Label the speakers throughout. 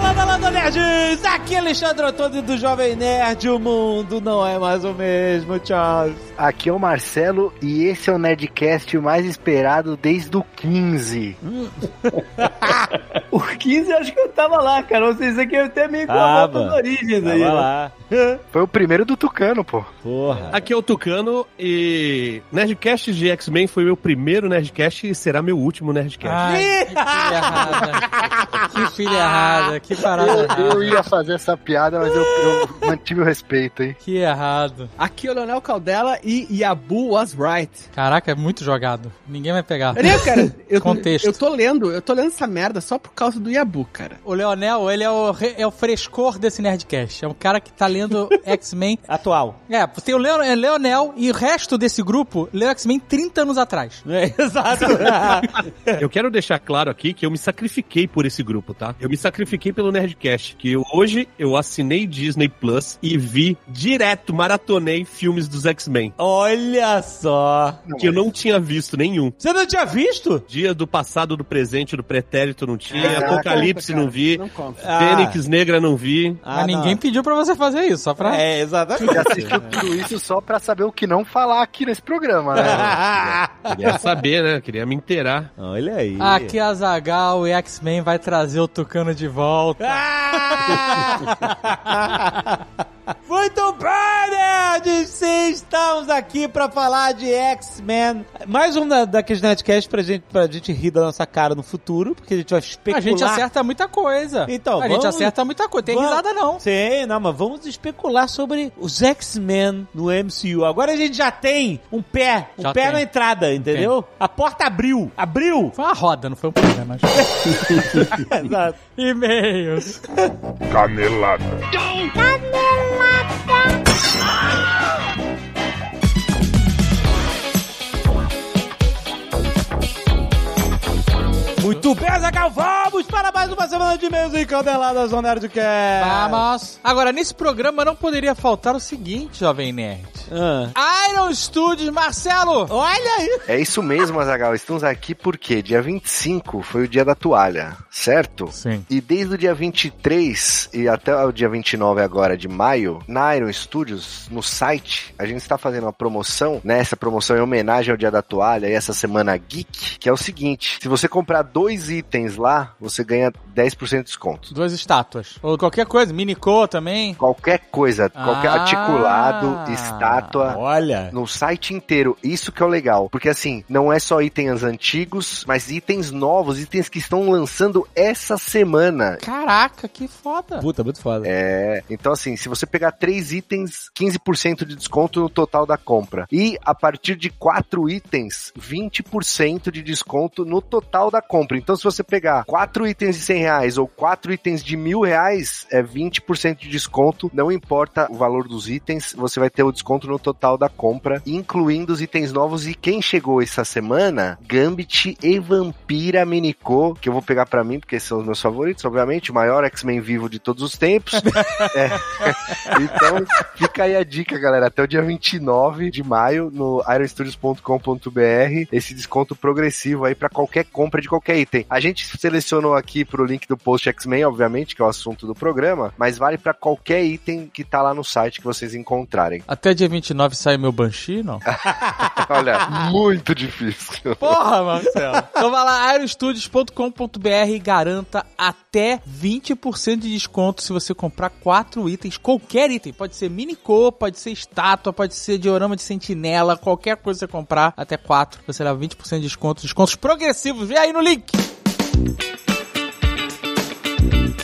Speaker 1: landa, landa, nerds! Aqui é Alexandre Antônio do Jovem Nerd. O mundo não é mais o mesmo, tchau.
Speaker 2: Aqui é o Marcelo e esse é o Nerdcast mais esperado desde o 15.
Speaker 3: o 15 acho que eu tava lá, cara. Vocês aqui até meio com a volta das origens aí. né?
Speaker 1: lá.
Speaker 2: Foi o primeiro do Tucano, pô.
Speaker 1: Porra.
Speaker 4: Aqui é o Tucano e Nerdcast de X-Men foi meu primeiro Nerdcast e será meu último Nerdcast.
Speaker 1: Ih!
Speaker 5: Ai, que filha errada. Que filha errada. Que parada
Speaker 2: Eu, eu
Speaker 5: errada.
Speaker 2: ia fazer essa piada, mas eu, eu mantive o respeito, hein?
Speaker 5: Que errado.
Speaker 3: Aqui é o Leonel Caldela e Yabu was right.
Speaker 5: Caraca, é muito jogado. Ninguém vai pegar.
Speaker 3: Olha, cara, eu,
Speaker 5: Contexto.
Speaker 3: eu tô lendo, eu tô lendo essa merda só por causa do Yabu, cara.
Speaker 5: O Leonel, ele é o, re- é o frescor desse Nerdcast. É um cara que tá lendo X-Men.
Speaker 1: Atual.
Speaker 5: É, tem o Leo- é, Leonel e o resto desse grupo leu X-Men 30 anos atrás.
Speaker 1: É, exato. Ah.
Speaker 4: Eu quero deixar claro aqui que eu me sacrifiquei por esse grupo, tá? Eu me sacrifiquei pelo Nerdcast, que eu- hoje eu assinei Disney Plus e vi direto, maratonei filmes dos X-Men,
Speaker 1: Olha só.
Speaker 4: que eu não tinha visto nenhum.
Speaker 1: Você não tinha visto?
Speaker 4: Dia do passado, do presente, do pretérito não tinha,
Speaker 2: Caraca,
Speaker 4: Apocalipse
Speaker 3: conta, cara.
Speaker 4: não vi,
Speaker 3: Não conta.
Speaker 1: Ah.
Speaker 4: Fênix Negra não vi.
Speaker 1: Ah,
Speaker 5: Mas ninguém
Speaker 1: não.
Speaker 5: pediu pra você fazer isso, só pra...
Speaker 1: É,
Speaker 2: Você
Speaker 1: exatamente.
Speaker 2: assistiu tudo isso só pra saber o que não falar aqui nesse programa, né?
Speaker 4: Queria saber, né? Queria me inteirar.
Speaker 1: Olha é aí.
Speaker 5: Aqui a Zagal e X-Men vai trazer o Tucano de volta.
Speaker 1: Ah! Muito bem, nerds! Sim, estamos aqui pra falar de X-Men. Mais um da, daqueles Nerdcasts pra gente, pra gente rir da nossa cara no futuro, porque a gente vai especular.
Speaker 5: A gente acerta muita coisa.
Speaker 1: Então,
Speaker 5: a
Speaker 1: vamos-
Speaker 5: gente acerta muita coisa. Tem
Speaker 1: Vamos-
Speaker 5: risada não.
Speaker 1: Sim, não, mas vamos especular sobre os X-Men no MCU. Agora a gente já tem um pé, um
Speaker 5: Já
Speaker 1: pé
Speaker 5: tem.
Speaker 1: na entrada, entendeu? A porta abriu, abriu!
Speaker 5: Foi uma roda, não foi um problema. Mas...
Speaker 1: Exato.
Speaker 5: E-mails.
Speaker 6: Canelada.
Speaker 1: Muito bem, Zagal, vamos para mais uma semana de e-mails e candeladas no Nerdcast.
Speaker 5: Vamos. Agora, nesse programa não poderia faltar o seguinte, jovem nerd.
Speaker 1: Ah.
Speaker 5: Iron Studios, Marcelo!
Speaker 1: Olha aí!
Speaker 2: É isso mesmo, Azagal. Estamos aqui porque dia 25 foi o dia da toalha, certo?
Speaker 5: Sim.
Speaker 2: E desde o dia 23 e até o dia 29 agora de maio, na Iron Studios, no site, a gente está fazendo uma promoção, né? Essa promoção é em homenagem ao Dia da Toalha e essa semana geek, que é o seguinte: se você comprar dois itens lá, você ganha 10% de desconto.
Speaker 5: Duas estátuas. Ou qualquer coisa, Minicô também.
Speaker 2: Qualquer coisa, qualquer
Speaker 5: Ah.
Speaker 2: articulado, estátua,
Speaker 1: Olha!
Speaker 2: no site inteiro. Isso que é o legal. Porque assim, não é só itens antigos, mas itens novos, itens que estão lançando essa semana.
Speaker 5: Caraca, que foda.
Speaker 1: Puta, muito foda.
Speaker 2: É, então assim, se você pegar três itens, 15% de desconto no total da compra. E a partir de quatro itens, 20% de desconto no total da compra. Então se você pegar quatro itens de 100 reais ou quatro itens de mil reais, é 20% de desconto. Não importa o valor dos itens, você vai ter o desconto no total da compra, incluindo os itens novos. E quem chegou essa semana, Gambit e Vampira Minicô, que eu vou pegar pra mim, porque são os meus favoritos, obviamente, o maior X-Men vivo de todos os tempos. Então, fica aí a dica, galera. Até o dia 29 de maio no ironstudios.com.br. Esse desconto progressivo aí pra qualquer compra de qualquer item. A gente selecionou aqui pro link do post X-Men, obviamente, que é o assunto do programa, mas vale pra qualquer item que tá lá no site que vocês encontrarem.
Speaker 5: Até dia 29 sai meu Banshee, não?
Speaker 2: Olha, muito difícil.
Speaker 5: Porra, Marcelo. então vai lá, aerostudios.com.br e garanta até 20% de desconto se você comprar quatro itens, qualquer item. Pode ser minicô, pode ser estátua, pode ser diorama de sentinela, qualquer coisa que você comprar, até quatro, você leva 20% de desconto, descontos progressivos. Vê aí no link.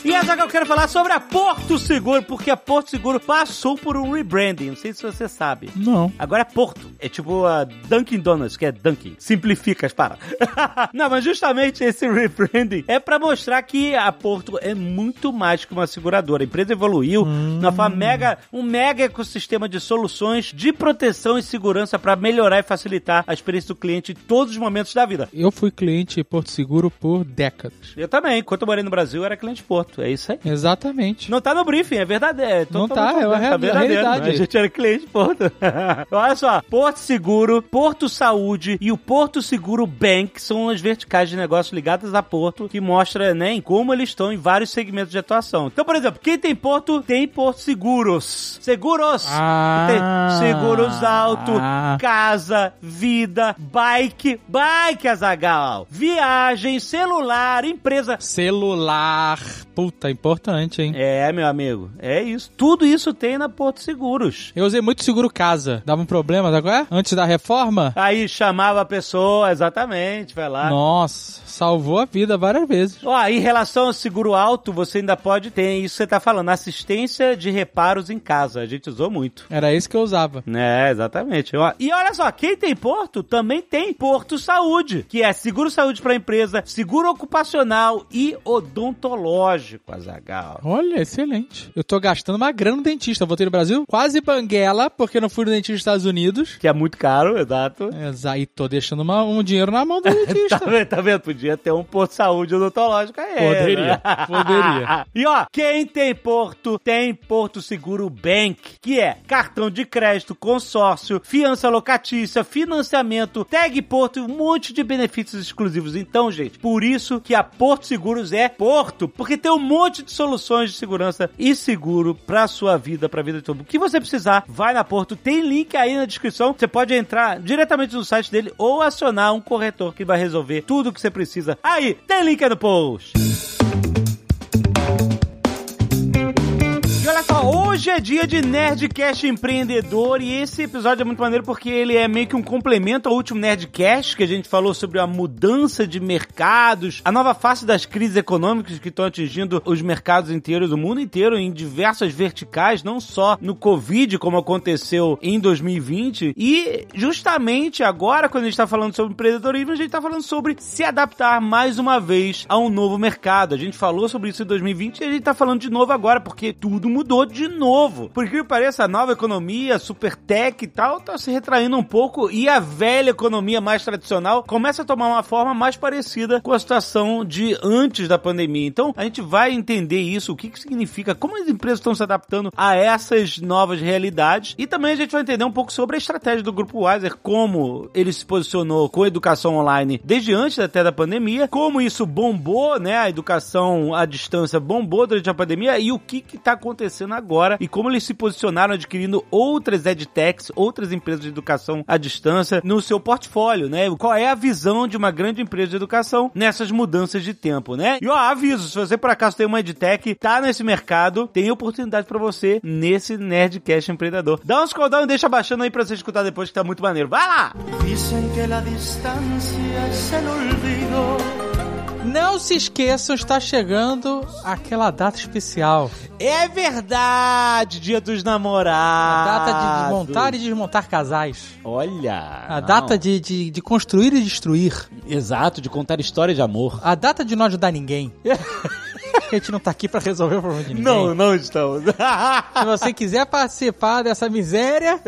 Speaker 1: E agora eu quero falar sobre a Porto Seguro, porque a Porto Seguro passou por um rebranding. Não sei se você sabe.
Speaker 5: Não.
Speaker 1: Agora é Porto. É tipo a Dunkin' Donuts, que é Dunkin'. Simplifica as palavras. Não, mas justamente esse rebranding é pra mostrar que a Porto é muito mais que uma seguradora. A empresa evoluiu na forma mega, um mega ecossistema de soluções de proteção e segurança pra melhorar e facilitar a experiência do cliente em todos os momentos da vida.
Speaker 5: Eu fui cliente Porto Seguro por décadas.
Speaker 1: Eu também. Enquanto eu morei no Brasil, eu era cliente Porto. produto. É isso aí.
Speaker 5: Exatamente.
Speaker 1: Não tá no briefing, é verdade. É,
Speaker 5: Não
Speaker 1: totalmente
Speaker 5: tá, é
Speaker 1: orgânico,
Speaker 5: uma
Speaker 1: tá
Speaker 5: rea- realidade.
Speaker 1: né? A gente era cliente de Porto. Olha só, Porto Seguro, Porto Saúde e o Porto Seguro Bank são as verticais de negócio ligadas a Porto que mostra, né, em como eles estão em vários segmentos de atuação. Então, por exemplo, quem tem Porto, tem Porto Seguros. Seguros!
Speaker 5: Ah.
Speaker 1: Tem seguros alto,
Speaker 5: Ah.
Speaker 1: casa, vida, bike, bike, Azagal, viagem, celular, empresa.
Speaker 5: Celular. Puta, importante, hein?
Speaker 1: É, meu amigo, é isso. Tudo isso tem na Porto Seguros.
Speaker 5: Eu usei muito seguro casa. Dava um problema, sabe qual é? Antes da reforma?
Speaker 1: Aí chamava a pessoa, exatamente, vai lá.
Speaker 5: Nossa, salvou a vida várias vezes.
Speaker 1: Ó, em relação ao seguro alto, você ainda pode ter isso que você tá falando, assistência de reparos em casa. A gente usou muito.
Speaker 5: Era isso que eu usava.
Speaker 1: É, exatamente. Ó, E olha só, quem tem Porto também tem Porto Saúde, que é seguro saúde para empresa, seguro ocupacional e odontológico, Azagal.
Speaker 5: Olha, excelente. Eu tô gastando uma grana no dentista. Eu voltei no Brasil quase banguela, porque não fui no dentista dos Estados Unidos.
Speaker 1: Que é muito caro, exato.
Speaker 5: Exa- E tô deixando uma- um dinheiro na mão do dentista.
Speaker 1: Tá vendo, tá vendo? Podia ter um Porto Saúde odontológico aí.
Speaker 5: Poderia,
Speaker 1: né?
Speaker 5: poderia.
Speaker 1: E ó, quem tem Porto, tem Porto Seguro Bank, que é cartão de crédito, consórcio, fiança locatícia, financiamento, tag Porto e um monte de benefícios exclusivos. Então, gente, por isso que a Porto Seguros é Porto, porque tem um monte de soluções de segurança e seguro pra sua vida, pra vida de todo mundo. O que você precisar, vai na Porto. Tem link aí na descrição. Você pode entrar diretamente no site dele ou acionar um corretor que vai resolver tudo o que você precisa. Aí, tem link aí no post. E olha só, hoje é dia de Nerdcast empreendedor e esse episódio é muito maneiro porque ele é meio que um complemento ao último Nerdcast que a gente falou sobre a mudança de mercados, a nova face das crises econômicas que estão atingindo os mercados inteiros, o mundo inteiro, em diversas verticais, não só no Covid, como aconteceu em 2020. E justamente agora, quando a gente está falando sobre empreendedorismo, a gente está falando sobre se adaptar mais uma vez a um novo mercado. A gente falou sobre isso em 2020 e a gente tá falando de novo agora, porque tudo mudou de novo. Por incrível que pareça, a nova economia, super tech e tal, tá se retraindo um pouco e a velha economia mais tradicional começa a tomar uma forma mais parecida com a situação de antes da pandemia. Então, a gente vai entender isso, o que que significa, como as empresas estão se adaptando a essas novas realidades e também a gente vai entender um pouco sobre a estratégia do Grupo Wiser, como ele se posicionou com a educação online desde antes até da pandemia, como isso bombou, né, a educação à distância bombou durante a pandemia e o que que tá acontecendo agora e como eles se posicionaram adquirindo outras edtechs, outras empresas de educação à distância no seu portfólio, né? Qual é a visão de uma grande empresa de educação nessas mudanças de tempo, né? E ó, aviso, se você por acaso tem uma edtech, tá nesse mercado, tem oportunidade pra você nesse Nerdcast empreendedor. Dá um scroll e deixa baixando aí pra você escutar depois que tá muito maneiro. Vai lá!
Speaker 7: Dicen que la distancia es el olvido.
Speaker 5: Não se esqueçam, está chegando aquela data especial.
Speaker 1: É verdade, Dia dos Namorados.
Speaker 5: data de desmontar e desmontar casais.
Speaker 1: Ah, Olha.
Speaker 5: A data de, de, de construir e destruir.
Speaker 1: Exato, de contar história de amor.
Speaker 5: A data de não ajudar ninguém. Porque a gente não tá aqui pra resolver o problema de ninguém.
Speaker 1: Não, não estamos.
Speaker 5: Se você quiser participar dessa miséria,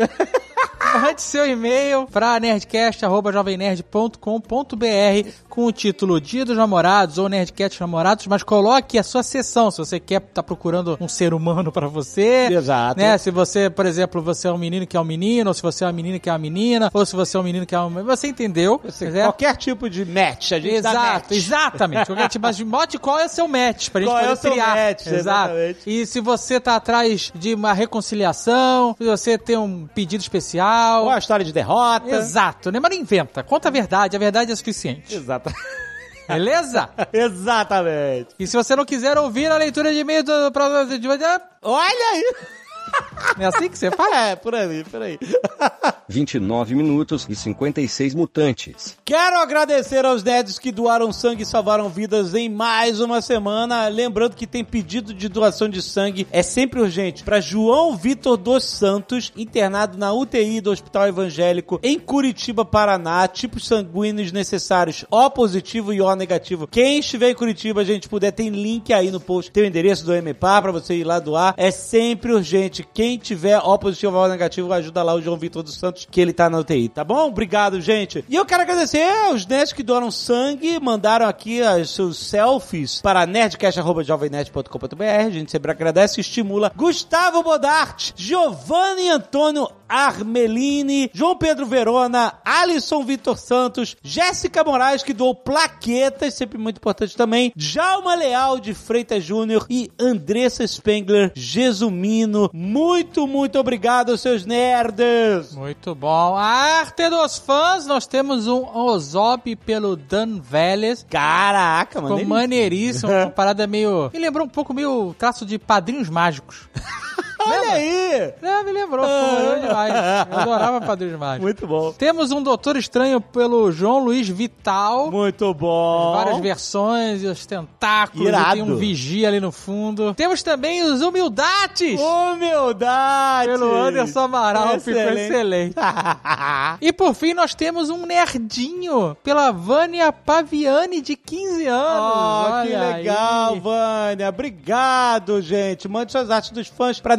Speaker 5: mande seu e-mail pra nerdcast.jovemnerd.com.br com o título Dia dos Namorados ou Nerdcast Namorados, mas coloque a sua sessão, se você quer tá procurando um ser humano pra você.
Speaker 1: Exato.
Speaker 5: Né? Se você, por exemplo, você é um menino que é um menino, ou se você é uma menina que é uma menina, ou se você é um menino que é um... Você entendeu?
Speaker 1: Você-
Speaker 5: né?
Speaker 1: Qualquer tipo de match, a gente dá match.
Speaker 5: Exato, exatamente. Qualquer tipo, mas mote qual é o seu match pra gente
Speaker 1: Qual é
Speaker 5: poder
Speaker 1: o seu
Speaker 5: triar.
Speaker 1: match,
Speaker 5: Exato.
Speaker 1: exatamente.
Speaker 5: E se você tá atrás de uma reconciliação, se você tem um pedido especial.
Speaker 1: Qual é a história de derrota?
Speaker 5: Exato, né? Mas não inventa. Conta a verdade, a verdade é suficiente.
Speaker 1: Exato.
Speaker 5: Beleza?
Speaker 1: Exatamente.
Speaker 5: E se você não quiser ouvir a leitura de e-mail do próximo.
Speaker 1: Olha aí.
Speaker 5: É assim que você fala?
Speaker 1: É, por aí, por aí.
Speaker 8: 29 minutos e 56 mutantes.
Speaker 1: Quero agradecer aos nerds que doaram sangue e salvaram vidas em mais uma semana. Lembrando que tem pedido de doação de sangue, é sempre urgente, para João Vitor dos Santos, internado na UTI do Hospital Evangélico em Curitiba, Paraná. Tipos sanguíneos necessários: O positivo e O negativo. Quem estiver em Curitiba, gente, puder, tem link aí no post, tem o endereço do MPA para você ir lá doar. É sempre urgente. Quem tiver O positivo ou O negativo, ajuda lá o João Vitor dos Santos dias que ele tá na UTI, tá bom? Obrigado, gente. E eu quero agradecer aos nerds que doaram sangue, mandaram aqui os seus selfies para nerdcast.jovemnerd.com.br. A gente sempre agradece e estimula. Gustavo Bodart, Giovanni Antônio Armelini, João Pedro Verona, Alisson Vitor Santos, Jéssica Moraes, que doou plaquetas, sempre muito importante também, Djalma Leal de Freitas Júnior e Andressa Spengler Gesumino. Muito, muito obrigado, seus nerds!
Speaker 5: Muito bom. A arte dos fãs, nós temos um Ozob pelo Dan Vélez.
Speaker 1: Caraca, mano.
Speaker 5: Ficou maneiríssimo, uma parada meio... Me lembrou um pouco meio traço de Padrinhos Mágicos.
Speaker 1: Olha aí!
Speaker 5: É, me lembrou, foi demais. Eu adorava Padrinhos Mágicos.
Speaker 1: Muito bom.
Speaker 5: Temos um Doutor Estranho pelo João Luiz Vital.
Speaker 1: Muito bom.
Speaker 5: Várias versões e os tentáculos.
Speaker 1: Irado.
Speaker 5: E tem um vigia ali no fundo. Temos também os Humildates.
Speaker 1: Humildade!
Speaker 5: Pelo Anderson Amaral, ficou
Speaker 1: Excelente.
Speaker 5: excelente. e por fim, nós temos um nerdinho pela Vânia Paviani, de 15 anos.
Speaker 1: Oh, que
Speaker 5: Olha
Speaker 1: legal,
Speaker 5: aí.
Speaker 1: Vânia. Obrigado, gente. Mande suas artes dos fãs pra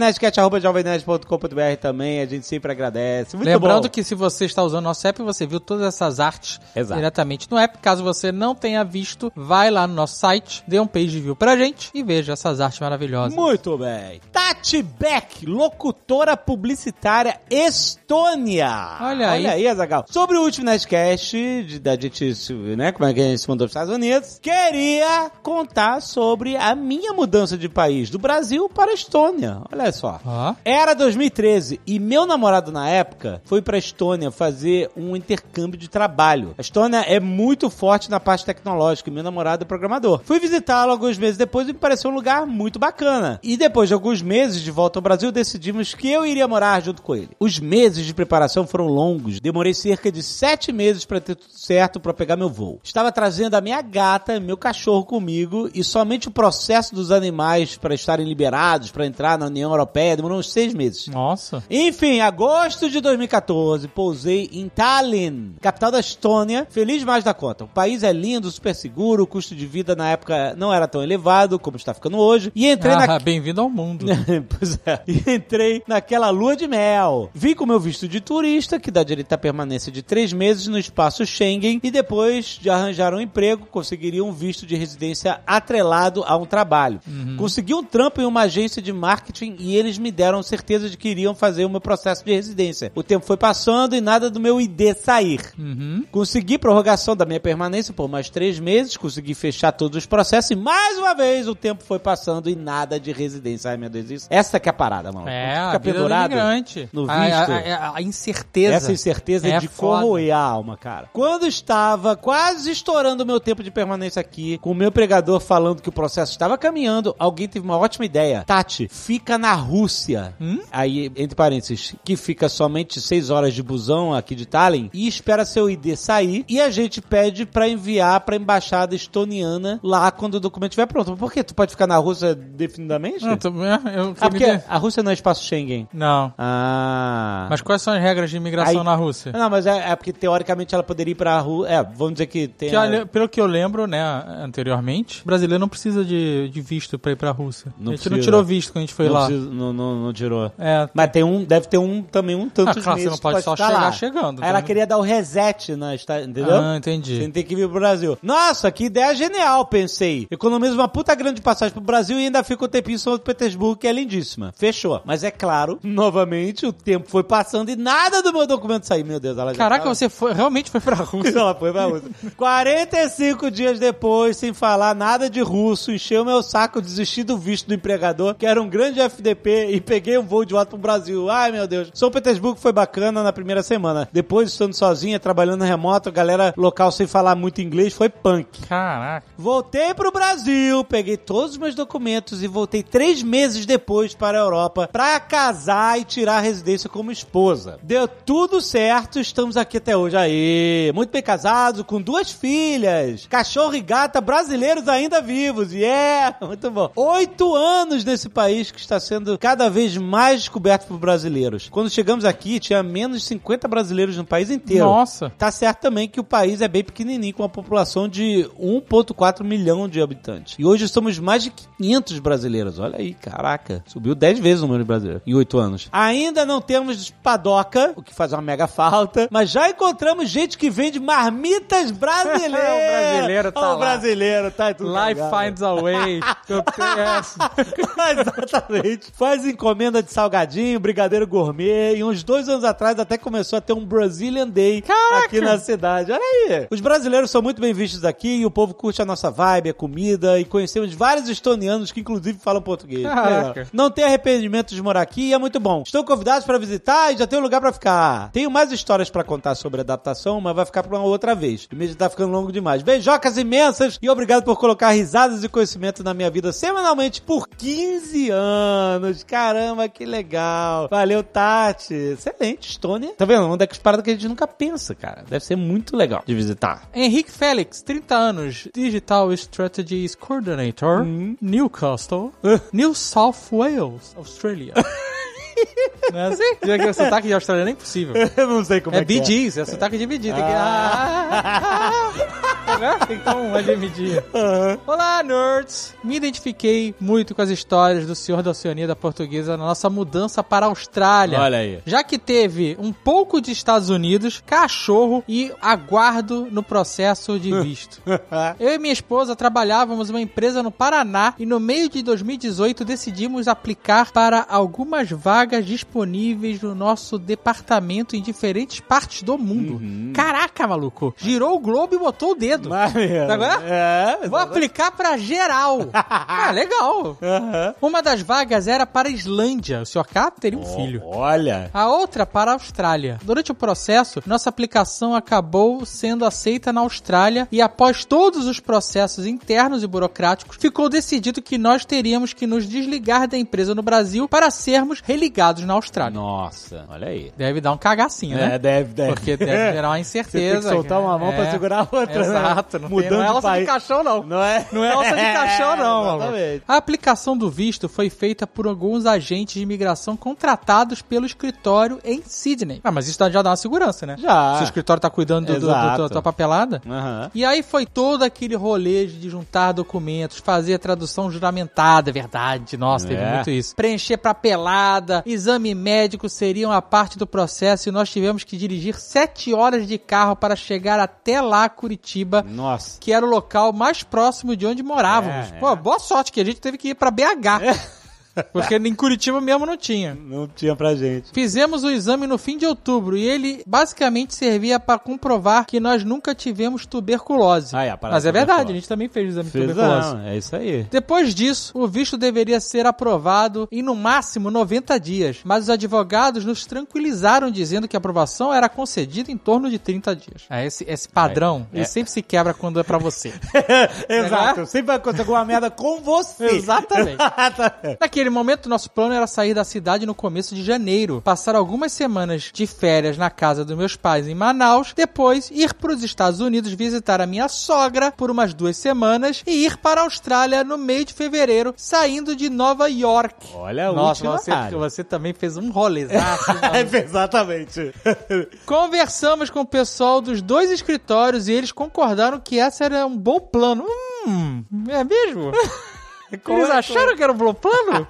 Speaker 1: nerdcat.jovemnerd.com.br também. A gente sempre agradece. Muito
Speaker 5: Lembrando
Speaker 1: bom.
Speaker 5: que se você está usando nosso app, você viu todas essas artes
Speaker 1: Exato.
Speaker 5: diretamente no app. Caso você não tenha visto, vai lá no nosso site, dê um page view pra gente e veja essas artes maravilhosas.
Speaker 1: Muito bem. Tati Beck, locutora publicitária Estônia.
Speaker 5: Olha aí.
Speaker 1: Olha aí, Azagal. Sobre o último Nerdcast, de- da gente, se- né, como é que a gente se mandou para os Estados Unidos, queria contar sobre a minha mudança de país, do Brasil para a Estônia. Olha só.
Speaker 5: Ó.
Speaker 1: Era 2013 e meu namorado na época foi pra Estônia fazer um intercâmbio de trabalho. A Estônia é muito forte na parte tecnológica e meu namorado é programador. Fui visitá-lo alguns meses depois e me pareceu um lugar muito bacana. E depois de alguns meses de volta ao Brasil, decidimos que eu iria morar junto com ele. Os meses de preparação foram longos. Demorei cerca de sete meses pra ter tudo certo pra pegar meu voo. Estava trazendo a minha gata e meu cachorro comigo e somente o processo dos animais pra estarem liberados pra entrar na União Europeia demorou uns seis meses.
Speaker 5: Nossa.
Speaker 1: Enfim, agosto de 2014, pousei em Tallinn, capital da Estônia, feliz mais da conta. O país é lindo, super seguro, o custo de vida na época não era tão elevado como está ficando hoje, e entrei na
Speaker 5: Ah, bem-vindo ao mundo.
Speaker 1: pois é. E entrei naquela lua de mel. Vim com meu visto de turista, que dá direito à permanência de três meses no espaço Schengen, e depois de arranjar um emprego, conseguiria um visto de residência atrelado a um trabalho. Consegui um trampo em uma agência de marketing e eles me deram certeza de que iriam fazer o meu processo de residência. O tempo foi passando e nada do meu ID sair. Consegui prorrogação da minha permanência por mais três meses, consegui fechar todos os processos e mais uma vez o tempo foi passando e nada de residência. Ai, meu Deus, isso. Essa que é a parada, mano.
Speaker 5: É,
Speaker 1: Tu
Speaker 5: a vida do imigrante.
Speaker 1: no
Speaker 5: A- a-
Speaker 1: visto.
Speaker 5: a- a incerteza.
Speaker 1: Essa incerteza
Speaker 5: É
Speaker 1: de
Speaker 5: foda.
Speaker 1: corroer a alma, cara. Quando estava quase estourando o meu tempo de permanência aqui, com o meu pregador falando que o processo estava caminhando, alguém teve uma ótima ideia. Tati, fica na Rússia.
Speaker 5: Hum?
Speaker 1: Aí, entre parênteses, que fica somente seis horas de busão aqui de Tallinn e espera seu ID sair e a gente pede pra enviar pra embaixada estoniana lá quando o documento estiver pronto. Por quê? Tu pode ficar na Rússia definitivamente?
Speaker 5: Não, tô- eu-
Speaker 1: ah, porque a Rússia não é espaço Schengen.
Speaker 5: Não.
Speaker 1: Ah.
Speaker 5: Mas quais são as regras de imigração
Speaker 1: Aí-
Speaker 5: na Rússia?
Speaker 1: Não, mas é, é porque teoricamente ela poderia ir pra rua. É, vamos dizer que tem.
Speaker 5: Que,
Speaker 1: a-
Speaker 5: olha, pelo que eu lembro, né, anteriormente, o brasileiro não precisa de, de visto pra ir pra Rússia.
Speaker 1: Não
Speaker 5: a gente não
Speaker 1: precisa.
Speaker 5: tirou visto quando a gente foi
Speaker 1: não,
Speaker 5: lá.
Speaker 1: precisa- não, não, não tirou.
Speaker 5: É,
Speaker 1: Mas tem um, deve ter um também um tanto
Speaker 5: Ah,
Speaker 1: de
Speaker 5: claro, você
Speaker 1: meses
Speaker 5: não
Speaker 1: que
Speaker 5: pode só
Speaker 1: ficar
Speaker 5: chegar
Speaker 1: lá.
Speaker 5: chegando,
Speaker 1: Aí ela
Speaker 5: né?
Speaker 1: queria dar o reset na esta- entendeu?
Speaker 5: ah,
Speaker 1: Você
Speaker 5: entendi.
Speaker 1: tem que vir pro Brasil. Nossa, que ideia genial, pensei. Economiza uma puta grande passagem pro Brasil e ainda fica um tempinho em São Petersburgo, que é lindíssima. Fechou. Mas é claro, novamente, o tempo foi passando e nada do meu documento saiu. Meu Deus, ela já
Speaker 5: Caraca,
Speaker 1: tava-
Speaker 5: você foi, realmente foi pra Rússia.
Speaker 1: Ela foi pra Rússia. 45 dias depois, sem falar nada de russo, encheu meu saco, desisti do visto do empregador, que era um grande FDP, e peguei um voo de volta pro Brasil. Ai, meu Deus. São Petersburgo foi bacana na primeira semana. Depois, estando sozinha, trabalhando remoto, galera local sem falar muito inglês, foi punk.
Speaker 5: Caraca.
Speaker 1: Voltei pro Brasil, peguei todos os meus documentos e voltei três meses depois para a Europa pra casar e tirar a residência como esposa. Deu tudo certo, estamos aqui até hoje. Aí, muito bem casados, com duas filhas, cachorro e gata é, brasileiros ainda vivos. Yeah, muito bom. Oito anos nesse país que está sendo sendo cada vez mais descoberto por brasileiros. Quando chegamos aqui, tinha menos de 50 brasileiros no país inteiro.
Speaker 5: Nossa.
Speaker 1: Tá certo também que o país é bem pequenininho, com uma população de 1,4 milhão de habitantes. E hoje somos mais de 500 brasileiros. Olha aí, caraca. Subiu 10 vezes o número de brasileiros em 8 anos. Ainda não temos padoca, o que faz uma mega falta, mas já encontramos gente que vende marmitas brasileiras.
Speaker 5: O brasileiro tá
Speaker 1: Olha
Speaker 5: lá.
Speaker 1: O brasileiro tá em tudo
Speaker 5: Life
Speaker 1: lugar.
Speaker 5: finds a way. Eu tenho essa.
Speaker 1: Exatamente. Faz encomenda de salgadinho, brigadeiro gourmet. E uns dois anos atrás até começou a ter um Brazilian Day aqui na cidade. Olha aí. Os brasileiros são muito bem vistos aqui e o povo curte a nossa vibe, a comida. E conhecemos vários estonianos que, inclusive, falam português.
Speaker 5: Caraca.
Speaker 1: É. Não tem arrependimento de morar aqui e é muito bom. Estou convidado para visitar e já tenho lugar para ficar. Tenho mais histórias para contar sobre adaptação, mas vai ficar para uma outra vez. O mês já tá ficando longo demais. Beijocas imensas e obrigado por colocar risadas e conhecimento na minha vida semanalmente por 15 anos. Caramba, que legal. Valeu, Tati. Excelente, Estônia. Tá vendo? Uma das paradas que a gente nunca pensa, cara. Deve ser muito legal de visitar.
Speaker 5: Henrique Félix, 30 anos, Digital Strategies Coordinator, Newcastle, eh, New South Wales, Australia. Não é assim? Já que o sotaque de australiano é impossível.
Speaker 1: Eu não sei como
Speaker 5: É BDs, é sotaque de BD. Tem que. Ah. Né? Tem que tomar uma de BD. Olá, nerds! Me identifiquei muito com as histórias do senhor da Oceania da Portuguesa na nossa mudança para a Austrália.
Speaker 1: Olha aí.
Speaker 5: Já que teve um pouco de Estados Unidos, cachorro e aguardo no processo de visto. Eu e minha esposa trabalhávamos uma empresa no Paraná e no meio de 2018 decidimos aplicar para algumas vagas disponíveis no nosso departamento em diferentes partes do mundo. Caraca, maluco! Girou o globo e botou o dedo.
Speaker 1: Maneiro.
Speaker 5: Tá vendo?
Speaker 1: É,
Speaker 5: Vou aplicar pra geral. ah, legal.
Speaker 1: Aham.
Speaker 5: Uma das vagas era para a Islândia. O senhor K teria um filho.
Speaker 1: Olha.
Speaker 5: A outra para a Austrália. Durante o processo, nossa aplicação acabou sendo aceita na Austrália e após todos os processos internos e burocráticos, ficou decidido que nós teríamos que nos desligar da empresa no Brasil para sermos religados na Austrália.
Speaker 1: Nossa, olha aí.
Speaker 5: Deve dar um cagacinho, né?
Speaker 1: É, deve, deve.
Speaker 5: Porque deve gerar uma
Speaker 1: Você tem
Speaker 5: incerteza.
Speaker 1: que soltar uma mão pra
Speaker 5: É.
Speaker 1: segurar a outra, né?
Speaker 5: Exato. Não, tem,
Speaker 1: Mudando
Speaker 5: não é
Speaker 1: de
Speaker 5: alça
Speaker 1: país.
Speaker 5: de caixão, não.
Speaker 1: Não é?
Speaker 5: Não é alça de caixão, não, maluco.
Speaker 1: Exatamente.
Speaker 5: A aplicação do visto foi feita por alguns agentes de imigração contratados pelo escritório em Sydney. Ah, mas isso já dá uma segurança, né?
Speaker 1: Já.
Speaker 5: Se o escritório tá cuidando do, do- do-
Speaker 1: Exato.
Speaker 5: da tua papelada.
Speaker 1: Aham.
Speaker 5: E aí foi todo aquele rolê de juntar documentos, fazer a tradução juramentada, é verdade, nossa, teve
Speaker 1: É.
Speaker 5: muito isso. Preencher papelada, exame médico seriam a parte do processo e nós tivemos que dirigir sete horas de carro para chegar até lá, Curitiba,
Speaker 1: Nossa.
Speaker 5: que era o local mais próximo de onde morávamos.
Speaker 1: É, é.
Speaker 5: Pô, boa sorte que a gente teve que ir pra BH. Porque em Curitiba mesmo não tinha.
Speaker 1: Não tinha pra gente.
Speaker 5: Fizemos o exame no fim de outubro e ele basicamente servia para comprovar que nós nunca tivemos tuberculose.
Speaker 1: Ah, é, a parada
Speaker 5: Mas
Speaker 1: da
Speaker 5: é verdade,
Speaker 1: tuberculose.
Speaker 5: a gente também fez o exame de tuberculose.
Speaker 1: Não, é isso aí.
Speaker 5: Depois disso, o visto deveria ser aprovado em no máximo 90 dias, mas os advogados nos tranquilizaram dizendo que a aprovação era concedida em torno de 30 dias. É esse, esse padrão, ele sempre se quebra quando é pra você.
Speaker 1: Exato. Sempre vai acontecer alguma merda com você.
Speaker 5: Exatamente.
Speaker 1: Exatamente.
Speaker 5: Naquele momento, nosso plano era sair da cidade no começo de janeiro, passar algumas semanas de férias na casa dos meus pais em Manaus, depois ir para os Estados Unidos visitar a minha sogra por umas duas semanas e ir para a Austrália no meio de fevereiro, saindo de Nova York.
Speaker 1: Olha o
Speaker 5: Nossa,
Speaker 1: Nossa,
Speaker 5: você, você também fez um rolezaço.
Speaker 1: Exatamente.
Speaker 5: Conversamos com o pessoal dos dois escritórios e eles concordaram que essa era um bom plano. Hum, é mesmo? Eles acharam que era um bom plano?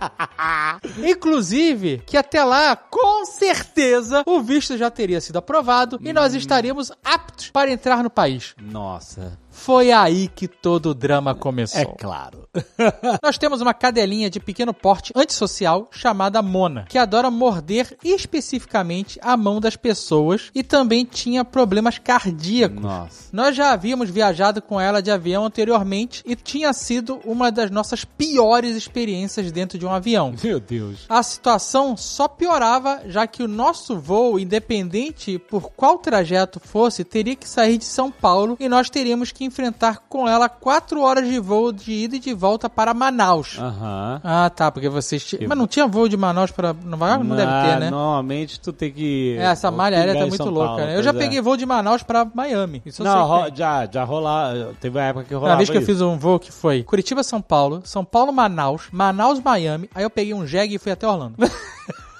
Speaker 5: Inclusive, que até lá, com certeza, o visto já teria sido aprovado e
Speaker 1: Hum.
Speaker 5: nós estaríamos aptos para entrar no país.
Speaker 1: Nossa.
Speaker 5: Foi aí que todo o drama começou.
Speaker 1: É claro.
Speaker 5: Nós temos uma cadelinha de pequeno porte antissocial chamada Mona, que adora morder especificamente a mão das pessoas e também tinha problemas cardíacos.
Speaker 1: Nossa.
Speaker 5: Nós já havíamos viajado com ela de avião anteriormente e tinha sido uma das nossas piores experiências dentro de um avião.
Speaker 1: Meu Deus.
Speaker 5: A situação só piorava, já que o nosso voo, independente por qual trajeto fosse, teria que sair de São Paulo e nós teríamos que que enfrentar com ela quatro horas de voo de ida e de volta para Manaus.
Speaker 1: Aham.
Speaker 5: Ah, tá, porque vocês. ti- Mas não tinha voo de Manaus para Nova York? Não deve ter, né?
Speaker 1: Ah, Normalmente tu tem que.
Speaker 5: É, essa malha aérea tá
Speaker 1: pingar em
Speaker 5: muito
Speaker 1: São
Speaker 5: louca,
Speaker 1: Paulo,
Speaker 5: né? Eu já
Speaker 1: pois é.
Speaker 5: peguei voo de Manaus pra Miami. Isso eu
Speaker 1: Não,
Speaker 5: sei que
Speaker 1: ro-
Speaker 5: tem.
Speaker 1: já, já rolar. Teve uma época que rolava.
Speaker 5: Na vez que eu
Speaker 1: isso.
Speaker 5: fiz um voo que foi Curitiba, São Paulo, São Paulo, Manaus, Manaus, Miami, aí eu peguei um jegue e fui até Orlando.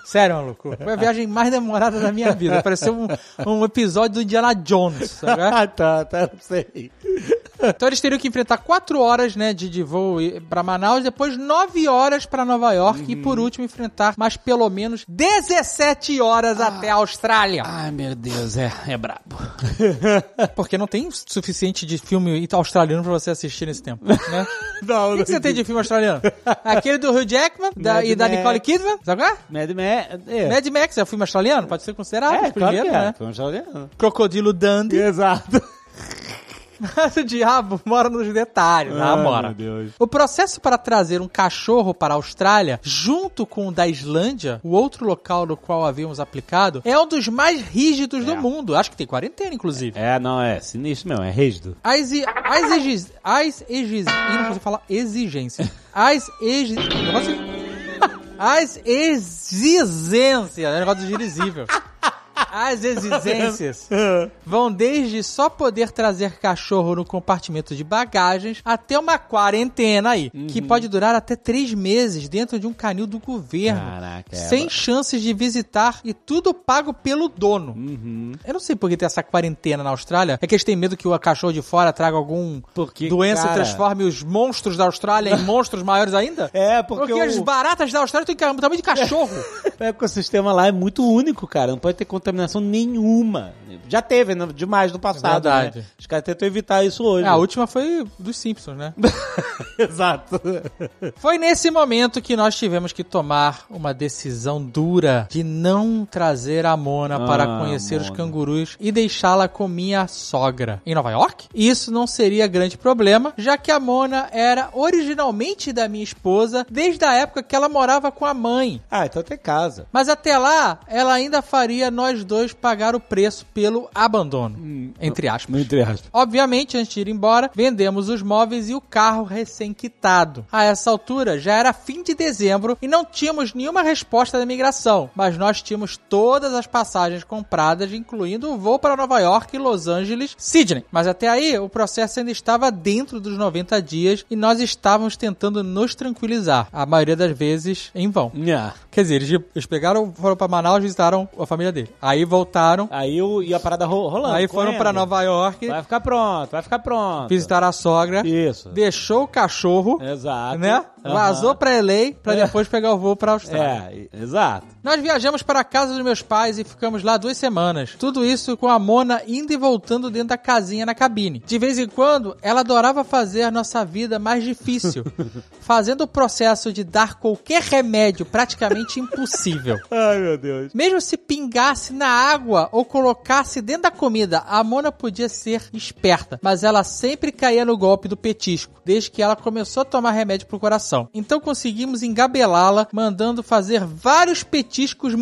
Speaker 5: Sério, maluco. Foi a viagem mais demorada da minha vida. Pareceu um, um episódio do Indiana Jones, sabe?
Speaker 1: Ah, tá, tá, não sei.
Speaker 5: Então eles teriam que enfrentar quatro horas, né, de, de voo e- pra Manaus, depois nove horas pra Nova York e por último enfrentar mais pelo menos 17 horas até a Austrália.
Speaker 9: Ai, meu Deus, é, é brabo.
Speaker 5: Porque não tem suficiente de filme australiano pra você assistir nesse tempo, né? O que, que você tem de filme australiano? Aquele do Hugh Jackman da-
Speaker 1: Mad
Speaker 5: e da
Speaker 1: Max.
Speaker 5: Nicole Kidman, sabe qual é?
Speaker 1: Mad Max. É,
Speaker 5: Mad Max é um filme australiano? Pode ser considerado
Speaker 1: é
Speaker 5: os primeiros,
Speaker 1: claro que é.
Speaker 5: né?
Speaker 1: Foi um australiano.
Speaker 5: Crocodilo Dundee.
Speaker 1: Exato.
Speaker 5: Mas o diabo mora nos detalhes. Ah, mora.
Speaker 1: É. Meu Deus.
Speaker 5: O processo para trazer um cachorro para a Austrália, junto com o da Islândia, o outro local no qual havíamos aplicado, é um dos mais rígidos do mundo. Acho que tem quarentena, inclusive.
Speaker 1: É, não, é sinistro mesmo, é rígido.
Speaker 5: As, e- as, exi- as exi- Ih, não consigo falar exigências. As exi- negócio- As exigências. É um negócio do girisível. As exigências vão desde só poder trazer cachorro no compartimento de bagagens até uma quarentena aí, que pode durar até três meses dentro de um canil do governo,
Speaker 1: Caraca, é,
Speaker 5: sem chances de visitar e tudo pago pelo dono.
Speaker 1: Uhum.
Speaker 5: Eu não sei por que tem essa quarentena na Austrália. É que eles têm medo que o cachorro de fora traga algum
Speaker 1: Porque,
Speaker 5: doença
Speaker 1: cara-
Speaker 5: e transforme os monstros da Austrália em monstros maiores ainda?
Speaker 1: É,
Speaker 5: Porque,
Speaker 1: porque,
Speaker 5: as
Speaker 1: o,
Speaker 5: baratas da Austrália têm ca- tamanho de cachorro.
Speaker 1: o ecossistema lá é muito único, cara. Não pode ter contaminação nenhuma. Já teve, né? demais no passado.
Speaker 5: É verdade.
Speaker 1: né? Os caras tentam evitar isso hoje.
Speaker 5: É, a última foi dos Simpsons, né?
Speaker 1: Exato.
Speaker 5: Foi nesse momento que nós tivemos que tomar uma decisão dura de não trazer a Mona
Speaker 1: Ah,
Speaker 5: para conhecer os
Speaker 1: Mona.
Speaker 5: cangurus e deixá-la com minha sogra em Nova York. Isso não seria grande problema, já que a Mona era originalmente da minha esposa desde a época que ela morava com a mãe.
Speaker 1: Ah, então tem casa.
Speaker 5: Mas até lá, ela ainda faria nós dois pagar o preço pelo abandono.
Speaker 1: Hum,
Speaker 5: entre aspas.
Speaker 1: Entre aspas.
Speaker 5: Obviamente, antes de ir embora, vendemos os móveis e o carro recém-quitado. A essa altura, já era fim de dezembro e não tínhamos nenhuma resposta da imigração, mas nós tínhamos todas as passagens compradas, incluindo o voo para Nova York, Los Angeles, Sydney. Mas até aí, o processo ainda estava dentro dos 90 dias e nós estávamos tentando nos tranquilizar, a maioria das vezes em vão.
Speaker 1: Nha.
Speaker 5: Quer dizer, eles, eles pegaram, foram para Manaus, visitaram a família dele. Aí voltaram,
Speaker 1: Aí o, e a parada ro- rolando.
Speaker 5: aí foram
Speaker 1: correndo.
Speaker 5: para Nova York,
Speaker 1: Vai ficar pronto, vai ficar pronto.
Speaker 5: visitar a sogra,
Speaker 1: Isso.
Speaker 5: deixou o cachorro,
Speaker 1: Exato.
Speaker 5: né?
Speaker 1: Aham.
Speaker 5: Vazou pra LA pra depois pegar o voo pra Austrália.
Speaker 1: É, e- exato.
Speaker 5: Nós viajamos para a casa dos meus pais e ficamos lá duas semanas. Tudo isso com a Mona indo e voltando dentro da casinha na cabine. De vez em quando, ela adorava fazer a nossa vida mais difícil, fazendo o processo de dar qualquer remédio praticamente impossível.
Speaker 1: Ai, meu Deus.
Speaker 5: Mesmo se pingasse na água ou colocasse dentro da comida, a Mona podia ser esperta, mas ela sempre caía no golpe do petisco, desde que ela começou a tomar remédio pro coração. Então conseguimos engabelá-la, mandando fazer vários petiscos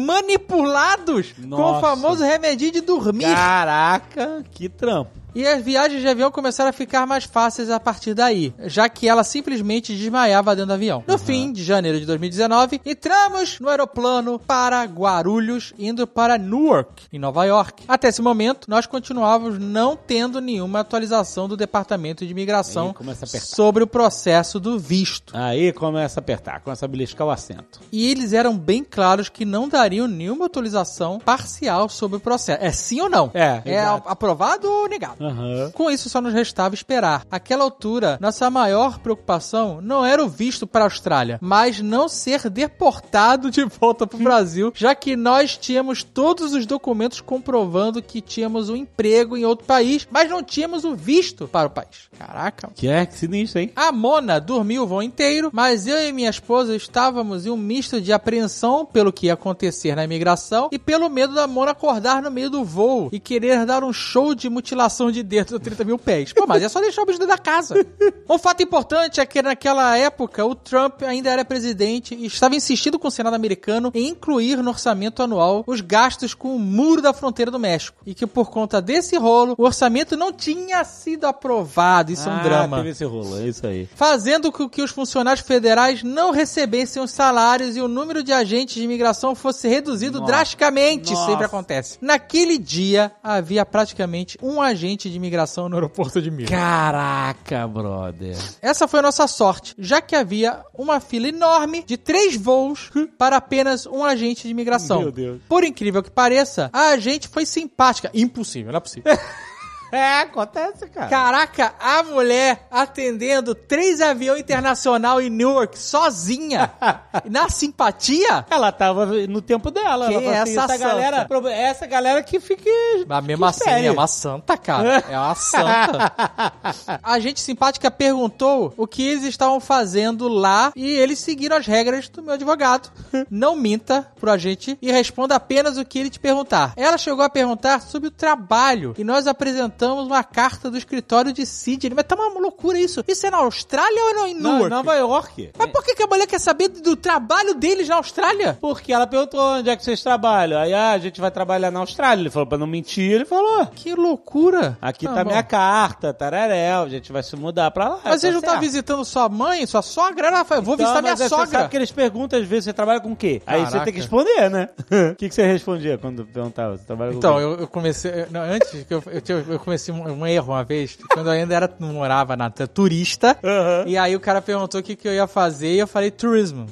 Speaker 5: manipulados com o
Speaker 1: Nossa.
Speaker 5: famoso remedinho de dormir.
Speaker 1: Caraca, que trampo.
Speaker 5: E as viagens de avião começaram a ficar mais fáceis a partir daí, já que ela simplesmente desmaiava dentro do avião. No fim de janeiro de 2019, entramos no aeroplano para Guarulhos, indo para Newark, em Nova York. Até esse momento, nós continuávamos não tendo nenhuma atualização do Departamento de Imigração
Speaker 1: Aí começa a apertar.
Speaker 5: sobre o processo do visto.
Speaker 1: Aí começa a apertar, começa a beliscar o assento.
Speaker 5: E eles eram bem claros que não dariam nenhuma atualização parcial sobre o processo. É sim ou não?
Speaker 1: É,
Speaker 5: É
Speaker 1: exato.
Speaker 5: aprovado ou negado?
Speaker 1: Aham.
Speaker 5: Com isso, só nos restava esperar. Aquela altura, nossa maior preocupação não era o visto para a Austrália, mas não ser deportado de volta para o Brasil, já que nós tínhamos todos os documentos comprovando que tínhamos um emprego em outro país, mas não tínhamos o visto para o país. Caraca.
Speaker 1: Que é que sinistro, hein?
Speaker 5: A Mona dormiu o voo inteiro, mas eu e minha esposa estávamos em um misto de apreensão pelo que ia acontecer na imigração e pelo medo da Mona acordar no meio do voo e querer dar um show de mutilação de dedos ou 30 mil pés. Pô, mas é só deixar o bicho dentro da casa. Um fato importante é que naquela época o Trump ainda era presidente e estava insistindo com o Senado americano em incluir no orçamento anual os gastos com o muro da fronteira do México. E que por conta desse rolo, o orçamento não tinha sido aprovado. Isso é
Speaker 10: Ah,
Speaker 5: um drama.
Speaker 1: Teve esse rolo, é isso aí.
Speaker 5: Fazendo com que os funcionários federais não recebessem os salários e o número de agentes de imigração fosse reduzido
Speaker 1: Nossa.
Speaker 5: drasticamente.
Speaker 1: Nossa.
Speaker 5: Sempre acontece. Naquele dia, havia praticamente um agente de imigração no aeroporto de Mira.
Speaker 1: Caraca, brother.
Speaker 5: Essa foi a nossa sorte, já que havia uma fila enorme de três voos para apenas um agente de imigração.
Speaker 1: Meu Deus.
Speaker 5: Por incrível que pareça, a agente foi simpática. Impossível, não é possível.
Speaker 1: É, acontece, cara.
Speaker 5: Caraca, a mulher atendendo três aviões internacional em Newark sozinha, na simpatia?
Speaker 1: Ela tava no tempo dela.
Speaker 5: Que
Speaker 1: ela falou
Speaker 5: é
Speaker 1: assim,
Speaker 5: essa
Speaker 1: essa galera,
Speaker 5: santa.
Speaker 1: pro- essa galera que fique.
Speaker 5: Mas mesmo assim,
Speaker 1: espere.
Speaker 5: é uma santa, cara. É uma santa. A gente simpática perguntou o que eles estavam fazendo lá e eles seguiram as regras do meu advogado. Não minta pro agente e responda apenas o que ele te perguntar. Ela chegou a perguntar sobre o trabalho e nós apresentamos uma carta do escritório de Sidney. Mas tá uma loucura isso. Isso é na Austrália ou é em
Speaker 1: Não,
Speaker 5: Newark?
Speaker 1: Nova York.
Speaker 5: Mas por que, que a mulher quer saber do trabalho deles na Austrália?
Speaker 1: Porque ela perguntou onde é que vocês trabalham. Aí, ah, a gente vai trabalhar na Austrália. Ele falou pra não mentir. Ele falou, "Ah,
Speaker 5: Que loucura.
Speaker 1: aqui
Speaker 5: Ah,
Speaker 1: tá
Speaker 5: bom.
Speaker 1: minha carta, tararéu, a gente vai se mudar pra lá.
Speaker 5: Mas vocês não
Speaker 1: tá
Speaker 5: estão
Speaker 1: certo.
Speaker 5: visitando sua mãe, sua sogra? Ela fala, vou visitar
Speaker 1: Então,
Speaker 5: minha
Speaker 1: mas Você
Speaker 5: sogra.
Speaker 1: sabe que eles perguntam às vezes, você trabalha com o quê? Aí você
Speaker 5: Caraca.
Speaker 1: tem que responder, né? O que, que você respondia quando perguntava? Você trabalha com o
Speaker 5: Então,
Speaker 1: quê?
Speaker 5: eu, eu comecei. eu- não, antes, que eu, eu, tinha- eu comecei um, um erro uma vez, quando eu ainda era, não morava na era turista.
Speaker 1: Aham.
Speaker 5: E aí o cara perguntou o que, que eu ia fazer e eu falei turismo.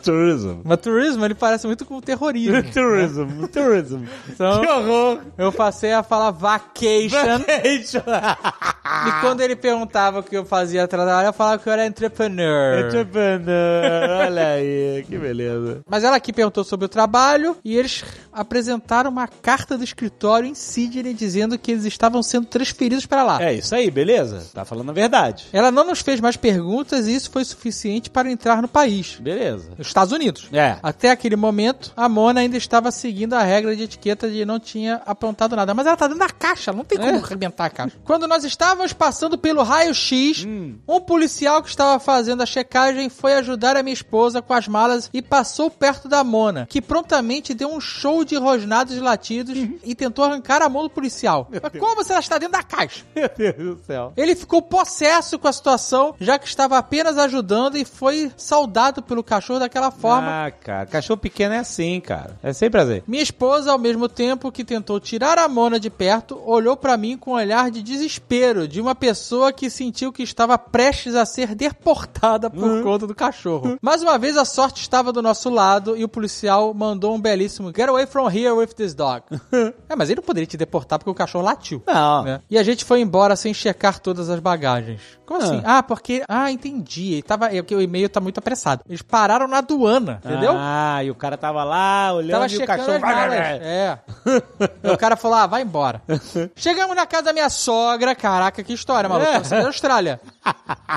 Speaker 1: Tourism.
Speaker 5: Mas turismo, ele parece muito com terrorismo. né?
Speaker 1: Tourism, tourism.
Speaker 5: Então,
Speaker 1: Que horror!
Speaker 5: eu passei a falar vacation.
Speaker 1: Vacation.
Speaker 5: E quando ele perguntava o que eu fazia trabalho, eu falava que eu era entrepreneur.
Speaker 1: Entrepreneur, olha aí, que beleza.
Speaker 5: Mas ela aqui perguntou sobre o trabalho e eles apresentaram uma carta do escritório em Sydney dizendo que eles estavam sendo transferidos para lá.
Speaker 1: É isso aí, beleza? Tá falando a verdade.
Speaker 5: Ela não nos fez mais perguntas e isso foi suficiente para entrar no país,
Speaker 1: Beleza.
Speaker 5: nos Estados Unidos.
Speaker 1: É.
Speaker 5: Até aquele momento, a Mona ainda estava seguindo a regra de etiqueta de não tinha aprontado nada. Mas ela tá dentro da caixa, não tem como arrebentar a caixa. Quando nós estávamos passando pelo raio-x, um policial que estava fazendo a checagem foi ajudar a minha esposa com as malas e passou perto da Mona, que prontamente deu um show de rosnados e latidos e tentou arrancar a mão do policial. Mas como se ela está dentro da caixa?
Speaker 1: Meu Deus do céu.
Speaker 5: Ele ficou possesso com a situação, já que estava apenas ajudando e foi saudado pelo cachorro daquela forma.
Speaker 1: Ah, cara, cachorro pequeno é assim, cara. É sem prazer.
Speaker 5: Minha esposa, ao mesmo tempo que tentou tirar a Mona de perto, olhou pra mim com um olhar de desespero de uma pessoa que sentiu que estava prestes a ser deportada por conta do cachorro. Mais uma vez, a sorte estava do nosso lado e o policial mandou um belíssimo Get away from here with this dog. é, mas ele não poderia te deportar porque o cachorro latiu.
Speaker 1: Não.
Speaker 5: né? E a gente foi embora sem checar todas as bagagens. Como assim? Ah, porque. Ah, entendi. Ele tava... é porque o e-mail tá muito apressado. Eles pararam na aduana, entendeu?
Speaker 1: Ah, e o cara tava lá olhando
Speaker 5: Tava
Speaker 1: e o
Speaker 5: checando
Speaker 1: cachorro.
Speaker 5: as malas. É. Aí o cara falou, ah, vai embora. Chegamos na casa da minha sogra. Caraca, que história, maluco. Você é da Austrália.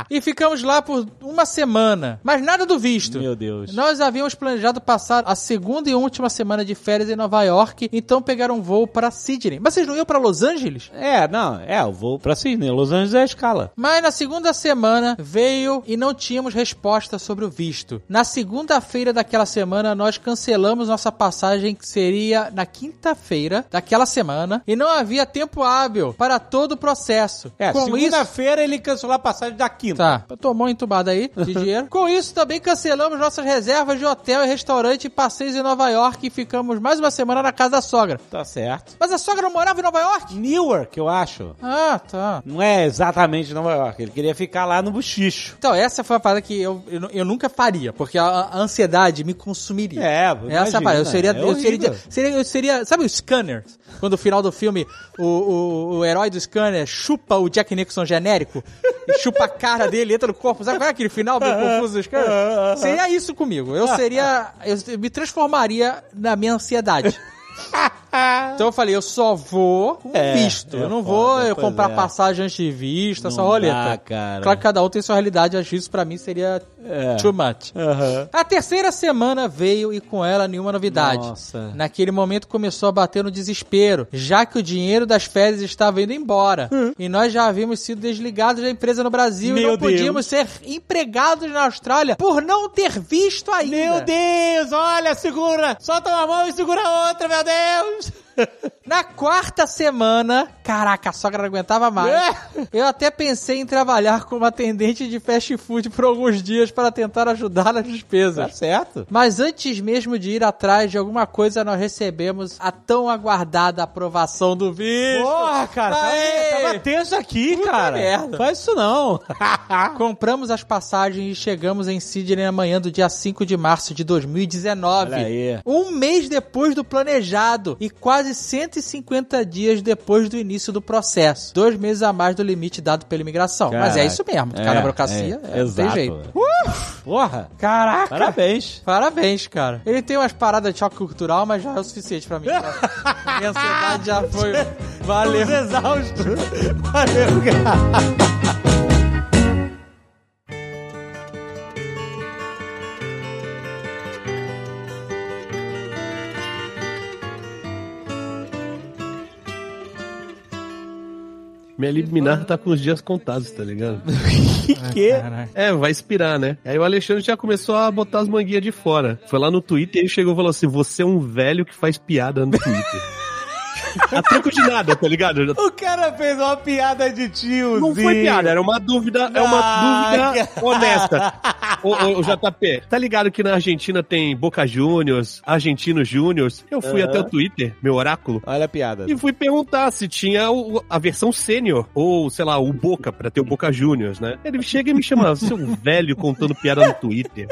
Speaker 5: E ficamos lá por uma semana. Mas nada do visto.
Speaker 1: Meu Deus.
Speaker 5: Nós havíamos planejado passar a segunda e última semana de férias em Nova York, então pegaram um voo para Sydney. Mas vocês não iam para Los Angeles?
Speaker 1: É, não, é, eu vou pra Sydney. Los Angeles é a escala.
Speaker 5: Mas na segunda semana veio e não tínhamos resposta sobre o visto. Na segunda-feira daquela semana, nós cancelamos nossa passagem, que seria na quinta-feira daquela semana, e não havia tempo hábil para todo o processo.
Speaker 1: É,
Speaker 5: Com isso.
Speaker 1: segunda-feira ele cancelou a passagem da quinta.
Speaker 5: Tá, tomou uma entubada aí de dinheiro. Com isso, também cancelamos nossas reservas de hotel e restaurante, passeios em Nova York e ficamos mais uma semana na casa da sogra.
Speaker 1: Tá certo.
Speaker 5: Mas a sogra não morava em Nova York?
Speaker 1: Newark, eu acho.
Speaker 5: Ah, tá.
Speaker 1: Não é exatamente Nova York. Ele queria ficar lá no bochicho.
Speaker 5: Então, essa foi a parada que eu, eu, nu- eu nunca faria, porque a, a ansiedade me consumiria.
Speaker 1: É,
Speaker 5: essa é a
Speaker 1: imagina,
Speaker 5: parada. Eu seria,
Speaker 1: é
Speaker 5: eu seria,
Speaker 1: horrível.
Speaker 5: seria- eu seria- Sabe o Scanner? Quando o final do filme, o, o, o herói do Scanner chupa o Jack Nixon genérico, e chupa a cara dele, entra no corpo. Sabe qual é aquele final meio confuso do Scanner? Seria isso comigo. Eu seria. Eu me transformaria na minha ansiedade. Então eu falei, eu só vou com
Speaker 1: É,
Speaker 5: visto.
Speaker 1: é
Speaker 5: Eu não
Speaker 1: foda,
Speaker 5: vou eu
Speaker 1: pois
Speaker 5: comprar
Speaker 1: é.
Speaker 5: passagem antes de visto, essa
Speaker 1: Não
Speaker 5: roleta.
Speaker 1: dá, cara.
Speaker 5: Claro que cada um tem sua realidade, acho isso pra mim seria
Speaker 1: É.
Speaker 5: too much.
Speaker 1: Aham.
Speaker 5: A terceira semana veio e com ela nenhuma novidade.
Speaker 1: Nossa.
Speaker 5: Naquele momento começou a bater no desespero, já que o dinheiro das férias estava indo embora. E nós já havíamos sido desligados da empresa no Brasil e
Speaker 1: Hum. Meu
Speaker 5: não podíamos ser empregados na Austrália por não ter visto ainda.
Speaker 1: Meu Deus, olha, segura! Solta uma mão e segura a outra, meu Deus!
Speaker 5: Na quarta semana, caraca, a sogra não aguentava mais.
Speaker 1: É.
Speaker 5: Eu até pensei em trabalhar como atendente de fast food por alguns dias para tentar ajudar nas despesas.
Speaker 1: Tá
Speaker 5: certo. Mas antes mesmo de ir atrás de alguma coisa, nós recebemos a tão aguardada aprovação do visto.
Speaker 1: Porra, cara,
Speaker 5: Aê!
Speaker 1: tava, tava tenso aqui,
Speaker 5: Puta
Speaker 1: cara.
Speaker 5: merda.
Speaker 1: Faz isso não.
Speaker 5: Compramos as passagens e chegamos em Sydney na manhã do dia 5 de março de 2019.
Speaker 1: Olha aí.
Speaker 5: Um mês depois do planejado e quase 150 dias depois do início do processo. Dois meses a mais do limite dado pela imigração. Mas é
Speaker 1: Caraca.
Speaker 5: isso mesmo,
Speaker 1: É,
Speaker 5: cara, a burocracia
Speaker 1: é,
Speaker 5: é, não tem
Speaker 1: exato.
Speaker 5: jeito.
Speaker 1: Porra,
Speaker 5: Caraca!
Speaker 1: parabéns.
Speaker 5: Parabéns, cara. Ele tem umas paradas de choque cultural, mas já é o suficiente pra mim. Minha ansiedade já foi... Valeu.
Speaker 1: Valeu. exausto. Valeu, cara.
Speaker 4: Minha liminar tá com os dias contados, tá ligado?
Speaker 1: Que?
Speaker 4: É, vai expirar, né? Aí o Alexandre já começou a botar as manguinhas de fora. Foi lá no Twitter e chegou e falou assim: Você é um velho que faz piada no Twitter. a troco de nada, tá ligado?
Speaker 1: O cara fez uma piada de tiozinho.
Speaker 4: Não foi piada, era uma dúvida, é
Speaker 1: Ah,
Speaker 4: uma dúvida honesta. Ô, ô, ô, JP, tá ligado que na Argentina tem Boca Juniors, Argentinos Juniors? Eu fui até o Twitter, meu oráculo,
Speaker 1: Olha a piada.
Speaker 4: e fui perguntar se tinha o- a versão sênior, ou sei lá, o Boca, pra ter o Boca Juniors, né? Ele chega e me chama, seu velho contando piada no Twitter.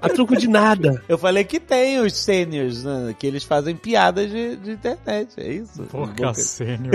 Speaker 4: A troco de nada.
Speaker 1: Eu falei que tem os sêniors, né, que eles fazem piadas de, de internet, é isso?
Speaker 5: Boca Sênior.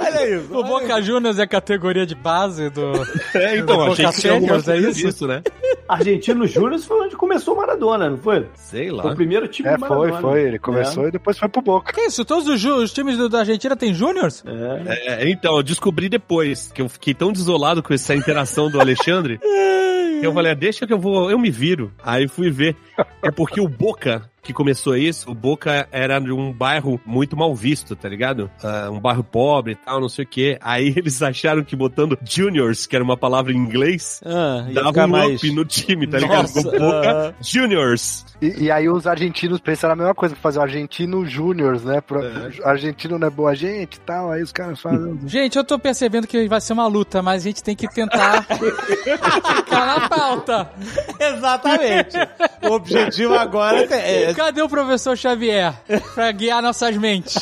Speaker 1: Olha isso.
Speaker 5: O Boca Juniors é a categoria de base do...
Speaker 4: É, então,
Speaker 5: Boca
Speaker 4: achei que tinha alguma
Speaker 5: Seniors, é
Speaker 4: coisa
Speaker 5: isso?
Speaker 4: disso, né?
Speaker 3: Argentino Júnior foi onde começou o Maradona, não foi?
Speaker 4: Sei
Speaker 3: Foi
Speaker 4: lá.
Speaker 3: o primeiro time
Speaker 2: É,
Speaker 3: do
Speaker 2: foi,
Speaker 3: Maradona.
Speaker 2: foi. Ele começou e depois foi pro Boca.
Speaker 5: Que isso? Todos os, ju- os times do- da Argentina têm Juniors?
Speaker 3: É.
Speaker 4: É, então, eu descobri depois que eu fiquei tão desolado com essa interação do Alexandre. que eu falei, ah, deixa que eu vou, eu me viro. Aí fui ver. É porque o Boca que começou isso, o Boca era de um bairro muito mal visto, tá ligado? Ah, um bairro pobre e tal, não sei o quê. Aí eles acharam que botando juniors, que era uma palavra em inglês,
Speaker 1: Ah, ia
Speaker 4: dava
Speaker 1: ficar
Speaker 4: um
Speaker 1: mais.
Speaker 4: up no time, tá ligado?
Speaker 1: Nossa,
Speaker 4: Ficou Boca
Speaker 1: ah.
Speaker 4: Juniors.
Speaker 2: E, e aí os argentinos pensaram a mesma coisa, pra fazer o argentino júniors, né? Pro, Argentino não é boa gente e tal. Aí os caras falam.
Speaker 5: Gente, eu tô percebendo que vai ser uma luta, mas a gente tem que tentar ficar na pauta.
Speaker 1: Exatamente. O objetivo agora é... é-
Speaker 5: Cadê o professor Xavier pra guiar nossas mentes?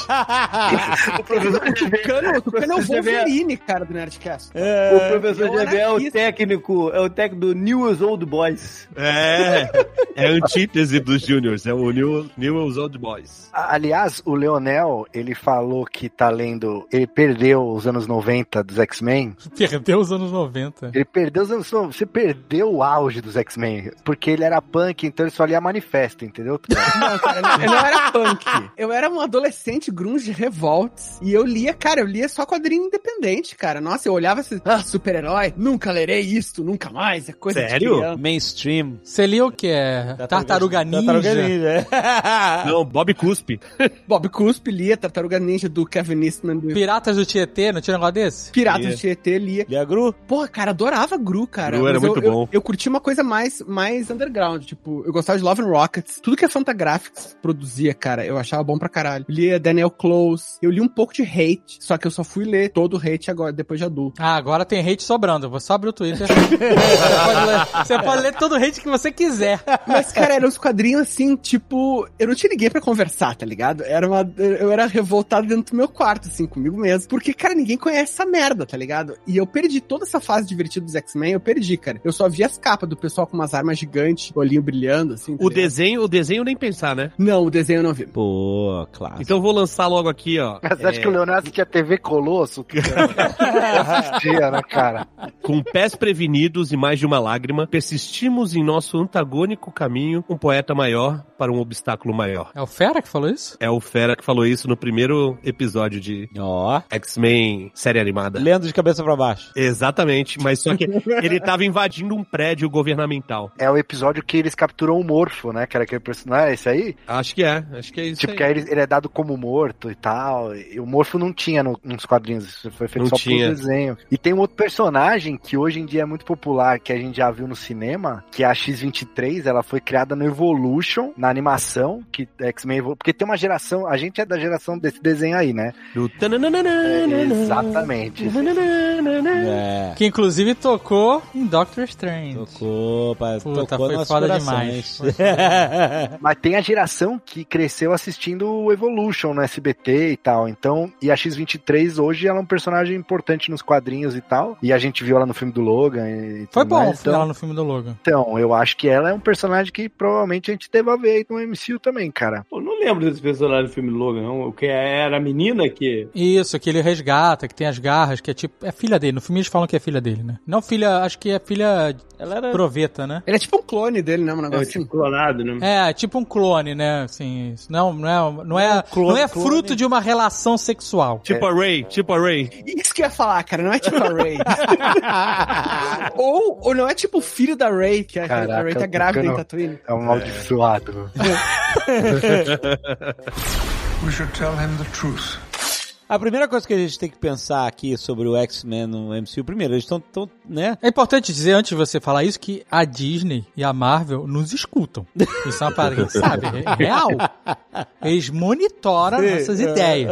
Speaker 9: Tucano, Tucano é o
Speaker 3: Você vê-
Speaker 9: Wolverine, cara, do Nerdcast.
Speaker 3: O professor
Speaker 9: olha
Speaker 3: Xavier é o
Speaker 9: isso.
Speaker 3: técnico, é o técnico do Newell's Old Boys.
Speaker 4: É, é a antítese dos juniors, é o New, Newell's Old Boys.
Speaker 2: A- Aliás, o Leonel, ele falou que tá lendo. Ele perdeu os anos 90 dos X-Men.
Speaker 5: Perdeu os anos 90.
Speaker 2: Ele perdeu os anos. Você perdeu o auge dos X-Men. Porque ele era punk, então ele só lia manifesto, entendeu?
Speaker 9: Não, cara, eu não era punk. Eu era um adolescente grunge revolts. E eu lia, cara, eu lia só quadrinho independente, cara. Nossa, eu olhava assim, ah, super-herói, nunca lerei isto, nunca mais, é coisa
Speaker 4: Sério?
Speaker 9: de criança.
Speaker 1: Mainstream.
Speaker 5: Você lia o que? É Tartaruga Ninja?
Speaker 1: Tartaruga Ninja.
Speaker 4: Não, Bob Cuspe.
Speaker 9: Bob Cuspe lia, Tartaruga Ninja do Kevin Eastman, do
Speaker 5: Piratas do Tietê, não tinha um negócio desse?
Speaker 9: Pirata
Speaker 4: Lia.
Speaker 9: do Tietê, lia.
Speaker 1: Liagru?
Speaker 9: Porra, cara, adorava Gru, cara.
Speaker 4: Gru era
Speaker 9: Mas eu-
Speaker 4: muito
Speaker 9: eu,
Speaker 4: bom.
Speaker 9: Eu curti uma coisa mais, mais underground, tipo, eu gostava de Love and Rockets. Tudo que a Fantagraphics produzia, cara, eu achava bom pra caralho. Lia Daniel Close, eu li um pouco de Hate, só que eu só fui ler todo o Hate agora, depois de adulto.
Speaker 5: Ah, agora tem hate sobrando. Vou só abrir o Twitter. você, pode ler, você pode ler todo o hate que você quiser.
Speaker 9: Mas, cara, eram uns quadrinhos assim, tipo, eu não te liguei pra conversar, tá ligado? Era uma, eu era revoltado dentro do meu quarto, assim, comigo mesmo. Porque, cara, ninguém conhece essa merda, tá ligado? E eu perdi toda essa fase divertida dos X-Men, eu perdi, cara. Eu só vi as capas do pessoal com umas armas gigantes, olhinho brilhando, assim. tá
Speaker 4: O
Speaker 9: ligado?
Speaker 4: desenho, o desenho nem pensar, né?
Speaker 9: Não, o desenho eu não vi.
Speaker 1: Pô, claro.
Speaker 4: Então eu vou lançar logo aqui, ó.
Speaker 2: Mas você acha
Speaker 4: é,
Speaker 2: que o Leonel assistia TV Colosso? assistia, né, cara?
Speaker 4: Com pés prevenidos e mais de uma lágrima, persistimos em nosso antagônico caminho, um poeta maior, para um obstáculo maior.
Speaker 5: É o Fera que falou isso?
Speaker 4: É o Fera que falou isso no primeiro episódio de
Speaker 1: Ó.
Speaker 4: X-Men série animada.
Speaker 1: Lendo de cabeça pra baixo.
Speaker 4: Exatamente, mas só que ele tava invadindo um prédio governamental.
Speaker 2: É o episódio que eles capturam o Morfo, né? Que era aquele personagem. Não é esse aí?
Speaker 4: Acho que é, acho que é isso.
Speaker 2: tipo,
Speaker 4: aí.
Speaker 2: que aí ele, ele é dado como morto e tal. E o Morfo não tinha no- nos quadrinhos. Isso foi feito
Speaker 4: Não
Speaker 2: só
Speaker 4: tinha.
Speaker 2: pro desenho. E tem um outro personagem que hoje em dia é muito popular, que a gente já viu no cinema, que é a X-23. Ela foi criada no Evolution, na animação, que é X-Men Evolution. Porque tem uma geração... A gente é da geração desse desenho aí, né? É,
Speaker 4: Do tananana.
Speaker 2: Exatamente.
Speaker 1: É.
Speaker 5: Que inclusive tocou em Doctor Strange.
Speaker 1: Tocou, pá,
Speaker 5: Puta,
Speaker 1: tocou
Speaker 5: foi
Speaker 1: nossos
Speaker 5: foda
Speaker 1: corações.
Speaker 5: demais. Foi foda
Speaker 2: Mas tem a geração que cresceu assistindo o Evolution no SBT e tal. Então, e a X-23 hoje ela é um personagem importante nos quadrinhos e tal. E a gente viu ela no filme do Logan. E
Speaker 5: Foi
Speaker 2: tudo
Speaker 5: bom
Speaker 2: mais.
Speaker 5: ela
Speaker 2: Então,
Speaker 5: no filme do Logan.
Speaker 2: então, eu acho que ela é um personagem que provavelmente a gente deva ver aí no MCU também, cara.
Speaker 3: Pô, não lembro desse personagem do filme Logan, não. O que era a menina que.
Speaker 5: Isso, que ele resgata, que tem as garras, que é tipo. É filha dele. No filme eles falam que é filha dele, né? Não filha, acho que é filha
Speaker 1: Ela era
Speaker 5: proveta, né?
Speaker 9: Ele é tipo um clone dele, né? Um
Speaker 3: É
Speaker 9: negócio
Speaker 3: o
Speaker 9: assim.
Speaker 3: tipo clonado, né?
Speaker 5: É, tipo um clone, né? Assim, isso não, não é, não é,
Speaker 1: Um clone-
Speaker 5: não é
Speaker 1: clone.
Speaker 5: fruto de uma relação
Speaker 2: É.
Speaker 5: sexual.
Speaker 4: Tipo a Ray, tipo a Ray.
Speaker 9: Isso que eu ia falar, cara. Não é tipo a Ray. ou, ou não é tipo o filho da Ray, que a, a
Speaker 2: Caraca,
Speaker 9: Ray
Speaker 2: eu
Speaker 9: tá
Speaker 2: tô
Speaker 9: grávida em
Speaker 2: ficando-
Speaker 9: Tatooine.
Speaker 2: É um amaldiçoado.
Speaker 7: We should tell him the truth.
Speaker 1: A primeira coisa que a gente tem que pensar aqui sobre o X-Men no MCU, primeiro, eles estão, né?
Speaker 5: É importante dizer, antes de você falar isso, que a Disney e a Marvel nos escutam. Isso é uma parada que a gente sabe, é real. Eles monitoram nossas
Speaker 1: é,
Speaker 5: ideias.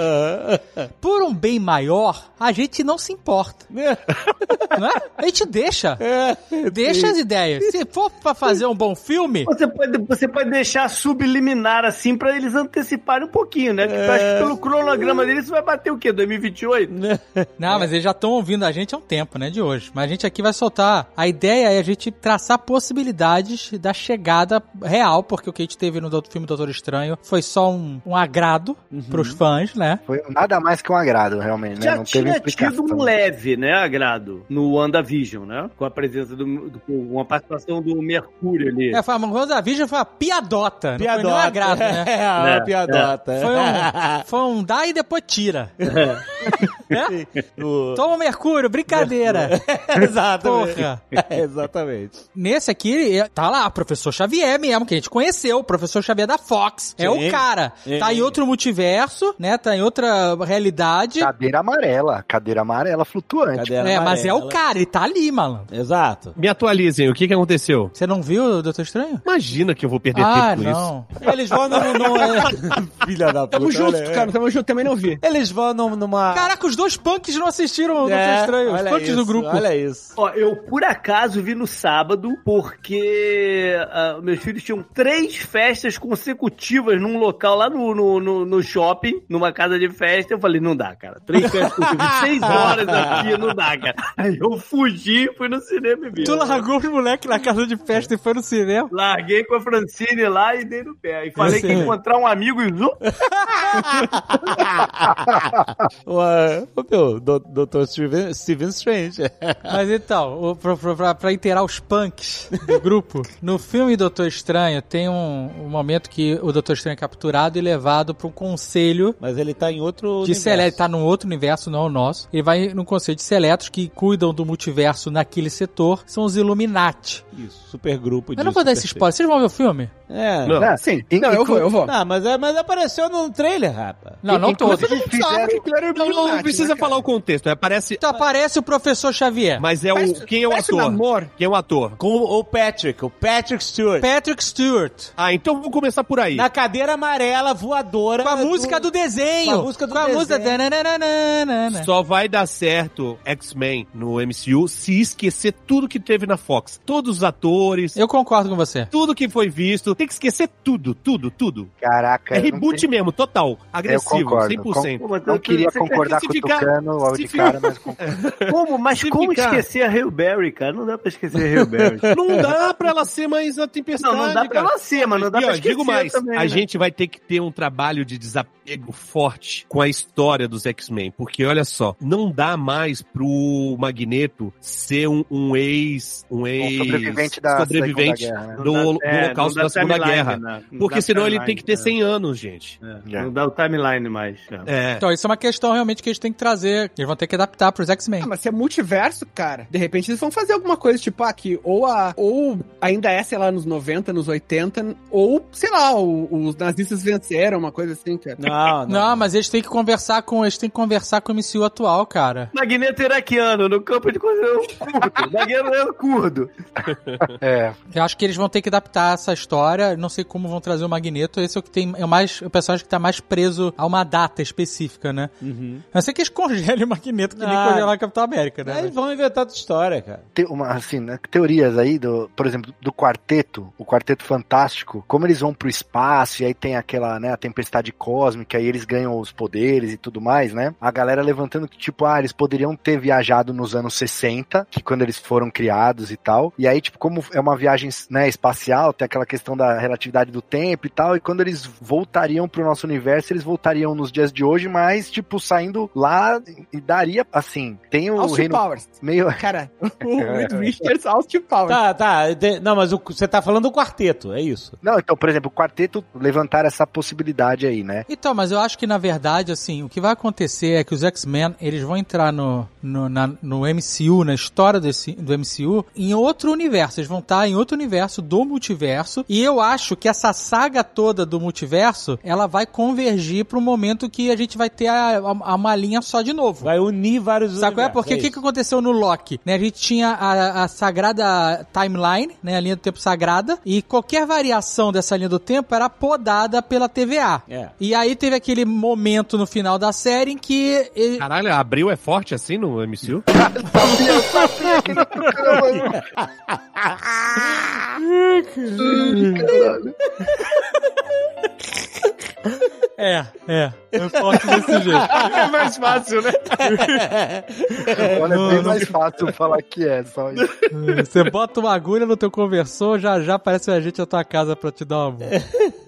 Speaker 5: Por um bem maior, a gente não se importa. Não é? A gente deixa.
Speaker 1: É,
Speaker 5: Deixa as ideias. Se for pra fazer um bom filme,
Speaker 3: Você pode, você pode deixar subliminar assim pra eles anteciparem um pouquinho, né? Porque eu acho que pelo cronograma deles isso vai bater o quê? 2028?
Speaker 9: Né?
Speaker 5: Não, mas eles já estão ouvindo a gente há um tempo, né, de hoje. Mas a gente aqui vai soltar. A ideia é a gente traçar possibilidades da chegada real, porque o que a gente teve no do- filme Doutor Estranho foi só um, um agrado
Speaker 9: Uhum.
Speaker 5: pros fãs, né?
Speaker 2: Foi nada mais que um agrado, realmente, né?
Speaker 3: Já
Speaker 2: não teve
Speaker 3: tinha
Speaker 2: explicação.
Speaker 3: tido um leve, né, agrado no WandaVision, né? Com a presença do, do- com uma participação do Mercúrio ali.
Speaker 5: É, foi, uma- mas a Vision foi uma piadota, não foi nem um
Speaker 1: Piadota.
Speaker 5: agrado, né?
Speaker 1: É, uma
Speaker 3: É,
Speaker 1: piadota.
Speaker 5: Foi um, foi um dá e depois tira.
Speaker 1: É.
Speaker 5: É?
Speaker 1: O-
Speaker 5: Toma Mercúrio, brincadeira.
Speaker 1: Exatamente.
Speaker 5: Porra.
Speaker 1: Exatamente.
Speaker 5: Nesse aqui, é- tá lá, o professor Xavier mesmo, que a gente conheceu, o professor Xavier da Fox. É
Speaker 1: Sim.
Speaker 5: o cara. Tá
Speaker 1: Sim.
Speaker 5: em outro multiverso, né? Tá em outra realidade.
Speaker 2: Cadeira amarela, cadeira amarela flutuante.
Speaker 1: Cadê
Speaker 5: é,
Speaker 1: ela
Speaker 5: mas é o
Speaker 1: amarela?
Speaker 5: cara, ele tá ali, malandro.
Speaker 1: Exato.
Speaker 4: Me atualizem, o que que aconteceu?
Speaker 5: Você não viu o Doutor Estranho?
Speaker 4: Imagina que eu vou perder
Speaker 5: Ah,
Speaker 4: tempo com isso.
Speaker 5: não.
Speaker 1: Eles vão num. num- Filha da puta.
Speaker 9: Tamo junto,
Speaker 1: olha,
Speaker 9: cara. Tamo junto. Também não vi.
Speaker 1: é. Eles vão num- numa.
Speaker 5: é. Caraca, os dois punks não assistiram o Doutor
Speaker 1: É,
Speaker 5: Estranho. Os
Speaker 1: olha
Speaker 5: punks do
Speaker 1: isso,
Speaker 5: grupo.
Speaker 1: Olha isso.
Speaker 3: Ó, eu por acaso vi no sábado, porque ah, meus filhos tinham três festas consecutivas num local lá no, no, no- no shopping, numa casa de festa. Eu falei, não dá, cara. Três festas consecutivas, seis horas aqui, não dá, cara. Aí eu fugi, fui no cinema e vi.
Speaker 5: Tu largou os moleques na casa de festa e foi no cinema.
Speaker 3: Larguei com a Francine lá e dei no pé.
Speaker 2: É
Speaker 3: E falei que ia encontrar um amigo e zu-
Speaker 1: Ué, Ô, meu, do- Dr. Steven, Steven Strange.
Speaker 5: Mas então, o- pra, pra- pra- pra inteirar os punks do grupo, no filme Doutor Estranho tem um, um momento que o Doutor Estranho é capturado e levado pra um conselho
Speaker 1: Mas ele tá em outro.
Speaker 5: de
Speaker 1: universo.
Speaker 5: Seletos, tá num outro universo, não é o nosso. Ele vai num conselho de Seletos que cuidam do multiverso naquele setor, são os Illuminati.
Speaker 1: Isso, super grupo de.
Speaker 5: Eu não vou dar esse
Speaker 1: super-
Speaker 5: spoiler, vocês vão ver o filme?
Speaker 1: É.
Speaker 4: Não.
Speaker 9: Ah,
Speaker 2: Assim,
Speaker 9: sim. Não, eu vou, eu vou.
Speaker 1: Não, mas, é, mas apareceu num trailer, rapaz.
Speaker 5: Não, não todos.
Speaker 9: Sabe que ele era
Speaker 4: Não, não, não
Speaker 9: Illuminati,
Speaker 4: precisa
Speaker 9: né, cara?
Speaker 4: falar o contexto, é, parece...
Speaker 5: Então aparece o professor Xavier.
Speaker 4: Mas é o...
Speaker 9: Parece-
Speaker 4: Quem é o
Speaker 9: parece um
Speaker 4: ator?
Speaker 9: amor.
Speaker 4: Quem é o ator?
Speaker 1: Com o Patrick, o Patrick Stewart.
Speaker 5: Patrick Stewart.
Speaker 4: Ah, então vamos começar por aí.
Speaker 1: Na cadeira amarela voadora.
Speaker 5: Com a música do desenho.
Speaker 1: com a música do
Speaker 5: Com a música-
Speaker 1: desenho. né?
Speaker 5: Tananana.
Speaker 4: Só vai dar certo X-Men no MCU se esquecer tudo que teve na Fox. Todos os atores,
Speaker 5: Eu concordo com você.
Speaker 4: tudo que foi visto. Tem que esquecer tudo, tudo, tudo.
Speaker 2: Caraca.
Speaker 4: é
Speaker 2: eu não
Speaker 4: reboot mesmo, total. Agressivo,
Speaker 2: concordo,
Speaker 4: 100%.
Speaker 3: Pô, mas
Speaker 2: Não
Speaker 3: eu-
Speaker 2: queria
Speaker 3: você quer
Speaker 2: acordar
Speaker 4: se
Speaker 2: com o
Speaker 4: ficar-
Speaker 2: tucano logo
Speaker 4: se
Speaker 2: de cara, mas com
Speaker 3: Como? Mas
Speaker 4: Se
Speaker 3: como
Speaker 4: ficar-
Speaker 3: esquecer a Hail Berry, cara? Não dá pra esquecer a Hail Berry.
Speaker 4: Não dá pra ela ser mais né, a tempestade.
Speaker 3: Não, não dá pra
Speaker 4: cara.
Speaker 3: ela ser, mas não dá
Speaker 4: E,
Speaker 3: pra
Speaker 4: ó,
Speaker 3: esquecer
Speaker 4: digo mais,
Speaker 3: também,
Speaker 4: a
Speaker 3: né?
Speaker 4: gente vai ter que ter um trabalho de desapego forte com a história dos X-Men, porque olha só, não dá mais pro Magneto ser um, um ex, um
Speaker 2: um
Speaker 4: ex
Speaker 2: sobrevivente da
Speaker 4: sobrevivente
Speaker 2: Segunda Guerra, né?
Speaker 3: Não
Speaker 4: do,
Speaker 3: dá-
Speaker 4: holo- do
Speaker 3: é,
Speaker 4: Holocausto
Speaker 3: não dá
Speaker 4: da Segunda
Speaker 3: timeline,
Speaker 4: Guerra.
Speaker 3: né? Não
Speaker 4: Porque
Speaker 3: dá
Speaker 4: senão ele
Speaker 3: timeline,
Speaker 4: tem que ter
Speaker 3: né?
Speaker 4: 100 anos, gente.
Speaker 3: É, Não dá o timeline mais. cara.
Speaker 4: É.
Speaker 5: Então, isso é uma questão realmente que eles têm que trazer. Eles vão ter que adaptar pros X-Men.
Speaker 9: Ah, mas se é multiverso, cara, de repente eles vão fazer alguma coisa, tipo, ah, que ou a. Ou ainda é, sei lá, nos 90, nos 80, ou, sei lá, o- os nazistas venceram, uma coisa assim, cara.
Speaker 1: Não,
Speaker 5: Não, mas eles têm que conversar com. Eles têm que conversar com o MCU atual, cara.
Speaker 3: Magneto iraquiano, no campo de coisa curdo. Magneto é curdo.
Speaker 2: É,
Speaker 5: Eu acho que eles vão ter que adaptar essa história. Não sei como vão trazer o Magneto. Esse é o que tem. É o, mais, o personagem que tá mais preso a uma data específica, né?
Speaker 1: Uhum.
Speaker 5: A não ser que eles congelem o Magneto, que nem
Speaker 1: Ah.
Speaker 5: congelaram o Capitão América, né?
Speaker 1: Aí eles vão inventar outra história, cara.
Speaker 2: tem uma, assim, né, teorias aí, do, por exemplo, do quarteto, o quarteto fantástico, como eles vão pro espaço e aí tem aquela, né, a tempestade cósmica aí eles ganham os poderes e tudo mais, né? A galera levantando que, tipo, ah, eles poderiam ter viajado nos anos 60, que quando eles foram criados e tal. E aí, tipo, como é uma viagem, né, espacial, tem aquela questão da relatividade do tempo e tal, e quando eles voltariam pro nosso universo, eles voltariam nos dias de hoje, mas, tipo, saindo lá e daria, assim, tem o
Speaker 9: Austin
Speaker 2: reino
Speaker 9: Powers.
Speaker 2: meio...
Speaker 9: Cara, o Reed Richards, Austin Powers.
Speaker 1: Tá, tá. de- Não, mas o- você tá falando do quarteto, é isso.
Speaker 2: Não, então, por exemplo, o quarteto levantar essa possibilidade aí, né?
Speaker 5: Então, mas eu acho que na verdade, assim, o que vai acontecer é que os X-Men, eles vão entrar no, no, na- no MCU, na história desse, do MCU, em outro universo. Eles vão estar em outro universo do multiverso. E eu acho que essa saga toda do multiverso, ela vai convergir pro momento que a gente vai ter a, a- uma linha só de novo.
Speaker 1: Vai unir vários
Speaker 5: Sabe qual é?
Speaker 1: universos,
Speaker 5: Porque o que, que
Speaker 1: isso.
Speaker 5: aconteceu no Loki? Né? A gente tinha a, a sagrada timeline, né? a linha do tempo sagrada, e qualquer variação dessa linha do tempo era podada pela TVA.
Speaker 1: É.
Speaker 5: E aí teve aquele momento no final da série em que. ele-
Speaker 4: Caralho, abril é forte assim no MCU? É.
Speaker 5: É, é. Eu forte desse jeito.
Speaker 4: É mais fácil, né?
Speaker 2: Olha,
Speaker 5: Não,
Speaker 2: é bem
Speaker 5: não-
Speaker 2: mais fácil falar que é, só isso.
Speaker 5: Você bota uma agulha no teu conversor, já já aparece a gente na tua casa pra te dar uma. mão.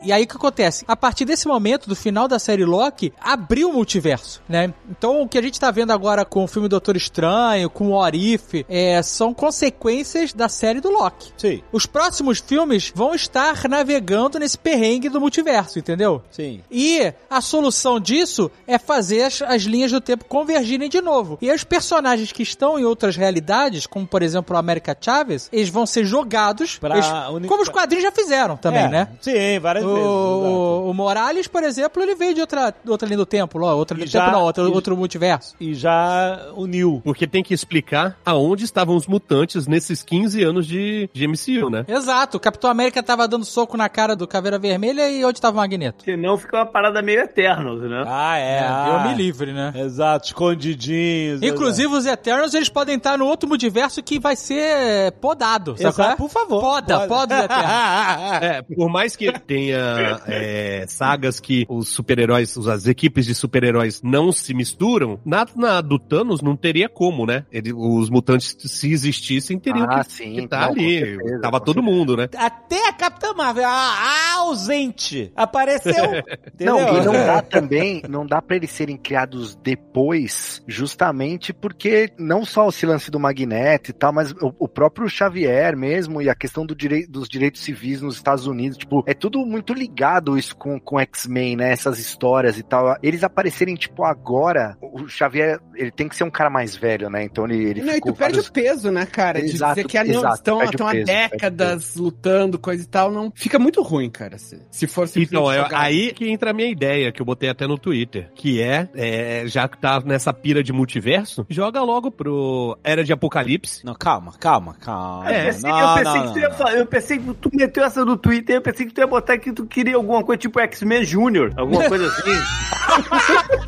Speaker 5: e aí o que acontece? A partir desse momento, do final da série Loki, abriu o multiverso, né? Então o que a gente tá vendo agora com o filme Doutor Estranho, com o Orif, é, são consequências da série do Loki.
Speaker 1: Sim,
Speaker 5: Os próximos filmes vão estar navegando nesse perrengue do multiverso, entendeu?
Speaker 1: sim.
Speaker 5: E a solução disso é fazer as, as linhas do tempo convergirem de novo. E aí os personagens que estão em outras realidades, como por exemplo o América Chaves, eles vão ser jogados.
Speaker 1: Pra
Speaker 5: eles-
Speaker 1: uni-
Speaker 5: Como os quadrinhos já fizeram também,
Speaker 1: É,
Speaker 5: né?
Speaker 1: Sim, várias
Speaker 5: O,
Speaker 1: vezes. exato.
Speaker 5: o- o Morales, por exemplo, ele veio de outra, outra linha do tempo, ó, outra
Speaker 1: E
Speaker 5: linha do
Speaker 1: já-
Speaker 5: tempo, não, outra-
Speaker 1: e-
Speaker 5: outro multiverso.
Speaker 1: E já uniu.
Speaker 4: Porque tem que explicar aonde estavam os mutantes nesses 15 anos de, de MCU, né?
Speaker 5: Exato, o Capitão América tava dando soco na cara do Caveira Vermelha e onde tava o Magneto?
Speaker 3: Senão fica uma parada meio Eternos, né?
Speaker 1: Ah, é.
Speaker 5: eu
Speaker 1: ah.
Speaker 5: me livre, né?
Speaker 1: Exato, escondidinhos.
Speaker 5: Inclusive, os Eternos, eles podem estar no outro multiverso que vai ser podado. sabe
Speaker 1: exato.
Speaker 5: qual é?
Speaker 1: Exato, por favor.
Speaker 5: Poda, poda os Eternos.
Speaker 2: Ah.
Speaker 4: É, por mais que tenha é, sagas que os super-heróis, as equipes de super-heróis não se misturam, na, na do Thanos não teria como, né? Ele- os mutantes, se existissem, teriam
Speaker 2: Ah,
Speaker 4: que,
Speaker 2: sim,
Speaker 4: que
Speaker 2: não,
Speaker 4: tá
Speaker 2: com
Speaker 4: ali.
Speaker 2: certeza,
Speaker 4: Tava
Speaker 2: com
Speaker 4: todo
Speaker 2: certeza.
Speaker 4: mundo, né?
Speaker 1: Até a Capitã Marvel, a, a ausente, apareceu. entendeu?
Speaker 2: Não, e não dá também, não dá pra eles serem criados depois, justamente porque não só esse lance do Magneto e tal, mas o, o próprio Xavier mesmo e a questão do direi- dos direitos civis nos Estados Unidos, tipo, é tudo muito ligado isso com, com X-Men, né, essas histórias e tal. Eles aparecerem, tipo, agora, o o Xavier, ele tem que ser um cara mais velho, né, então ele, ele
Speaker 9: Não, e
Speaker 2: ficou
Speaker 9: tu perde
Speaker 2: vários-
Speaker 9: o peso, né, cara? De
Speaker 2: Exato,
Speaker 9: dizer que ah, não,
Speaker 2: exato,
Speaker 9: estão,
Speaker 2: perde o
Speaker 9: estão há
Speaker 2: peso, perde o
Speaker 9: décadas lutando, coisa e tal, não. Fica muito ruim, cara. Se, se for simplesmente
Speaker 4: Então, é
Speaker 9: jogar.
Speaker 4: aí que entra a minha ideia, que eu botei até no Twitter, que é, é, já que tá nessa pira de multiverso, joga logo pro Era de Apocalipse.
Speaker 1: Não, calma, calma, calma.
Speaker 4: É,
Speaker 3: Eu pensei, eu pensei que tu ia falar, eu pensei que tu meteu essa do Twitter, eu pensei que tu ia botar que tu queria alguma coisa tipo X-Men Júnior, alguma coisa assim.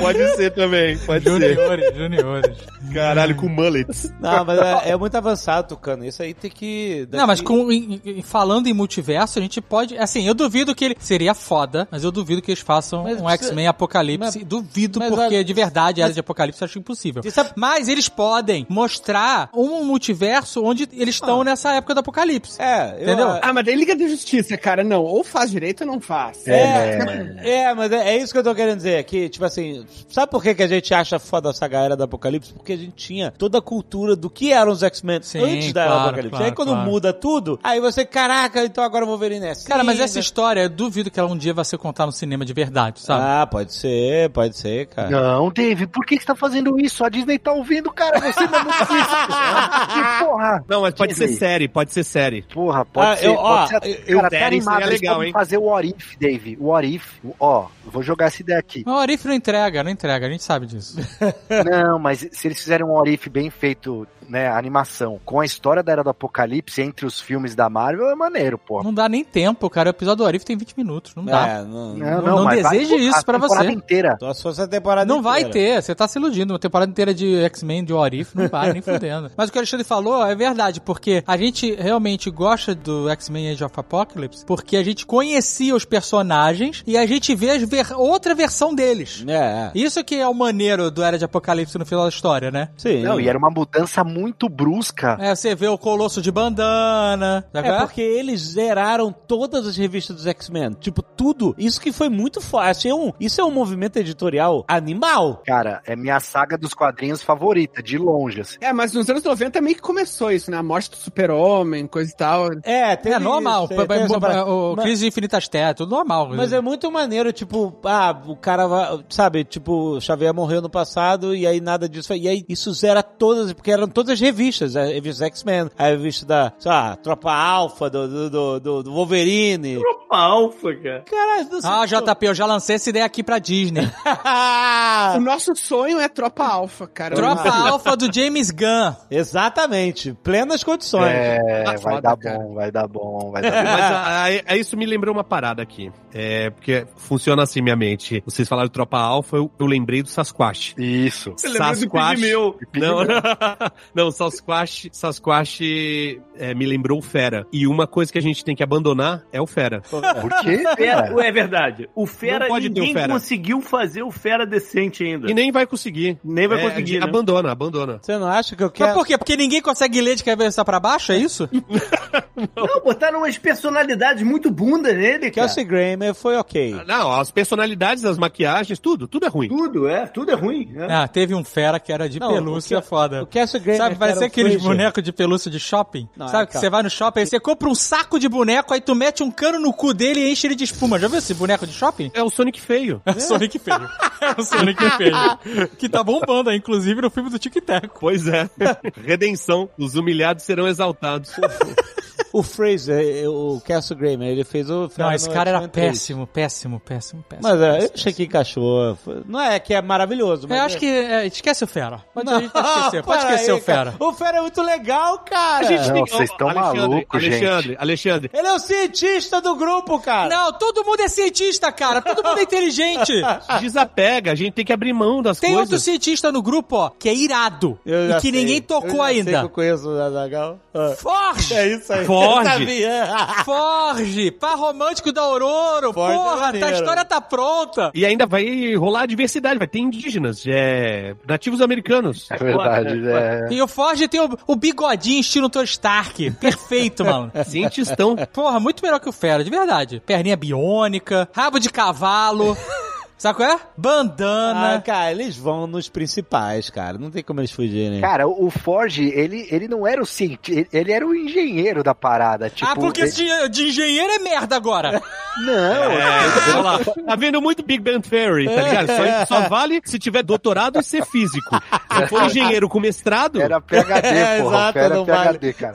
Speaker 4: Pode ser também, pode ser.
Speaker 5: Juniores, juniores.
Speaker 4: Caralho, com mullets.
Speaker 1: Não, mas é, é muito avançado, Tucano. Isso aí tem que.
Speaker 5: Não, mas com, em- em- falando em multiverso, a gente pode. Assim, eu duvido que ele. Seria foda, mas eu duvido que eles façam
Speaker 1: Mas
Speaker 5: um
Speaker 1: precisa-
Speaker 5: X-Men Apocalipse. duvido,
Speaker 1: mas
Speaker 5: porque
Speaker 1: olha-
Speaker 5: de verdade, a era de Apocalipse eu acho impossível.
Speaker 1: E sabe-
Speaker 5: Mas eles podem mostrar um multiverso onde eles estão nessa época do Apocalipse.
Speaker 1: Ah. É, eu-
Speaker 5: Entendeu?
Speaker 9: Ah, mas daí Liga da Justiça, cara. Não, ou faz direito ou não faz.
Speaker 1: É, é, mas é, é isso que eu tô querendo dizer, que, tipo assim, sabe por que, que a gente acha foda essa galera do Apocalipse? Porque a gente tinha toda a cultura do que eram os X-Men
Speaker 5: Sim,
Speaker 1: antes da era do
Speaker 5: claro,
Speaker 1: Apocalipse.
Speaker 5: claro,
Speaker 1: aí quando
Speaker 5: claro.
Speaker 1: muda tudo, aí você, caraca, então agora o Wolverine é assim.
Speaker 5: Cara, mas essa
Speaker 1: né?
Speaker 5: história, eu duvido que ela um dia vai ser contada no cinema de verdade, sabe?
Speaker 1: Ah, pode ser, pode ser, cara.
Speaker 2: Não, Dave, por que que você tá fazendo isso? A Disney tá ouvindo, cara. Você não é muito isso. Que porra.
Speaker 4: Não, mas pode
Speaker 2: Disney.
Speaker 4: ser série, pode ser série.
Speaker 2: Porra, pode
Speaker 1: Ah,
Speaker 2: ser.
Speaker 1: eu- ó,
Speaker 2: pode ser
Speaker 1: eu-
Speaker 2: cara,
Speaker 4: série
Speaker 2: tá animado.
Speaker 4: seria
Speaker 2: Eles
Speaker 4: legal,
Speaker 2: podem
Speaker 4: hein?
Speaker 2: fazer o What If, Dave. O What If. Ó, eu vou jogar essa ideia aqui.
Speaker 5: Mas o Arif não entrega, não entrega, a gente sabe disso.
Speaker 2: Não, mas se eles fizerem um Orif bem feito, né, a animação, com a história da Era do Apocalipse entre os filmes da Marvel, é maneiro, pô.
Speaker 5: Não dá nem tempo, cara. O episódio do Arif tem 20 minutos, não dá.
Speaker 1: É, não,
Speaker 5: não
Speaker 2: mas vai
Speaker 5: deseje
Speaker 2: ter
Speaker 5: isso
Speaker 2: a
Speaker 5: pra
Speaker 2: temporada
Speaker 5: você.
Speaker 2: inteira.
Speaker 1: Só se fosse a temporada
Speaker 5: Não vai
Speaker 1: inteira.
Speaker 5: ter, você tá se iludindo. Uma temporada inteira de X-Men, de Orif, não vai, nem fudendo. Mas o que o Alexandre falou é verdade, porque a gente realmente gosta do X-Men Age of Apocalypse, porque a gente conhecia os personagens e a gente vê as ver- outra versão deles.
Speaker 1: É, é.
Speaker 5: Isso que é o maneiro do Era de Apocalipse no final da história, né?
Speaker 1: Sim.
Speaker 2: Não, e era uma mudança muito brusca.
Speaker 5: É, você vê o Colosso de bandana. sabe
Speaker 1: É
Speaker 5: qual é?
Speaker 1: porque eles zeraram todas as revistas dos X-Men. Tipo, tudo. Isso que foi muito fácil. É um- Isso é um movimento editorial animal.
Speaker 2: Cara, é minha saga dos quadrinhos favorita, de longe, assim.
Speaker 9: É, mas nos anos 90 meio que começou isso, né? A morte do super-homem, coisa e tal.
Speaker 1: É, teve
Speaker 5: É normal.
Speaker 1: isso, teve essa parada.
Speaker 5: o
Speaker 1: Mas-
Speaker 5: Crise de Infinitas Terras, tudo normal.
Speaker 1: Mas é muito maneiro, tipo, ah, o cara vai, sabe, tipo, o Xavier morreu no passado e aí nada disso. E aí isso zera todas, porque eram todas as revistas, a revista X-Men, a revista da, sei lá, Tropa Alpha, do, do, do- do, do Wolverine.
Speaker 3: Uma alfa, cara.
Speaker 1: Caralho, não sei.
Speaker 5: Ah, JP, eu já lancei essa ideia aqui pra Disney.
Speaker 1: Ah.
Speaker 9: O nosso sonho é Tropa Alfa, cara.
Speaker 5: Tropa Alfa do James Gunn.
Speaker 1: Exatamente, plenas condições.
Speaker 2: É,
Speaker 5: tá
Speaker 2: vai
Speaker 5: foda,
Speaker 2: dar
Speaker 5: cara.
Speaker 2: bom, vai dar bom, vai dar bom.
Speaker 4: Mas a, a- a isso me lembrou uma parada aqui. É, porque funciona assim minha mente. Vocês falaram de tropa alfa, eu, eu lembrei do Sasquatch.
Speaker 2: Isso.
Speaker 3: Você lembra do Pigmeu?
Speaker 4: Não, não, Sasquatch, Sasquatch é, me lembrou o Fera. E uma coisa que a gente tem que abandonar é o Fera.
Speaker 2: Por quê? cara?
Speaker 3: Fera, é verdade. O Fera,
Speaker 4: Não pode ter o
Speaker 3: ninguém
Speaker 4: Fera.
Speaker 3: conseguiu fazer o Fera decente ainda.
Speaker 4: E nem vai conseguir.
Speaker 3: nem vai
Speaker 4: É,
Speaker 3: conseguir, né?
Speaker 4: Abandona, abandona.
Speaker 1: Você não acha que eu
Speaker 5: Mas
Speaker 1: quero...
Speaker 5: por quê? Porque ninguém consegue ler de cabeça pra baixo, é isso?
Speaker 3: Não, botaram umas personalidades muito bundas nele, cara.
Speaker 1: Kelsey Grammer foi ok.
Speaker 4: Não, as personalidades, as maquiagens, tudo, tudo é ruim.
Speaker 3: Tudo, é. Tudo é ruim. né?
Speaker 5: Ah, teve um fera que era de
Speaker 1: Não,
Speaker 5: pelúcia
Speaker 1: o que-
Speaker 5: foda.
Speaker 1: O Kelsey Grammer
Speaker 5: Sabe,
Speaker 1: vai
Speaker 5: parece
Speaker 1: ser
Speaker 5: aqueles bonecos de pelúcia de shopping.
Speaker 1: um Não, é,
Speaker 5: Sabe, que
Speaker 1: cara.
Speaker 5: você vai no shopping, aí você compra um saco de boneco, aí tu mete um cano no cu dele e enche ele de espuma. Já viu esse boneco de shopping?
Speaker 4: É o Sonic feio.
Speaker 5: É o Sonic feio. É o Sonic feio. Que tá bombando aí, inclusive, no filme do Tic Tac.
Speaker 4: Pois é. Redenção. Os humilhados serão exaltados.
Speaker 1: O Fraser, eh, o Kelsey Grammer, ele fez o...
Speaker 5: Não,
Speaker 1: Fera
Speaker 5: esse
Speaker 1: no
Speaker 5: cara era
Speaker 1: X-Men 3.
Speaker 5: péssimo, péssimo, péssimo, péssimo.
Speaker 1: Mas é, eu
Speaker 5: péssimo,
Speaker 1: achei que encaixou. Foi- Não é que é maravilhoso, mas...
Speaker 5: Eu acho que. é, esquece o Fera. Pode, a gente pode esquecer, pode esquecer o Fera.
Speaker 1: O Fera é muito legal, cara.
Speaker 2: Não, É, vocês tão
Speaker 4: Alexandre,
Speaker 2: malucos, gente.
Speaker 4: Alexandre, Alexandre.
Speaker 1: Ele é o cientista do grupo, cara.
Speaker 5: Não, todo mundo é cientista, cara. Todo mundo é inteligente.
Speaker 4: Desapega, a gente tem que abrir mão das
Speaker 5: Tem outro
Speaker 4: coisas.
Speaker 5: cientista no grupo, ó, que é irado.
Speaker 1: Eu
Speaker 5: E
Speaker 1: já
Speaker 5: que
Speaker 1: sei.
Speaker 5: ninguém
Speaker 1: Eu
Speaker 5: tocou
Speaker 1: já sei que
Speaker 5: ainda.
Speaker 1: eu conheço o Azaghal. Ah.
Speaker 5: Forge!
Speaker 1: É isso aí. Ah,
Speaker 4: Forge.
Speaker 1: Eu sabia.
Speaker 5: Forge! Par romântico da Aurora!
Speaker 1: Forge é
Speaker 5: Porra, tá- a
Speaker 1: maneiro.
Speaker 5: história tá pronta!
Speaker 4: E ainda vai rolar a diversidade, vai ter indígenas, é, nativos americanos.
Speaker 2: É verdade, é.
Speaker 5: E o Forge tem o, o bigodinho estilo Tony Stark. Perfeito, mano.
Speaker 4: Cientistão.
Speaker 5: Porra, muito melhor que o Fera, de verdade. Perninha biônica, rabo de cavalo. Sabe qual é? Bandana.
Speaker 1: Ah, cara, eles vão nos principais, cara. Não tem como eles fugirem.
Speaker 2: Cara, o o Forge, ele, ele não era o cientista, ele era o engenheiro da parada. Tipo,
Speaker 5: ah, porque
Speaker 2: ele-
Speaker 5: de, de engenheiro é merda agora.
Speaker 2: Não,
Speaker 4: É, olha lá, tá vendo muito Big Bang Theory, tá ligado? Só, só vale se tiver doutorado e ser físico. Se for engenheiro com mestrado,
Speaker 2: Era PHD,
Speaker 1: É,
Speaker 2: porra.
Speaker 1: exato,
Speaker 2: o Fera
Speaker 1: não
Speaker 2: é PHD, cara.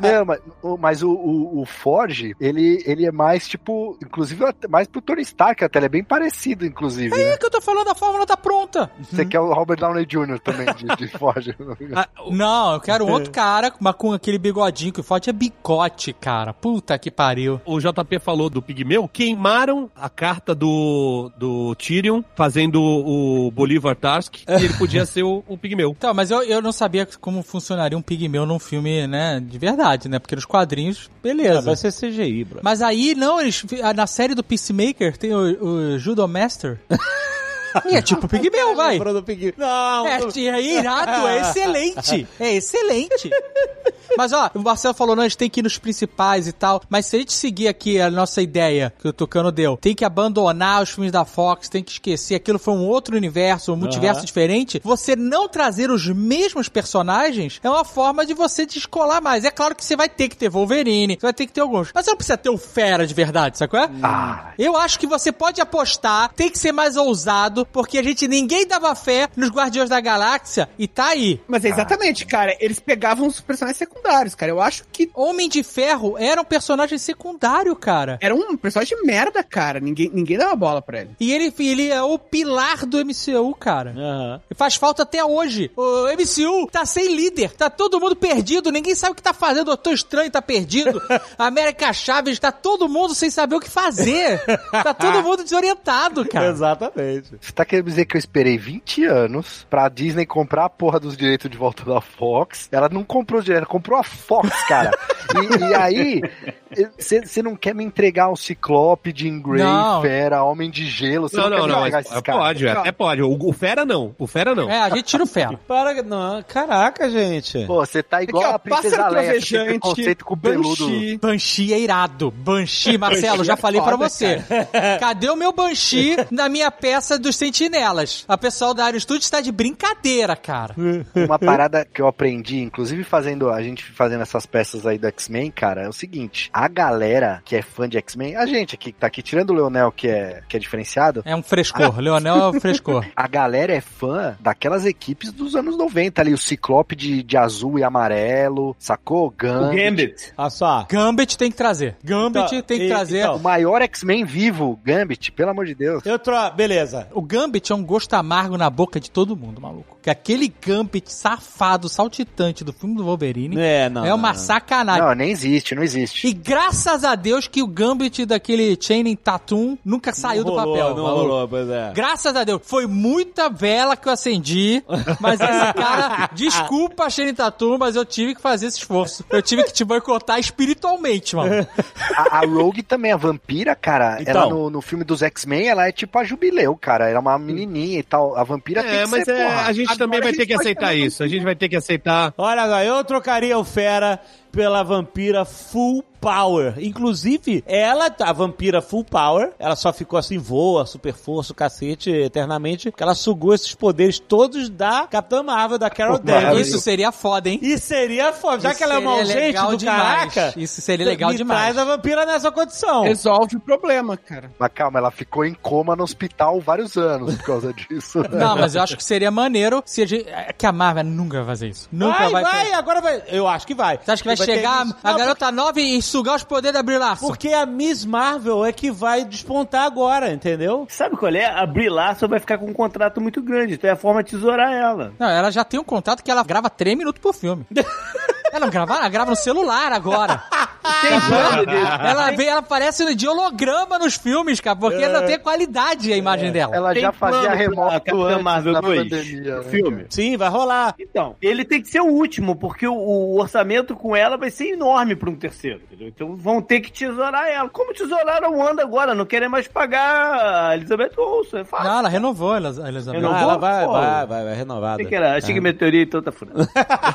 Speaker 2: Não, mas, o, mas o, o, o Forge, ele, ele é mais tipo. Inclusive, até- mais pro Tony Stark até. Ele é bem parecido, inclusive. né?
Speaker 5: É que eu tô falando, a fórmula tá pronta.
Speaker 2: Você quer o Robert Downey Jr. também de, de Forge.
Speaker 4: Ah,
Speaker 5: Não, eu quero outro cara, mas com aquele bigodinho que o forte é bigote, cara. é Puta que pariu.
Speaker 4: o JP falou do Pig Grande meu, queimaram a carta do, do Tyrion fazendo o Bolívar Tarsk e ele podia ser o, o Pigmeu.
Speaker 5: Então, mas eu, eu não sabia como funcionaria um pigmeu num filme, né, de verdade, né? Porque nos quadrinhos, beleza.
Speaker 1: Ah, vai ser CGI, bro.
Speaker 5: Mas aí, não, eles, na série do Peacemaker tem o, o Judo Master. E é tipo pigmeu, vai.
Speaker 1: Lembrou do Pig- Não,
Speaker 5: É, t- é irado, é excelente. É excelente. Mas ó, o Marcelo falou, não, a gente tem que ir nos principais e tal. Mas se a gente seguir aqui a nossa ideia que o Tucano deu, tem que abandonar os filmes da Fox, tem que esquecer, aquilo foi um outro universo, um multiverso diferente. Você não trazer os mesmos personagens é uma forma de você descolar mais. É claro que você vai ter que ter Wolverine, você vai ter que ter alguns. Mas você não precisa ter o Fera de verdade, sacou? é? Eu acho que você pode apostar, tem que ser mais ousado, porque a gente ninguém dava fé nos Guardiões da Galáxia e tá aí.
Speaker 9: Mas é exatamente, cara. Eles pegavam os personagens secundários, cara. Eu acho que
Speaker 5: Homem de Ferro era um personagem secundário, cara.
Speaker 9: era um personagem de merda, cara. Ninguém, ninguém dava bola pra ele.
Speaker 5: E ele, ele é o pilar do MCU, cara.
Speaker 1: Aham.
Speaker 5: E Faz falta até hoje. O MCU tá sem líder, tá todo mundo perdido, ninguém sabe o que tá fazendo. Doutor Estranho tá perdido, América Chaves, tá todo mundo sem saber o que fazer. Tá todo mundo desorientado, cara.
Speaker 1: Exatamente.
Speaker 2: Você tá querendo dizer que eu esperei 20 anos pra Disney comprar a porra dos direitos de volta da Fox? Ela não comprou direito, ela comprou a Fox, cara. e, e aí, você não quer me entregar um Ciclope, Jean Grey,
Speaker 5: Não.
Speaker 2: Fera, Homem de Gelo? Você
Speaker 4: Não,
Speaker 2: quer
Speaker 4: não,
Speaker 2: me
Speaker 4: não.
Speaker 2: entregar
Speaker 4: mas é
Speaker 2: esses caras?
Speaker 4: pode, até pode. O, o Fera não. O Fera não.
Speaker 5: É, a gente tira o ferro.
Speaker 1: Para, não, Ah, caraca, gente.
Speaker 2: Pô, você
Speaker 4: É
Speaker 2: tá igual
Speaker 9: Aqui, ó,
Speaker 2: a Princesa
Speaker 9: pássaro
Speaker 2: Leia, você tem
Speaker 9: trovejante,
Speaker 2: preconceito com o peludo.
Speaker 9: Banshee. é
Speaker 5: Banshee é irado. Banshee, Marcelo, já falei pra você. É. Cadê o meu Banshee na minha peça dos Sentinelas? A pessoal da Aero Studio está de brincadeira, cara.
Speaker 2: Uma parada que eu aprendi, inclusive fazendo a gente fazendo essas peças aí do X-Men, cara, é o seguinte: a galera que é fã de X-Men, a gente aqui que tá aqui, tirando o Leonel que é, que é diferenciado,
Speaker 5: É um frescor. Leonel é um frescor.
Speaker 2: a galera é fã daquelas equipes dos anos 90 ali, o Ciclope de, de azul e amarelo, sacou?
Speaker 3: O
Speaker 2: Gun.
Speaker 3: Gambit.
Speaker 1: Olha só.
Speaker 5: Gambit tem que trazer. Gambit
Speaker 1: Então,
Speaker 5: tem que
Speaker 1: e-
Speaker 5: trazer.
Speaker 2: O
Speaker 1: então,
Speaker 2: maior X-Men vivo, Gambit, pelo amor de Deus.
Speaker 1: Eu tro... Beleza.
Speaker 5: O Gambit é um gosto amargo na boca de todo mundo, maluco. Que aquele Gambit safado, saltitante do filme do Wolverine
Speaker 1: É, não.
Speaker 5: é uma
Speaker 1: não,
Speaker 5: sacanagem.
Speaker 2: Não, nem existe, não existe.
Speaker 5: E graças a Deus que o Gambit daquele Channing Tatum nunca saiu
Speaker 1: não
Speaker 5: do
Speaker 1: rolou,
Speaker 5: papel.
Speaker 1: Não
Speaker 5: maluco.
Speaker 1: rolou, pois é.
Speaker 5: Graças a Deus, foi muita vela que eu acendi, mas esse cara, desculpa, Shane Tatum, mas eu tive que fazer esse esforço. Eu tive que te boicotar espiritualmente, mano.
Speaker 2: A, a Rogue também, a vampira, cara,
Speaker 1: Então.
Speaker 2: ela no, no filme dos X-Men, ela é tipo a Jubileu, cara. Ela é uma menininha e tal. A vampira tem
Speaker 4: É,
Speaker 2: que
Speaker 4: mas
Speaker 2: ser,
Speaker 4: é,
Speaker 2: porra.
Speaker 4: a gente também vai
Speaker 9: a
Speaker 4: ter
Speaker 9: gente
Speaker 4: que
Speaker 9: pode
Speaker 4: aceitar isso. A gente vai ter que aceitar.
Speaker 1: Olha agora, eu trocaria o Fera pela vampira full power. Inclusive, ela, a vampira full power, ela só ficou assim, voa, super força, o cacete, eternamente, porque ela sugou esses poderes todos da Capitã Marvel, da Carol Danvers.
Speaker 5: Isso seria foda, hein?
Speaker 1: E seria foda, já
Speaker 5: Isso
Speaker 1: que ela é uma
Speaker 5: seria
Speaker 1: ausente
Speaker 5: legal
Speaker 1: do
Speaker 5: demais.
Speaker 1: caraca.
Speaker 5: Isso seria legal
Speaker 1: me
Speaker 5: demais.
Speaker 1: Traz a vampira nessa condição.
Speaker 9: Resolve o problema, cara.
Speaker 2: Mas calma, ela ficou em coma no hospital vários anos por causa disso.
Speaker 5: Não, mas eu acho que seria maneiro se a gente... é Que a Marvel nunca vai fazer isso. Nunca
Speaker 1: vai,
Speaker 5: vai.
Speaker 1: vai, agora vai. Eu acho que vai.
Speaker 5: Você acha que vai,
Speaker 1: ter
Speaker 5: chegar
Speaker 1: isso.
Speaker 5: a
Speaker 1: Não,
Speaker 5: garota nova e sugar os poderes da Brie Larson?
Speaker 1: Porque a Miss Marvel é que vai despontar agora, entendeu?
Speaker 3: Sabe qual é? A Brie Larson vai ficar com um contrato muito grande, então é a forma de tesourar ela.
Speaker 5: Não, ela já tem um contrato que ela grava 3 minutos por filme. Ela não grava, ela grava no celular agora.
Speaker 3: Tem plano desse.
Speaker 5: Ela, vem, ela aparece de holograma nos filmes, cara, porque
Speaker 1: É.
Speaker 5: não tem qualidade a imagem dela.
Speaker 2: Ela
Speaker 3: Tem
Speaker 2: já
Speaker 3: plano
Speaker 2: fazia
Speaker 3: pra
Speaker 2: remoto
Speaker 3: Capitã
Speaker 2: antes
Speaker 3: Marvel
Speaker 2: da
Speaker 3: 2,
Speaker 2: pandemia.
Speaker 3: o
Speaker 2: né,
Speaker 3: filme.
Speaker 2: cara?
Speaker 1: Sim, vai rolar.
Speaker 3: Então, ele tem que ser o último, porque o, o orçamento com ela vai ser enorme para um terceiro, entendeu? Então vão ter que tesourar ela. Como tesouraram o Wanda agora? Não querem mais pagar a Ah, Elizabeth Olsen. É fácil.
Speaker 5: Não, ela renovou, Elis- Elizabeth.
Speaker 3: Renovou?
Speaker 1: Ah, ela vai,
Speaker 3: Pô.
Speaker 1: vai, vai, vai
Speaker 3: Não
Speaker 1: renovada. É.
Speaker 3: sei o que era, achei que meteorito então tá e toda furada.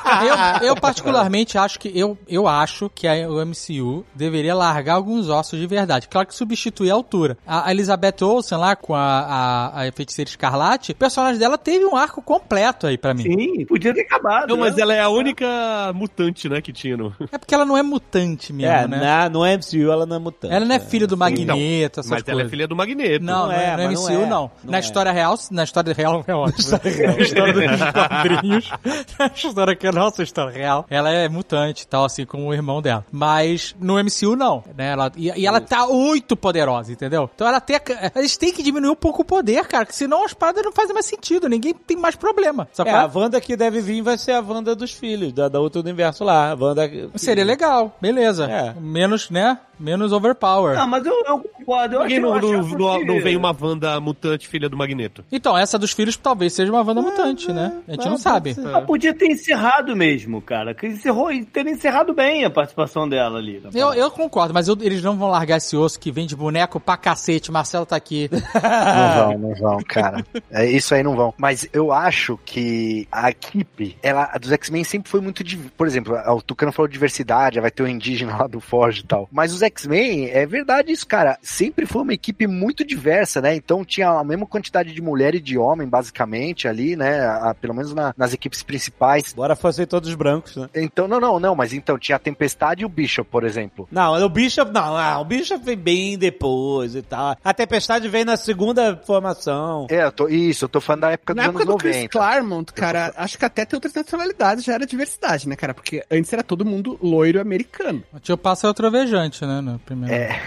Speaker 5: Eu, eu particularmente acho que eu, eu acho que a, o MCU deveria largar alguns ossos de verdade. Claro que substituir a altura. A, a Elizabeth Olsen lá com a, a, a feiticeira escarlate, o personagem dela teve um arco completo aí pra mim.
Speaker 3: Sim, podia ter acabado.
Speaker 4: Não, mas
Speaker 3: né?
Speaker 4: ela é a única mutante, né, que tinha no.
Speaker 1: Tá
Speaker 5: É porque ela não é mutante mesmo,
Speaker 1: é,
Speaker 5: né?
Speaker 1: na, no MCU ela não é mutante.
Speaker 5: Ela não é filha do Magneto, essas
Speaker 4: Mas
Speaker 5: coisas.
Speaker 4: ela é filha do Magneto.
Speaker 5: Não,
Speaker 1: Não
Speaker 5: não
Speaker 1: é,
Speaker 5: é,
Speaker 1: mas
Speaker 5: no
Speaker 1: não
Speaker 5: MCU,
Speaker 1: é.
Speaker 5: não.
Speaker 1: Não
Speaker 5: na
Speaker 1: é.
Speaker 5: história real, na história real é ótimo. Na história dos quadrinhos. Na história que é a nossa história real. Ela é mutante e tal, assim como o irmão dela. Mas no MCU, não. Né? Ela, e, e ela tá muito poderosa, entendeu? Então ela até. Eles têm que diminuir um pouco o poder, cara, que senão as paradas não fazem mais sentido. Ninguém tem mais problema. Só
Speaker 1: É, a Wanda que deve vir vai ser a Wanda dos filhos, da, da outro universo lá. A Wanda...
Speaker 5: Seria legal, beleza.
Speaker 1: É.
Speaker 5: Menos, né? Menos overpower.
Speaker 3: Ah, mas eu, eu concordo. Eu
Speaker 4: Por que
Speaker 3: achei,
Speaker 4: não,
Speaker 3: eu
Speaker 4: não,
Speaker 3: achava
Speaker 4: não-
Speaker 3: que-
Speaker 4: não veio uma Wanda mutante filha do Magneto?
Speaker 5: Então, essa dos filhos talvez seja uma Wanda mutante, né? A gente não sabe.
Speaker 3: Ah, podia ter encerrado mesmo, cara. Que encerrou e ter encerrado bem a participação dela ali.
Speaker 10: tá
Speaker 3: na
Speaker 5: Eu,
Speaker 3: parada.
Speaker 5: eu concordo, mas eu- eles não vão largar esse osso que vende boneco pra cacete. Marcelo tá aqui.
Speaker 2: Não vão, não vão, cara. É, isso aí não vão. Mas eu acho que a equipe, ela, a dos X-Men sempre foi muito. div- Por exemplo, a- o Tucano falou diversidade, vai ter o indígena lá do Forge e tal. Mas os X-Men, é verdade isso, cara. Sempre foi uma equipe muito diversa, né? Então tinha a mesma quantidade de mulher e de homem, basicamente, ali, né? A- pelo menos na- nas equipes principais.
Speaker 1: Agora fossem todos brancos, né?
Speaker 2: Então, não, não, não, mas então tinha a Tempestade e o Bishop, por exemplo.
Speaker 1: Não, o Bishop, não, ah, o Bishop vem bem depois e tal. A Tempestade vem na segunda formação.
Speaker 2: É, eu tô, isso, eu tô falando da época dos
Speaker 9: Na época
Speaker 2: anos
Speaker 9: do Chris
Speaker 2: 90.
Speaker 9: Claremont, cara, acho que até ter outras nacionalidades já era diversidade, né, cara? Porque antes era todo mundo loiro americano.
Speaker 5: O tio passa é o trovejante, né? No primeiro.
Speaker 2: É.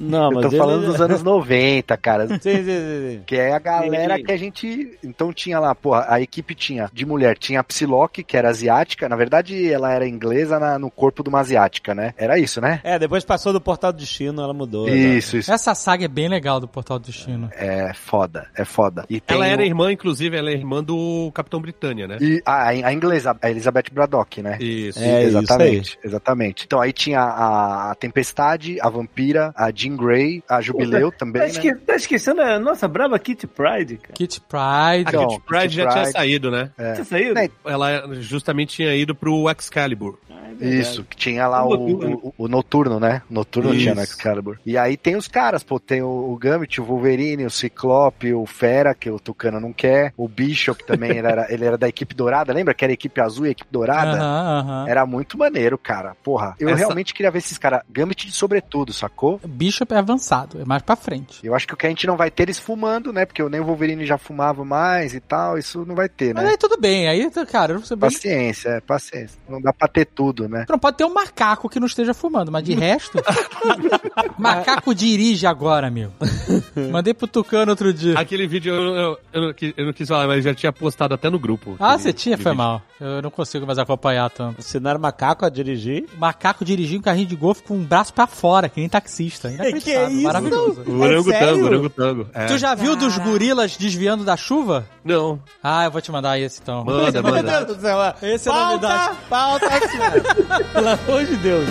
Speaker 1: Não,
Speaker 2: eu
Speaker 1: mas
Speaker 2: tô
Speaker 1: ele-
Speaker 2: falando dos anos 90, cara.
Speaker 1: Sim, sim, sim, sim.
Speaker 2: Que é a galera
Speaker 3: E-
Speaker 2: que a gente. Então tinha lá, porra, a equipe tinha de mulher, tinha a Psylocke, que era asiática. Na verdade, ela era inglesa na- no corpo de uma asiática, né? Era isso, né?
Speaker 1: É, depois passou do Portal do Destino, ela mudou. né?
Speaker 2: Isso, isso.
Speaker 5: Essa saga é bem legal do Portal do Destino.
Speaker 2: É foda, é foda. E tem
Speaker 4: Ela era
Speaker 2: o-
Speaker 4: irmã, inclusive, ela é irmã do Capitão Britânia, né?
Speaker 2: e a, a inglesa, a Elizabeth Braddock, né?
Speaker 4: Isso.
Speaker 1: É, isso
Speaker 2: exatamente, exatamente. Então aí tinha a, a Tempestade, a Vampira, a Jean Grey, a Jubileu também.
Speaker 3: Tá,
Speaker 2: né?
Speaker 3: esque- tá esquecendo a nossa brava Kitty Pride, cara.
Speaker 5: Kit Pride.
Speaker 4: A
Speaker 2: Então,
Speaker 4: Kitty Pryde já
Speaker 2: Kitty Pryde.
Speaker 4: tinha saído, né?
Speaker 2: É.
Speaker 3: Tinha saído?
Speaker 2: É,
Speaker 4: Ela justamente tinha ido pro Excalibur.
Speaker 2: Isso, que tinha lá o,
Speaker 3: O Noturno.
Speaker 2: o, o Noturno, né? Noturno tinha no
Speaker 4: Isso.
Speaker 2: Excalibur. E aí tem os caras, pô, tem o, o Gambit, o Wolverine, o Ciclope, o Fera, que o Tucano não quer, o Bishop também, ele era, ele era da equipe dourada, lembra que era a equipe azul e a equipe
Speaker 1: É
Speaker 2: dourada?
Speaker 5: Aham, aham.
Speaker 2: Era muito maneiro, cara. Porra, eu
Speaker 4: Essa-
Speaker 2: realmente queria ver esses caras. Gambit de sobretudo, sacou?
Speaker 5: Bishop é avançado, é mais pra frente.
Speaker 2: Eu acho que o que a gente não vai ter eles fumando, né? Porque nem o Wolverine já fumava mais e tal, isso não vai ter,
Speaker 5: Mas
Speaker 2: né?
Speaker 5: aí tudo bem, aí, cara, você bem...
Speaker 2: Paciência, é, paciência. Não dá pra ter tudo, né?
Speaker 5: não pode ter um macaco que não esteja fumando, mas de resto. macaco dirige agora, amigo. Mandei pro Tucano outro dia.
Speaker 4: Aquele vídeo eu, eu, eu não, qui- eu não quis falar, mas já tinha postado até no grupo.
Speaker 5: Ah,
Speaker 4: Aquele-
Speaker 5: você tinha?
Speaker 4: aquele
Speaker 5: Foi
Speaker 4: vídeo.
Speaker 5: mal. Eu não consigo mais acompanhar tanto.
Speaker 1: Ensinaram macaco a dirigir.
Speaker 5: O macaco dirigindo um carrinho de golfe com um braço pra fora, que nem taxista. Inacreditável,
Speaker 1: Que isso? é
Speaker 5: maravilhoso.
Speaker 4: O orangotango,
Speaker 1: sério?
Speaker 4: o orangotango. É.
Speaker 5: Tu já viu dos gorilas desviando da chuva?
Speaker 4: Não,
Speaker 5: Ah, eu vou te mandar esse então.
Speaker 4: manda,
Speaker 1: Meu
Speaker 4: manda.
Speaker 1: Deus do céu, ó.
Speaker 5: Esse é
Speaker 1: Pauta,
Speaker 5: novidade.
Speaker 1: Pauta, senhora. Pelo amor de Deus.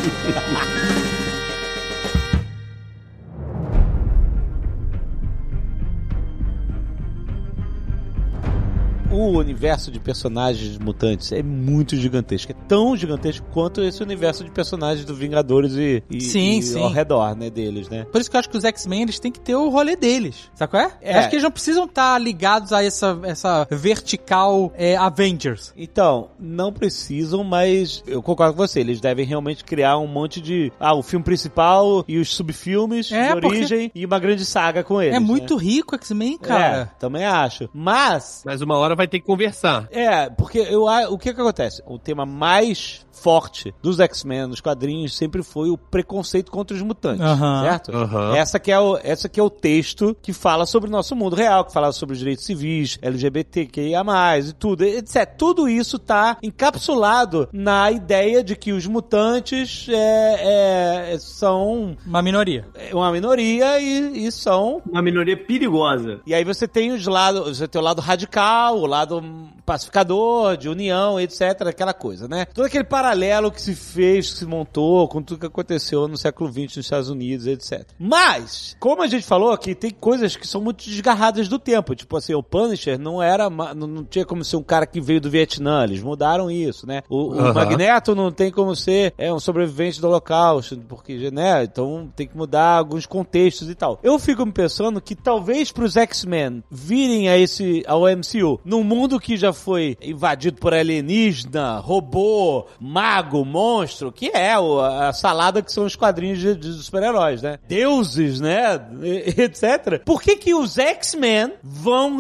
Speaker 1: O universo de personagens mutantes é muito gigantesco. É tão gigantesco quanto esse universo de personagens do Vingadores e, e-
Speaker 5: Sim,
Speaker 1: e
Speaker 5: sim.
Speaker 1: ao redor né, deles, né?
Speaker 5: Por isso que eu acho que os X-Men eles têm que ter o rolê deles, sabe qual é?
Speaker 1: É.
Speaker 5: Eu Acho que eles não precisam estar ligados a essa, essa vertical é, Avengers.
Speaker 1: Então, não precisam, mas eu concordo com você. Eles devem realmente criar um monte de. Ah, o filme principal e os subfilmes
Speaker 5: É,
Speaker 1: de
Speaker 5: porque-
Speaker 1: origem e uma grande saga com eles.
Speaker 5: é
Speaker 1: né?
Speaker 5: muito rico o X-Men,
Speaker 1: É,
Speaker 5: cara.
Speaker 1: também acho. Mas.
Speaker 4: Mas uma hora vai ter que conversar.
Speaker 1: É, porque eu, a- o que que acontece? O tema mais forte dos X-Men né, nos quadrinhos sempre foi o preconceito contra os mutantes,
Speaker 5: Aham.
Speaker 1: certo?
Speaker 4: Aham.
Speaker 1: Essa que, é o, essa que é o texto que fala sobre o nosso mundo real, que fala sobre os direitos civis, LGBTQIA+, e tudo, etc. Tudo isso tá encapsulado na ideia de que os mutantes é, é, são
Speaker 5: Uma minoria.
Speaker 1: uma minoria e, e são...
Speaker 3: Uma minoria perigosa.
Speaker 1: E aí você tem os lados, você tem o lado radical, o lado pacificador, de união, etc, aquela coisa, né? Todo aquele paralelo que se fez, que se montou com tudo que aconteceu no século XX nos Estados Unidos, etc. Mas, como a gente falou aqui, tem coisas que são muito desgarradas do tempo, tipo assim, o Punisher não era, ma- não, não tinha como ser um cara que veio do Vietnã, eles mudaram isso, né? O, o
Speaker 4: Aham.
Speaker 1: Magneto não tem como ser é um sobrevivente do Holocausto, porque, né? Então tem que mudar alguns contextos e tal. Eu fico me pensando que talvez pros X-Men virem a esse ao MCU num mundo que já foi invadido por alienígena, robô, mago, monstro, que é o- a salada que são os quadrinhos de, de super-heróis, né? Deuses, né? E- etc. Por que que os X-Men vão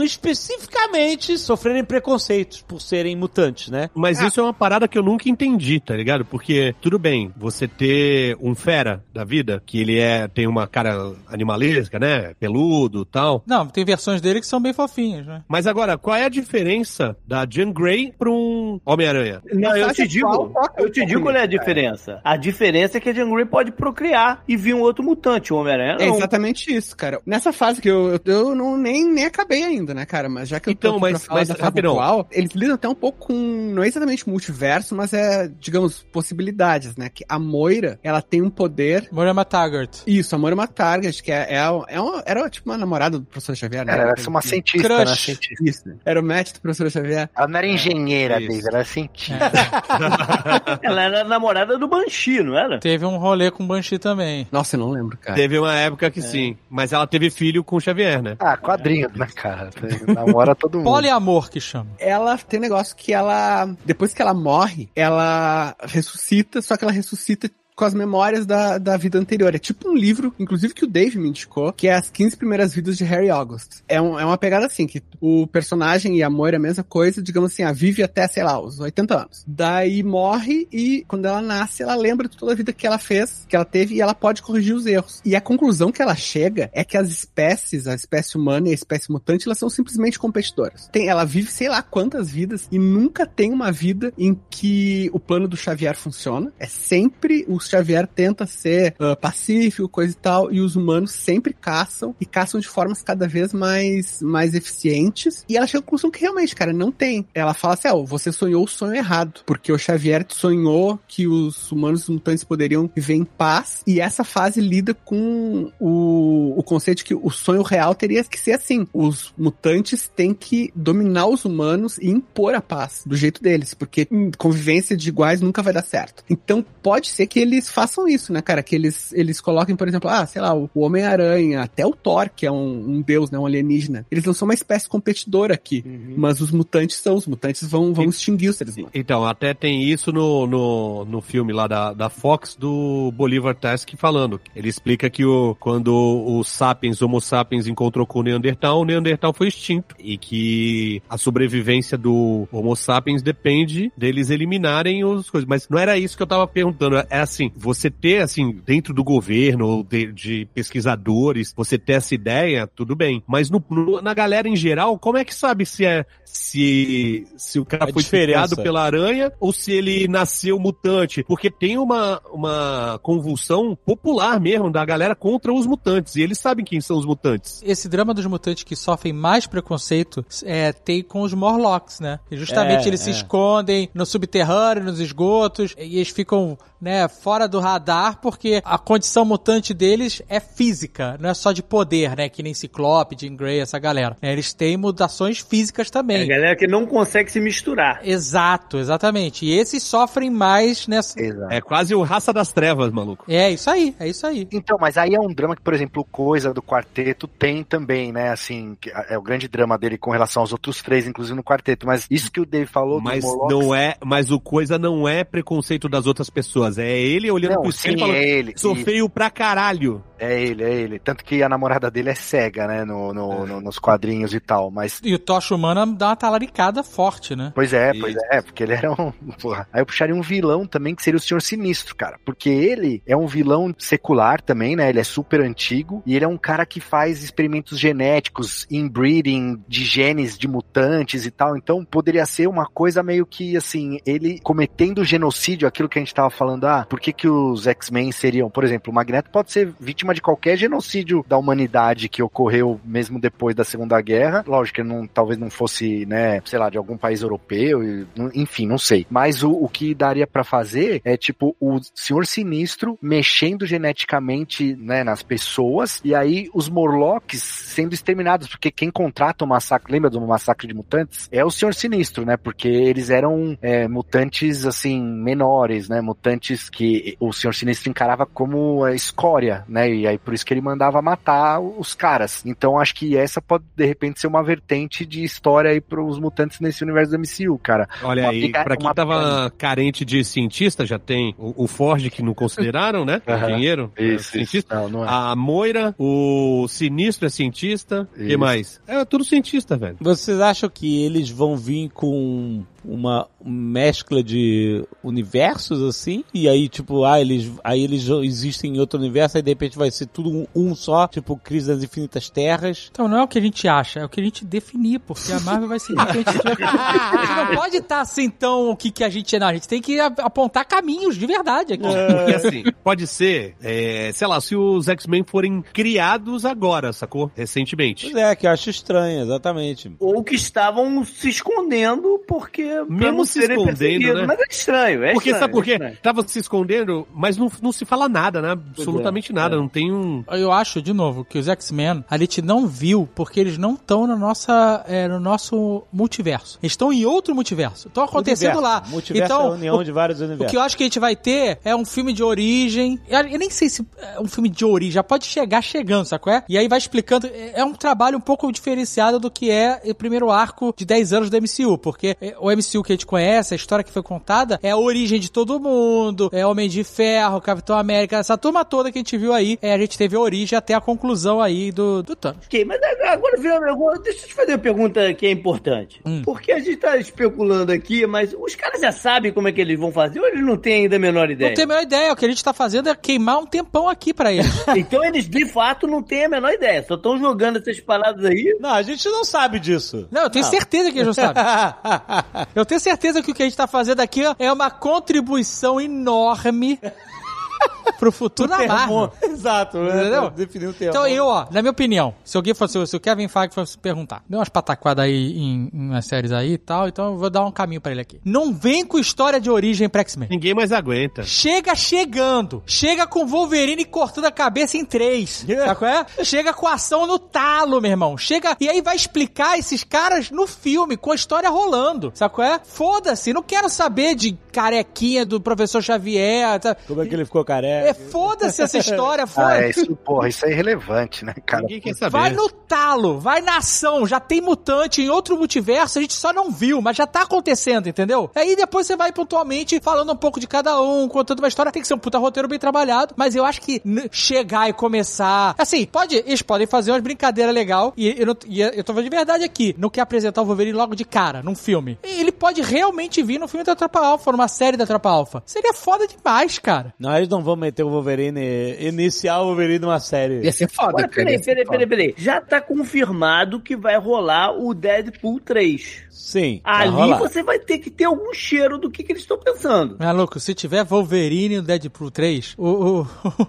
Speaker 1: especificamente sofrerem preconceitos por serem mutantes, né?
Speaker 4: Mas
Speaker 5: Ah.
Speaker 4: isso é uma parada que eu nunca entendi, tá ligado? Porque, tudo bem, você ter um fera da vida, que ele é tem uma cara animalesca, né? Peludo tal.
Speaker 5: Não, tem versões dele que são bem fofinhas, né?
Speaker 4: Mas agora, qual é a diferença da Jean Grey pra um Homem-Aranha?
Speaker 3: Não, eu
Speaker 9: faz
Speaker 3: te
Speaker 9: a
Speaker 3: digo.
Speaker 9: qual toca
Speaker 3: Eu
Speaker 9: o
Speaker 3: te digo qual é a
Speaker 9: Homem-Aranha.
Speaker 3: diferença. A diferença é que a Jean Grey pode procriar e vir um outro mutante, o Homem-Aranha.
Speaker 9: É
Speaker 3: não.
Speaker 9: exatamente isso, cara. Nessa fase que eu, eu, eu não, nem, nem acabei ainda, né, cara? Mas já que eu
Speaker 4: Então,
Speaker 9: tô aqui
Speaker 4: mas-
Speaker 9: pra falar
Speaker 4: mas,
Speaker 9: da fase
Speaker 4: rapidão.
Speaker 9: atual, eles lidam até um pouco com, não é exatamente multiverso, mas é, digamos, possibilidades, né? Que a Moira, ela tem um poder...
Speaker 5: Moira McTaggart.
Speaker 9: Isso, a Moira é uma target, que é, é, a- é uma- era tipo uma namorada do professor Xavier, né?
Speaker 2: Era, era é uma cientista,
Speaker 5: Crush.
Speaker 2: né? Cientista.
Speaker 9: Isso, né? era o match do professor Xavier.
Speaker 2: Ela não era engenheira,
Speaker 4: É, isso.
Speaker 2: David, ela era cientista.
Speaker 3: Ela era a namorada do Banshee, não era?
Speaker 5: Teve um rolê com o Banshee também.
Speaker 9: Nossa, eu não lembro, cara.
Speaker 4: Teve uma época que sim, mas ela teve filho com o Xavier, né?
Speaker 2: Ah, quadrinho, né, cara? Namora todo mundo.
Speaker 5: Poliamor É que chama.
Speaker 9: ela tem um negócio que ela, depois que ela morre, ela ressuscita, só que ela ressuscita com as memórias da, da vida anterior. É tipo um livro, inclusive que o Dave me indicou, que é As 15 Primeiras Vidas de Harry August. É, um- é uma pegada assim, que o personagem e a Moira é a mesma coisa, digamos assim, a vive até, sei lá, os 80 anos. Daí morre e quando ela nasce, ela lembra de toda a vida que ela fez, que ela teve, e ela pode corrigir os erros. E a conclusão que ela chega é que as espécies, a espécie humana e a espécie mutante, elas são simplesmente competidoras. Tem, ela vive sei lá quantas vidas e nunca tem uma vida em que o plano do Xavier funciona. É sempre o Xavier tenta ser ah, pacífico, coisa e tal, e os humanos sempre caçam e caçam de formas cada vez mais, mais eficientes. E ela chega à conclusão que realmente, cara, não tem. Ela fala assim: ah, você sonhou o sonho errado, porque o Xavier sonhou que os humanos mutantes poderiam viver em paz, e essa fase lida com o, o conceito de que o sonho real teria que ser assim: os mutantes têm que dominar os humanos e impor a paz do jeito deles, porque hum, convivência de iguais nunca vai dar certo. Então pode ser que eles façam isso, né, cara? Que eles, eles coloquem, por exemplo, ah, sei lá, o o Homem-Aranha, até o Thor, que é um, um deus, né, um alienígena. Eles não são uma espécie competidora aqui, mas os mutantes são. Os mutantes vão, vão extinguir os seres humanos.
Speaker 4: Então, até tem isso no, no, no filme lá da, da Fox do Bolívar Task falando. Ele explica que o, quando o Sapiens, Homo Sapiens, encontrou com o Neandertal, o Neandertal foi extinto. E que a sobrevivência do Homo Sapiens depende deles eliminarem os coisas. Mas não era isso que eu tava perguntando. É assim, você ter, assim, dentro do governo, ou de, de pesquisadores, você ter essa ideia, tudo bem. Mas no- no- na galera em geral, como é que sabe se é se, se o cara
Speaker 5: A
Speaker 4: foi
Speaker 5: diferença.
Speaker 4: diferenciado pela aranha ou se ele nasceu mutante. Porque tem uma, uma convulsão popular mesmo da galera contra os mutantes. E eles sabem quem são os mutantes.
Speaker 5: Esse drama dos mutantes que sofrem mais preconceito é, tem com os Morlocks, né? E justamente
Speaker 1: É,
Speaker 5: eles se
Speaker 1: é.
Speaker 5: escondem no subterrâneo, nos esgotos, e eles ficam né, fora do radar porque a condição mutante deles é física, não é só de poder, né? Que nem Ciclope, Jean Grey, essa galera. É, Eles têm mutações físicas
Speaker 3: É a
Speaker 5: também.
Speaker 3: galera que não consegue se misturar.
Speaker 5: Exato, exatamente. E esses sofrem mais nessa.
Speaker 2: Exato.
Speaker 4: É quase o raça das trevas, maluco.
Speaker 5: É isso aí, é isso aí.
Speaker 2: Então, mas aí é um drama que, por exemplo, o Coisa do Quarteto tem também, né? Assim, que é o grande drama dele com relação aos outros três, inclusive no Quarteto. Mas isso que o Dave falou
Speaker 4: Mas
Speaker 2: do Moloch,
Speaker 4: não é, mas o coisa não é preconceito das outras pessoas. É ele olhando
Speaker 2: Não,
Speaker 4: pro
Speaker 2: sim,
Speaker 4: espelho e falando,
Speaker 2: é ele.
Speaker 4: sou
Speaker 2: E-
Speaker 4: feio pra caralho.
Speaker 2: É ele, é ele. Tanto que a namorada dele é cega, né? No,
Speaker 4: É.
Speaker 2: no- no- nos quadrinhos e tal. Mas.
Speaker 5: E o Tocha Humana dá uma talaricada forte, né?
Speaker 2: Pois é, pois
Speaker 4: Isso.
Speaker 2: é, porque ele era um. Porra. Aí eu puxaria um vilão também, que seria o Senhor Sinistro, cara. Porque ele é um vilão secular também, né? Ele é super antigo. E ele é um cara que faz experimentos genéticos, inbreeding de genes de mutantes e tal. Então poderia ser uma coisa meio que, assim, ele cometendo genocídio, aquilo que a gente tava falando, ah, por que, que os X-Men seriam, por exemplo, o Magneto pode ser vítima de qualquer é genocídio da humanidade que ocorreu mesmo depois da Segunda Guerra. Lógico que não, talvez não fosse, né, sei lá, de algum país europeu, e não- enfim, não sei. Mas o, o que daria pra fazer é, tipo, o Senhor Sinistro mexendo geneticamente, né, nas pessoas, e aí os Morlocks sendo exterminados, porque quem contrata o massacre, lembra do massacre de mutantes? É o Senhor Sinistro, né, porque eles eram é, mutantes, assim, menores, né, mutantes que o Senhor Sinistro encarava como é, escória, né, e aí por isso que ele mandava matar os caras. Então acho que essa pode, de repente, ser uma vertente de história aí pros mutantes nesse universo do MCU, cara.
Speaker 4: Olha
Speaker 2: Uma
Speaker 4: aí,
Speaker 2: pica-
Speaker 4: pra quem
Speaker 2: uma
Speaker 4: tava carente de cientista, já tem o, o Ford que não consideraram, né?
Speaker 2: Aham.
Speaker 4: Engenheiro. cientista.
Speaker 2: Não, não é.
Speaker 3: Ah,
Speaker 4: A Moira, o Sinistro é cientista. O que
Speaker 2: Isso.
Speaker 4: mais? É tudo cientista, velho.
Speaker 1: Vocês acham que eles vão vir com uma mescla de universos, assim, e aí, tipo, ah, eles, aí eles já existem em outro universo, aí de repente vai ser tudo um, um só, tipo, Crise das Infinitas Terras.
Speaker 5: Então não é o que a gente acha, é o que a gente definir, porque a Marvel vai seguir o que a gente tiver. A gente não pode estar assim tão o que, que a gente é, não. A gente tem que a- apontar caminhos de verdade aqui.
Speaker 4: Porque assim, pode ser, é, sei lá, se os X-Men forem criados agora, sacou? Recentemente.
Speaker 1: Pois é, que eu acho estranho, exatamente.
Speaker 3: Ou que estavam se escondendo porque. pra
Speaker 4: Mesmo
Speaker 3: não
Speaker 4: se
Speaker 3: serem
Speaker 4: escondendo,
Speaker 3: perseguidos.
Speaker 4: né?
Speaker 3: Mas é estranho, é
Speaker 4: Porque
Speaker 3: estranho.
Speaker 4: sabe por
Speaker 3: é
Speaker 4: quê?
Speaker 3: estranho.
Speaker 4: Tava se escondendo, mas não, não se fala nada, né? Absolutamente
Speaker 3: é.
Speaker 4: nada. Não tem um.
Speaker 5: Eu acho, de novo, que os X-Men a gente não viu porque eles não estão na nossa, é, no nosso multiverso. Eles estão em outro multiverso. Estão acontecendo
Speaker 1: Multiverso.
Speaker 5: lá.
Speaker 1: Multiverso é a
Speaker 5: então,
Speaker 1: união
Speaker 5: o,
Speaker 1: de vários
Speaker 5: o
Speaker 1: universos.
Speaker 5: que eu acho que a gente vai ter é um filme de origem. Eu eu nem sei se é um filme de origem. Já pode chegar chegando, sabe qual é? E aí vai explicando. É é um trabalho um pouco diferenciado do que é o primeiro arco de 10 anos do MCU. Porque é, o MCU que a gente conhece, a história que foi contada, é a origem de todo mundo. É Homem de Ferro, Capitão América, essa turma toda que a gente viu aí. É, a gente teve a origem até a conclusão aí do, do Thanos.
Speaker 3: Ok, mas agora, Viana, agora deixa eu te fazer uma pergunta que é importante.
Speaker 5: Hum.
Speaker 3: Porque a gente tá especulando aqui, mas os caras já sabem como é que eles vão fazer ou eles não têm ainda a menor ideia?
Speaker 5: Não tem a menor ideia. O que a gente tá fazendo é queimar um tempão aqui pra eles.
Speaker 3: Então eles de fato não têm a menor ideia, só estão jogando essas paradas aí.
Speaker 1: Não, a gente não sabe disso.
Speaker 5: Não, eu tenho certeza que eles não sabem. Eu tenho certeza que o que a gente tá fazendo aqui ó, é uma contribuição enorme pro futuro da Marvel.
Speaker 1: Exato,
Speaker 5: Entendeu?
Speaker 1: entendeu? Definiu o termo.
Speaker 5: Então eu, ó, na minha opinião, se alguém fosse, se o Kevin Feige fosse perguntar, deu umas pataquadas aí em, em umas séries aí e tal, então eu vou dar um caminho pra ele aqui. Não vem com história de origem pra X-Men.
Speaker 4: Ninguém mais aguenta.
Speaker 5: Chega chegando. Chega com Wolverine cortando a cabeça em três. Sabe qual é? Chega com a ação no talo, meu irmão. Chega e aí vai explicar esses caras no filme, com a história rolando. Sabe qual é? Foda-se. Não quero saber de carequinha do professor Xavier. tá?
Speaker 1: Como é que ele ficou careca?
Speaker 5: É foda-se essa história.
Speaker 2: Ah,
Speaker 5: Foda-se.
Speaker 2: é, isso, porra, isso é irrelevante, né, cara?
Speaker 4: Ninguém quer saber.
Speaker 5: Vai no talo, vai na ação. Já tem mutante em outro multiverso, a gente só não viu, mas já tá acontecendo, entendeu? Aí depois você vai pontualmente falando um pouco de cada um, contando uma história. Tem que ser um puta roteiro bem trabalhado, mas eu acho que n- chegar e começar. Assim, pode, eles podem fazer umas brincadeiras legal e eu, não, e eu tô falando de verdade aqui. Não quer apresentar o Wolverine logo de cara, num filme. E Ele pode realmente vir num filme da Tropa Alpha, numa série da Tropa Alpha. Seria foda demais, cara.
Speaker 1: Não, eles não vão meter o Wolverine, iniciar o Wolverine numa série.
Speaker 9: Ia ser foda,
Speaker 3: Agora,
Speaker 9: cara. ia
Speaker 3: peraí,
Speaker 9: ser
Speaker 3: peraí,
Speaker 9: foda.
Speaker 3: peraí, peraí. Já tá confirmado que vai rolar o Deadpool 3.
Speaker 1: Sim. tá vai
Speaker 3: Ali
Speaker 1: rolar.
Speaker 3: você vai ter que ter algum cheiro do que, que eles estão pensando.
Speaker 5: Maluco, Ah, se tiver Wolverine no Deadpool 3, o, o, o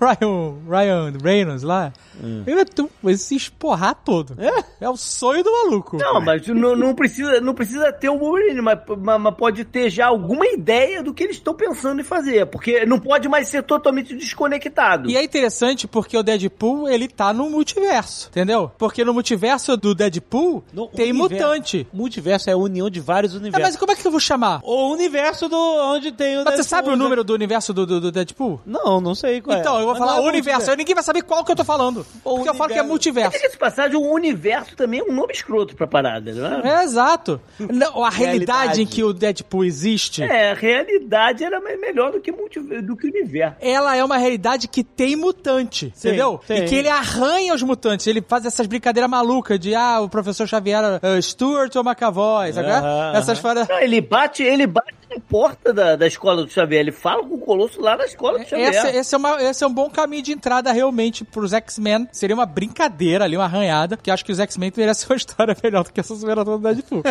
Speaker 5: Ryan, Ryan Reynolds lá,
Speaker 1: É.
Speaker 5: ele vai tu- vai se esporrar todo. É, o sonho do maluco.
Speaker 3: Não, mas não, não precisa, não precisa ter o Wolverine, mas, mas- mas pode ter já alguma ideia do que eles estão pensando em fazer, porque não pode mais ser totalmente desconectado.
Speaker 5: E é interessante porque o Deadpool, ele tá no multiverso, entendeu? Porque no multiverso do Deadpool,
Speaker 1: No
Speaker 5: tem
Speaker 1: universo.
Speaker 5: mutante.
Speaker 1: Multiverso é a união de vários
Speaker 5: Ah, mas
Speaker 1: universos.
Speaker 5: como é que eu vou chamar?
Speaker 1: O universo do onde tem o
Speaker 5: Mas você
Speaker 1: Deadpool,
Speaker 5: sabe o
Speaker 1: né?
Speaker 5: número do universo do, do, do Deadpool?
Speaker 1: Não, não sei qual é.
Speaker 5: Então, eu vou
Speaker 1: Mas
Speaker 5: falar
Speaker 1: não é
Speaker 5: universo, aí ninguém vai saber qual que eu tô falando. Porque eu falo que é
Speaker 1: universo.
Speaker 5: multiverso.
Speaker 3: Diga-se de passagem, o universo também é um nome escroto pra parada, não é?
Speaker 5: É, exato. Não, a realidade.
Speaker 1: Realidade.
Speaker 5: em que o Deadpool existe,
Speaker 3: É, a realidade era me- melhor do que, multi- do que o universo.
Speaker 5: ela é uma realidade que tem mutante,
Speaker 1: Sim,
Speaker 5: entendeu?
Speaker 1: tem.
Speaker 5: E que ele arranha os mutantes. Ele faz essas brincadeiras malucas de, ah, o professor Xavier era uh, Stuart ou McAvoy, sabe? qual é?
Speaker 1: Aham,
Speaker 5: Essas fora.
Speaker 3: Não, ele bate, ele bate na porta da, da escola do Xavier, ele fala com o Colosso lá na escola do Xavier.
Speaker 5: Essa- esse, é uma- esse é um bom caminho de entrada realmente pros X-Men. Seria uma brincadeira ali, uma arranhada, porque eu acho que os X-Men merecem uma história melhor do que essa superação do Deadpool.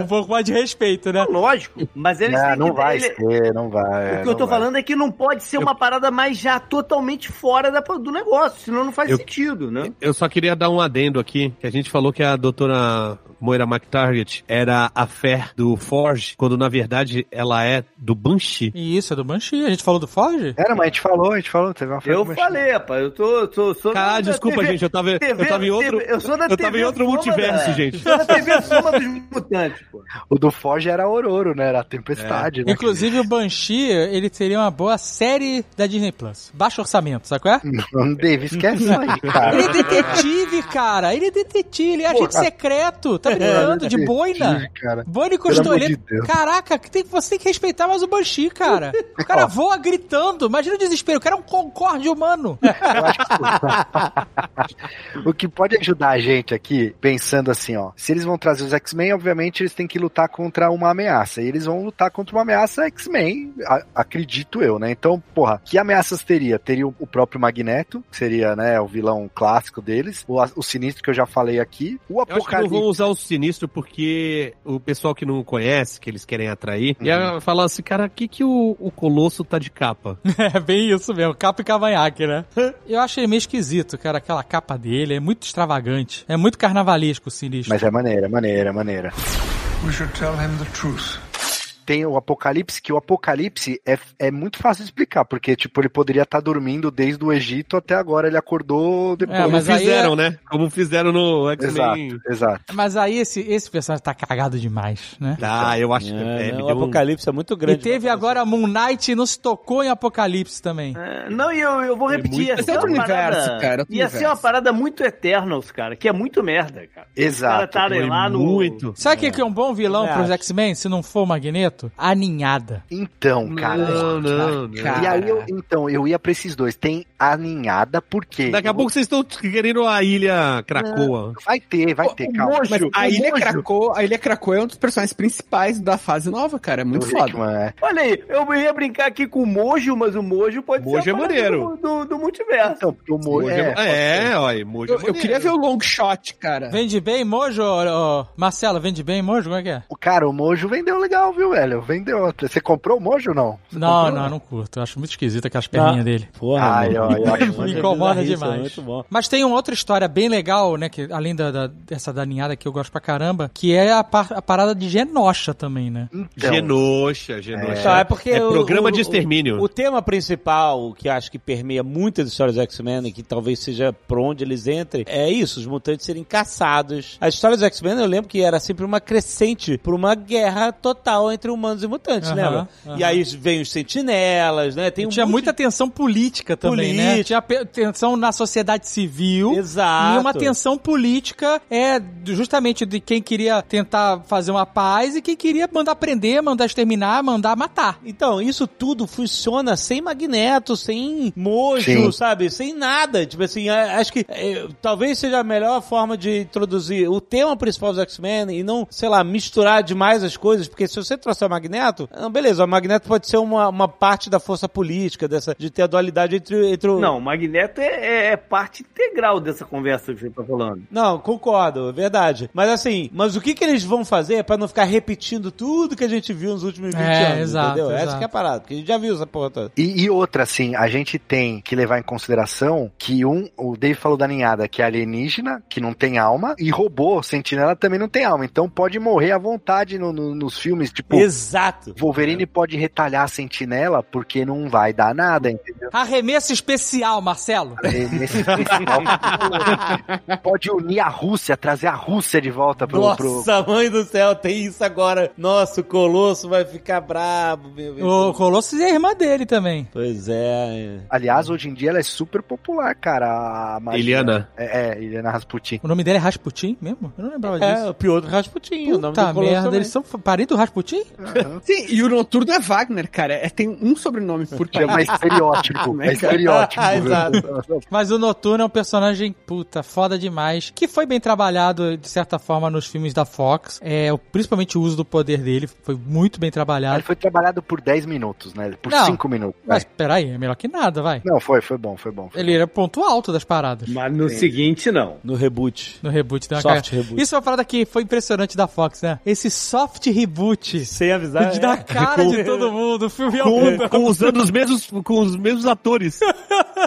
Speaker 5: um pouco mais de respeito, né?
Speaker 3: Lógico, mas eles
Speaker 2: Ah,
Speaker 3: têm
Speaker 2: não
Speaker 3: que
Speaker 2: vai
Speaker 3: ele-
Speaker 2: ser, não vai.
Speaker 3: O que eu tô falando é que não pode ser uma parada mais já totalmente fora da- do negócio, senão não faz
Speaker 4: Eu-
Speaker 3: sentido, né?
Speaker 4: Eu só queria dar um adendo aqui, que a gente falou que a doutora Moira McTarget era a fé do Forge, quando na verdade ela é do Banshee.
Speaker 5: E isso, é do Banshee. A gente falou do Forge?
Speaker 2: Era, mas a gente falou, a gente falou, teve uma foto
Speaker 3: Eu
Speaker 2: que mexeu.
Speaker 3: falei, rapaz, eu tô... tô sou da- da
Speaker 4: Caralho, Ah, desculpa,
Speaker 3: TV
Speaker 4: gente, eu tava,
Speaker 3: TV
Speaker 4: eu tava em outro,
Speaker 3: eu sou da
Speaker 4: eu tava
Speaker 3: TV
Speaker 4: em outro
Speaker 3: Soma,
Speaker 4: multiverso,
Speaker 3: né?
Speaker 4: gente.
Speaker 3: Sou da TV Soma dos Mutantes, pô.
Speaker 2: O do Forge era Ororo, né? Era a tempestade,
Speaker 3: É.
Speaker 2: né?
Speaker 5: Inclusive, o Banshee, ele seria uma boa série da Disney Plus. Baixo orçamento, sabe qual é?
Speaker 2: Não, David, esquece isso aí, cara.
Speaker 5: Ele é detetive, cara. Ele é detetive, ele é agente
Speaker 2: Porra. É,
Speaker 5: secreto.
Speaker 3: É,
Speaker 5: Tá brincando de boina.
Speaker 2: Detetive, cara.
Speaker 5: Boina e
Speaker 2: Pelo amor de
Speaker 5: costoleta.
Speaker 2: Deus.
Speaker 5: Caraca, que tem- você tem que respeitar mais o Banshee, cara. O cara
Speaker 1: É.
Speaker 5: voa gritando. Imagina o desespero. O cara é um concorde humano.
Speaker 2: Eu acho que o que pode ajudar a gente aqui, pensando assim, ó. Se eles vão trazer os X-Men, obviamente eles têm que lutar contra uma ameaça. E eles vão lutar contra uma ameaça X-Men, a- acredito eu, né? Então, porra, que ameaças teria? Teria o o próprio Magneto, que seria, né, o vilão clássico deles. O, a- o Sinistro, que eu já falei aqui. O
Speaker 4: Eu acho que não vão
Speaker 2: Apocalipse.
Speaker 4: usar o sinistro porque o pessoal que não conhece, que eles querem atrair,
Speaker 3: Uhum.
Speaker 4: ia falar assim, cara, que que o, o Colosso tá de capa?
Speaker 5: É bem isso mesmo, capa e cavanhaque, né? Eu achei meio esquisito, cara, aquela capa dele, é muito extravagante. É muito carnavalesco o sinistro.
Speaker 2: Mas é maneira, maneira, maneira.
Speaker 7: We should tell him the truth.
Speaker 2: tem o Apocalipse, que o Apocalipse é, é muito fácil de explicar, porque, tipo, ele poderia estar dormindo desde o Egito até agora, ele acordou depois.
Speaker 5: É,
Speaker 4: Como
Speaker 5: mas aí
Speaker 4: fizeram, né? Como fizeram no X-Men.
Speaker 2: Exato, exato.
Speaker 5: Mas, aí esse, esse personagem tá cagado demais, né?
Speaker 4: Ah, eu acho que
Speaker 1: É,
Speaker 4: é, me
Speaker 1: não, o
Speaker 4: deu um-
Speaker 1: apocalipse é muito
Speaker 5: E
Speaker 1: grande.
Speaker 5: teve agora Moon Knight não se tocou em Apocalipse também.
Speaker 3: É, Não, e eu, eu vou repetir.
Speaker 4: muito-
Speaker 3: ia
Speaker 4: Mas
Speaker 3: ser
Speaker 9: é outro
Speaker 3: uma parada-
Speaker 9: universo, cara, outro
Speaker 3: Ia ser uma
Speaker 9: universo.
Speaker 3: parada muito Eternals, cara, que é muito merda, cara.
Speaker 2: Exato,
Speaker 3: Os caras estarem
Speaker 4: foi
Speaker 3: lá no.
Speaker 4: muito.
Speaker 5: Sabe o que que é um bom vilão
Speaker 1: Eu
Speaker 5: pros
Speaker 1: acho.
Speaker 5: X-Men, se não for o Magneto? A ninhada.
Speaker 2: Então, cara.
Speaker 4: Não, não, não.
Speaker 9: Cara.
Speaker 2: E aí, eu, então, eu ia pra esses dois. Tem a ninhada, por quê?
Speaker 4: Daqui a pouco vocês estão querendo a ilha Cracoa.
Speaker 2: Vai ter, vai ter, calma.
Speaker 9: Mas a
Speaker 4: aí
Speaker 9: Ilha,
Speaker 4: nojo.
Speaker 9: Cracô, a Ilha Cracô é um dos personagens principais da fase nova, cara. É muito
Speaker 2: O
Speaker 9: foda.
Speaker 2: Hickman, é.
Speaker 3: Olha aí, eu ia brincar aqui com o Mojo, mas o Mojo pode
Speaker 4: Mojo
Speaker 3: ser.
Speaker 4: é
Speaker 3: a parada Do,
Speaker 4: maneiro.
Speaker 3: do, do multiverso.
Speaker 2: Então, o Mojo é.
Speaker 4: É, é olha, Mojo.
Speaker 9: Eu, eu queria ver o long shot, cara.
Speaker 5: Vende bem, Mojo? ô- ô, Marcelo, vende bem, Mojo? Como é que é?
Speaker 2: O cara, o Mojo vendeu legal, viu, velho? Vendeu. Você comprou o Mojo ou não? Você
Speaker 5: Não,
Speaker 2: comprou?
Speaker 5: não, não curto. Eu acho muito esquisito aquelas
Speaker 1: Tá.
Speaker 5: perninhas dele.
Speaker 1: Porra,
Speaker 2: Ai,
Speaker 1: mano.
Speaker 2: ó, eu acho
Speaker 5: Me
Speaker 1: Mas é
Speaker 5: incomoda
Speaker 1: bizarrice,
Speaker 5: demais.
Speaker 1: é muito bom.
Speaker 5: Mas tem uma outra história bem legal, né? Que, além da, da- dessa daninhada que eu gosto pra caramba, que é a, par- a parada de Genosha também, né?
Speaker 2: Então,
Speaker 4: Genoxa, Genoxa.
Speaker 1: Então, é porque
Speaker 4: É
Speaker 1: o-
Speaker 4: programa
Speaker 1: o-
Speaker 4: de extermínio.
Speaker 1: O, o tema principal que eu acho que permeia muitas histórias dos X-Men e que talvez seja por onde eles entrem é isso, os mutantes serem caçados. A história dos X-Men eu lembro que era sempre uma crescente por uma guerra total entre humanos e mutantes,
Speaker 5: Aham,
Speaker 1: lembra?
Speaker 5: aham.
Speaker 1: E aí vem os sentinelas, né? Tem um
Speaker 5: Tinha
Speaker 1: monte
Speaker 5: muita
Speaker 1: de-
Speaker 5: tensão política também, né?
Speaker 1: Política.
Speaker 5: Tinha pe- tensão na sociedade civil.
Speaker 1: Exato.
Speaker 5: E uma tensão política é do- justamente de quem queria tentar fazer uma paz e quem queria mandar prender, mandar exterminar, mandar matar.
Speaker 1: Então, isso tudo funciona sem magneto, sem mojo,
Speaker 2: Sim.
Speaker 1: sabe? Sem nada. Tipo assim, a- acho que eh, talvez seja a melhor forma de introduzir o tema principal dos X-Men e não, sei lá, misturar demais as coisas, porque se você trouxer o magneto, ah, beleza, o magneto pode ser uma, uma parte da força política, dessa, de ter a dualidade entre, entre o.
Speaker 3: Não, o Magneto é, é- é parte integral dessa conversa que você tá falando.
Speaker 1: Não, concordo, é verdade. Mas assim, mas o que que eles vão fazer pra não ficar repetindo tudo que a gente viu nos últimos 20
Speaker 5: É,
Speaker 1: anos,
Speaker 5: exato,
Speaker 1: entendeu? Essa
Speaker 5: exato.
Speaker 1: que é a parada, porque a gente já viu essa porra toda.
Speaker 2: E, e outra, assim, a gente tem que levar em consideração que um, o Dave falou da ninhada, que é alienígena, que não tem alma, e robô, sentinela também não tem alma, então pode morrer à vontade no- no- nos filmes, tipo,
Speaker 1: Exato.
Speaker 2: Wolverine pode retalhar a sentinela porque não vai dar nada, entendeu?
Speaker 5: Arremesso especial, Marcelo.
Speaker 2: E Nesse festival, pode unir a Rússia, trazer a Rússia de volta pro... pro...
Speaker 1: Nossa, mãe do céu, tem isso agora. Nossa, o Colosso vai ficar brabo, meu Deus.
Speaker 5: O Colossus é a irmã dele também.
Speaker 1: Pois é.
Speaker 2: Aliás, hoje em dia ela é super popular, cara. A magia-
Speaker 4: Eliana.
Speaker 2: É, é, Eliana Rasputin.
Speaker 5: O nome dele é Rasputin mesmo? Eu não lembrava
Speaker 1: É,
Speaker 5: disso.
Speaker 1: o Piotr Rasputin, o nome
Speaker 5: Puta
Speaker 1: do Colosso
Speaker 5: merda,
Speaker 1: também.
Speaker 5: eles são parente do Rasputin?
Speaker 9: Sim, e o Noturno é Wagner, cara. É, tem um sobrenome por
Speaker 2: Chama
Speaker 9: país.
Speaker 2: estereótipo, é
Speaker 9: Né, cara?
Speaker 2: estereótipo.
Speaker 1: Ah, exato.
Speaker 5: Mas o Noturno é um personagem, puta, foda demais, que foi bem trabalhado, de certa forma, nos filmes da Fox. É, o- principalmente o uso do poder dele foi muito bem
Speaker 2: Ele
Speaker 5: trabalhado.
Speaker 2: foi trabalhado por 10 minutos, né? Por
Speaker 5: Não.
Speaker 2: 5 minutos. né?
Speaker 5: Mas peraí, é melhor que nada, vai.
Speaker 2: Não, foi, foi bom, foi bom. foi
Speaker 5: Ele era ponto alto das paradas.
Speaker 3: Mas no seguinte, não.
Speaker 1: No reboot.
Speaker 5: No reboot da
Speaker 1: Soft reboot.
Speaker 5: Isso é uma parada que foi impressionante da Fox, né? Esse soft reboot.
Speaker 1: Sem avisar. é.
Speaker 5: de dar a cara de todo mundo. O filme ia mudando.
Speaker 4: Com, usando os mesmos, com os mesmos atores.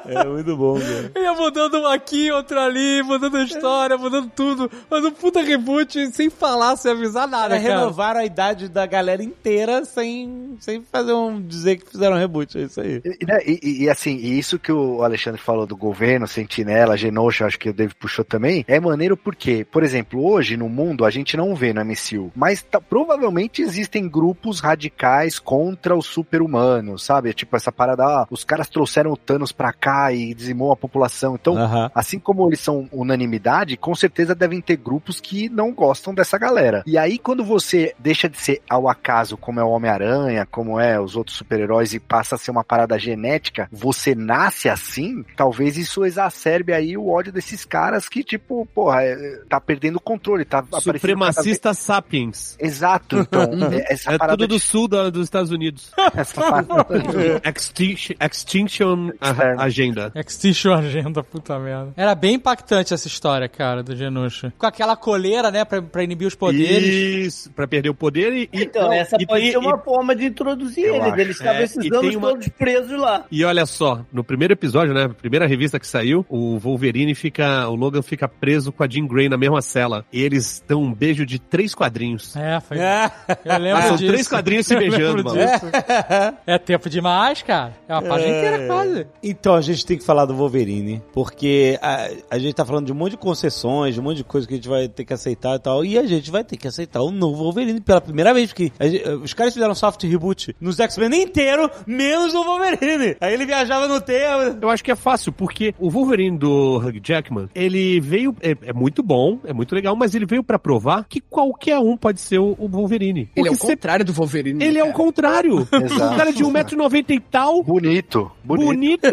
Speaker 1: É muito bom, velho.
Speaker 5: Ia mudando um aqui, outro ali, mudando a história, mudando tudo. Mas um puta reboot sem falar, sem avisar nada,
Speaker 1: Cara,
Speaker 5: cara.
Speaker 1: renovaram a idade da galera inteira sem, sem fazer um. dizer que fizeram um reboot. É isso aí.
Speaker 2: E, né, e- e- e, assim, e isso que o Alexandre falou do governo, Sentinela, Genosha, acho que o Dave puxou também, é maneiro porque, por exemplo, hoje no mundo a gente não vê no MCU, mas tá- provavelmente existem grupos radicais contra o super-humano, sabe? Tipo essa parada, ah, os caras trouxeram o Thanos pra cá e dizimou a população. Então,
Speaker 1: Aham.
Speaker 2: assim como eles são unanimidade, com certeza devem ter grupos que não gostam dessa galera. E aí, quando você deixa de ser ao acaso, como é o Homem-Aranha, como é os outros super-heróis, e passa a ser uma parada genética, você nasce assim, talvez isso exacerbe aí o ódio desses caras que, tipo, porra, é, tá perdendo o controle, tá aparecendo cada
Speaker 4: Supremacista sapiens.
Speaker 2: vez- Exato, então, é- essa
Speaker 4: É
Speaker 2: parada
Speaker 4: tudo do
Speaker 2: de-
Speaker 4: sul da- dos Estados Unidos.
Speaker 2: essa parada-
Speaker 4: Extinction, Extinction a-
Speaker 2: Externo.
Speaker 4: Agenda.
Speaker 5: Extinction Agenda, puta merda. Era bem impactante essa história, cara, do Genosha. Com aquela coleira, né, pra, pra inibir os poderes.
Speaker 4: Isso, pra perder o poder e. e-
Speaker 3: Então,
Speaker 4: não,
Speaker 3: essa
Speaker 4: e
Speaker 3: pode
Speaker 4: tem-
Speaker 3: ser uma
Speaker 4: e-
Speaker 3: forma de introduzir
Speaker 2: Eu
Speaker 3: eles.
Speaker 2: acho.
Speaker 3: Eles estavam
Speaker 4: É,
Speaker 3: esses
Speaker 4: e
Speaker 3: anos
Speaker 4: tem uma-
Speaker 3: Tá todos presos lá.
Speaker 4: E olha só, no primeiro episódio, né? Primeira revista que saiu, o Wolverine fica. O Logan fica preso com a Jean Grey na mesma cela. E eles dão um beijo de três quadrinhos.
Speaker 5: É, foi. Eu lembro
Speaker 4: Ah, são
Speaker 5: disso.
Speaker 4: três quadrinhos se
Speaker 5: Eu lembro
Speaker 4: beijando, mano.
Speaker 5: disso. É tempo demais, cara. É uma página inteira quase.
Speaker 1: Então a gente tem que falar do Wolverine, porque a, a gente tá falando de um monte de concessões, de um monte de coisa que a gente vai ter que aceitar e tal, e a gente vai ter que aceitar o novo Wolverine pela primeira vez, porque a gente- os caras fizeram soft reboot nos X-Men inteiro, menos o Wolverine. Aí ele viajava no tempo.
Speaker 4: Eu acho que é fácil, porque o Wolverine do Hugh Jackman, ele veio. É, é muito bom, é muito legal, mas ele veio pra provar que qualquer um pode ser o, o Wolverine.
Speaker 9: Ele é o
Speaker 4: Porque cê-
Speaker 9: contrário do Wolverine.
Speaker 4: ele é o
Speaker 9: cara.
Speaker 4: contrário.
Speaker 2: Exato.
Speaker 4: O cara de 1,90m e tal,
Speaker 2: Bonito, bonito.
Speaker 4: bonito,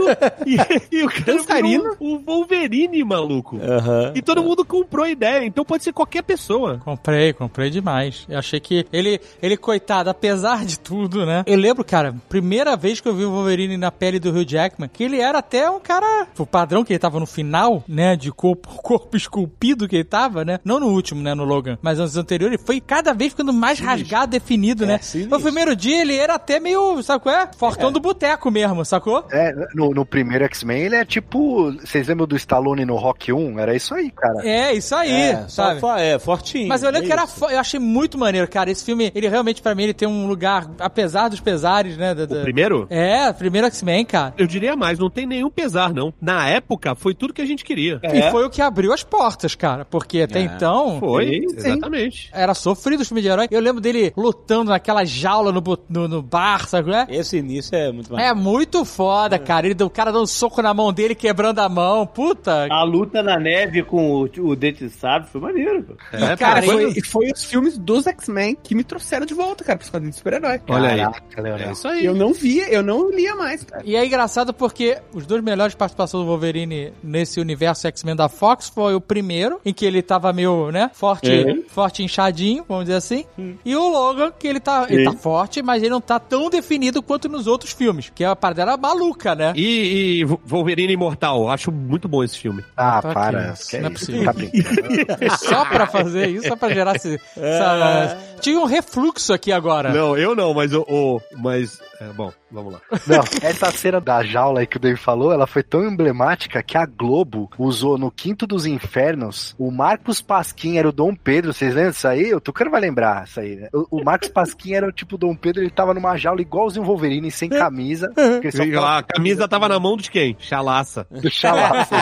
Speaker 4: e, e o cara
Speaker 9: Dançarino.
Speaker 4: virou o Wolverine, maluco.
Speaker 1: Aham.
Speaker 4: E todo mundo comprou a ideia, então pode ser qualquer pessoa.
Speaker 5: Comprei, comprei demais. Eu achei que ele, ele coitado, apesar de tudo, né? Eu lembro, cara, primeira vez que eu vi o Wolverine na pele do Hugh Jackman, que ele era até um cara, o padrão que ele tava no final, né, de corpo, corpo esculpido que ele tava, né? Não no último, né, no Logan, mas nos anteriores, ele foi cada vez ficando mais rasgado, definido, né?
Speaker 1: sinistro.
Speaker 5: No primeiro dia ele era até meio, sabe qual é? Fortão do boteco mesmo, sacou?
Speaker 2: É, no, no primeiro X-Men ele é tipo. Vocês lembram do Stallone no Rock 1? Era isso aí, cara.
Speaker 5: É, isso aí,
Speaker 1: É, só
Speaker 5: sabe?
Speaker 1: fo- é, fortinho.
Speaker 5: Mas eu lembro
Speaker 1: é
Speaker 5: que era
Speaker 1: isso.
Speaker 5: fo- eu achei muito maneiro, cara. Esse filme, ele realmente, pra mim, ele tem um lugar, apesar dos pesares, né? da- da-
Speaker 4: O primeiro?
Speaker 5: É, primeiro X-Men, cara.
Speaker 4: Eu diria mais, não tem nenhum pesar, não. Na época, foi tudo que a gente queria.
Speaker 5: E foi o que abriu as portas, cara. Porque até
Speaker 1: É.
Speaker 5: então.
Speaker 4: Foi,
Speaker 9: Sim, sim.
Speaker 4: exatamente.
Speaker 5: Era sofrido os filmes de herói. Eu lembro dele lutando naquela jaula no, bo- no, no bar, sabe? qual é?
Speaker 1: Esse início é muito
Speaker 5: É
Speaker 1: maneiro.
Speaker 5: muito foda, cara. Ele, o cara dando um soco na mão dele, quebrando a mão. Puta.
Speaker 3: A luta na neve com o, o Dente Sábio foi maneiro. pô.
Speaker 4: É,
Speaker 9: Cara,
Speaker 4: cara,
Speaker 9: e foi, e foi os filmes dos X-Men que me trouxeram de volta, cara, pros quadrinhos de super-herói.
Speaker 4: Olha aí.
Speaker 2: Caraca, Leonel.
Speaker 4: É isso aí.
Speaker 9: Eu não via, eu não lia mais, cara.
Speaker 5: E é engraçado porque os dois melhores participações do Wolverine nesse universo X-Men da Fox foi o primeiro, em que ele tava meio, né, forte,
Speaker 1: Uhum.
Speaker 5: forte inchadinho, vamos dizer assim. E o Logan, que ele tá, ele tá forte, mas ele não tá tão definido quanto nos outros filmes, que é uma parada era maluca, né?
Speaker 4: E, e Wolverine Imortal, acho muito bom esse filme.
Speaker 2: Ah,
Speaker 5: Tá
Speaker 2: para.
Speaker 5: aqui.
Speaker 2: Que
Speaker 5: Não é
Speaker 2: é isso?
Speaker 5: possível.
Speaker 2: Tá brincando.
Speaker 5: só pra fazer isso, só pra gerar esse,
Speaker 1: É.
Speaker 5: essa- Tinha um refluxo aqui agora.
Speaker 4: Não, eu não, mas o. o- mas. É, bom, vamos lá.
Speaker 2: Não, essa cena da jaula aí que o Dave falou, ela foi tão emblemática que a Globo usou no Quinto dos Infernos o Marcos Pasquim, era o Dom Pedro. Vocês lembram disso aí? O Tucano vai lembrar isso aí, né? O, o Marcos Pasquim era o tipo Dom Pedro, ele tava numa jaula igualzinho o Wolverine, sem camisa. porque ele só
Speaker 4: E lá, a camisa tava na mão de quem? Chalaça.
Speaker 2: do chalaço.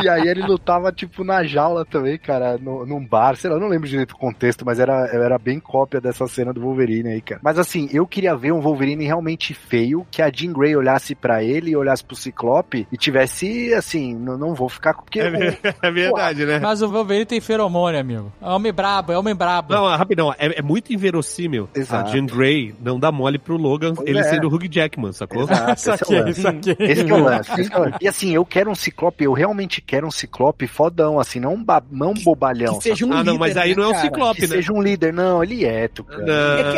Speaker 2: e aí ele lutava, tipo, na jaula também, cara, no, num bar, sei lá, eu não lembro direito o contexto, mas era, era bem cópia dessa cena do Wolverine aí, cara. Mas assim, eu queria ver um Wolverine realmente feio, que a Jean Grey olhasse pra ele, olhasse pro Ciclope e tivesse, assim, não, não vou ficar com... Porque um
Speaker 4: É,
Speaker 2: o-
Speaker 4: ver- é verdade, né?
Speaker 5: Mas o Wolverine tem feromônio, amigo. É homem brabo, é homem brabo.
Speaker 4: Não, ah, rapidão, é, é muito inverossímil.
Speaker 2: Exato.
Speaker 4: A Jean Grey não dá mole pro Logan,
Speaker 2: Pois
Speaker 4: ele
Speaker 2: é.
Speaker 4: sendo o Hugh Jackman, sacou?
Speaker 2: Exato, esse é o lance.
Speaker 5: aqui.
Speaker 2: Esse que é o lance, esse que é o lance. E assim, eu quero um ciclope, eu realmente quero um ciclope fodão, assim, não um ba- não um bobalhão.
Speaker 9: que seja um
Speaker 4: ah, não,
Speaker 9: líder,
Speaker 4: mas aí
Speaker 9: né,
Speaker 4: não é o
Speaker 9: cara?
Speaker 4: Ciclope,
Speaker 2: Que
Speaker 4: né?
Speaker 2: seja um líder, não, ele é, tu, cara.
Speaker 4: Não.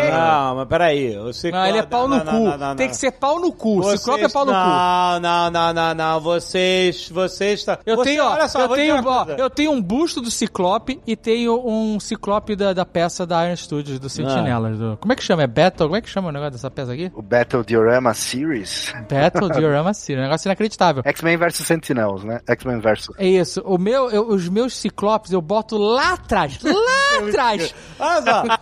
Speaker 1: Não, mas peraí. Você
Speaker 5: Não, ele é pau no
Speaker 1: Não,
Speaker 5: cu.
Speaker 1: não, não, não,
Speaker 5: Tem
Speaker 1: não.
Speaker 5: que ser pau no cu.
Speaker 1: Vocês-
Speaker 5: Ciclope é pau no cu.
Speaker 1: Não, não, não, não, não. Vocês, vocês estão.
Speaker 5: Eu
Speaker 1: Você-
Speaker 5: tenho, ó,
Speaker 1: olha só,
Speaker 5: eu,
Speaker 1: vou dizer
Speaker 5: tenho,
Speaker 1: uma
Speaker 5: ó,
Speaker 1: coisa.
Speaker 5: eu tenho um busto do Ciclope e tenho um Ciclope da, da peça da Iron Studios, do Sentinelas. do- como é que chama? É Battle? Como é que chama o negócio dessa peça aqui?
Speaker 2: O Battle Diorama Series.
Speaker 5: Battle Diorama City. Um negócio inacreditável.
Speaker 2: X-Men vs Sentinels, né? X-Men vs.
Speaker 5: É isso. O meu, eu- os meus Ciclopes eu boto lá atrás. Lá lá atrás.
Speaker 1: Olha só, Ah,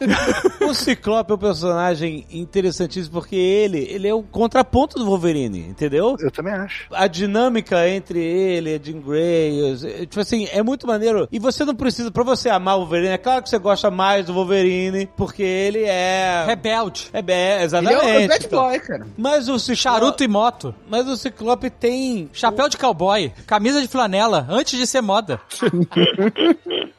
Speaker 1: o Ciclope é um personagem interessantíssimo porque ele, ele é o contraponto do Wolverine, entendeu?
Speaker 2: Eu também acho.
Speaker 1: A dinâmica entre ele, Jim Grey, os- é, tipo assim, é muito maneiro. E você não precisa, pra você amar o Wolverine, é claro que você gosta mais do Wolverine, porque ele é...
Speaker 5: Rebelde.
Speaker 1: É bem,
Speaker 9: Ele é
Speaker 1: exatamente.
Speaker 9: o- é o bad
Speaker 1: Então,
Speaker 9: boy, cara.
Speaker 1: Mas o Ciclope...
Speaker 5: Charuto e moto.
Speaker 1: Mas o Ciclope tem...
Speaker 5: Chapéu de cowboy. Camisa de flanela. Antes de ser moda.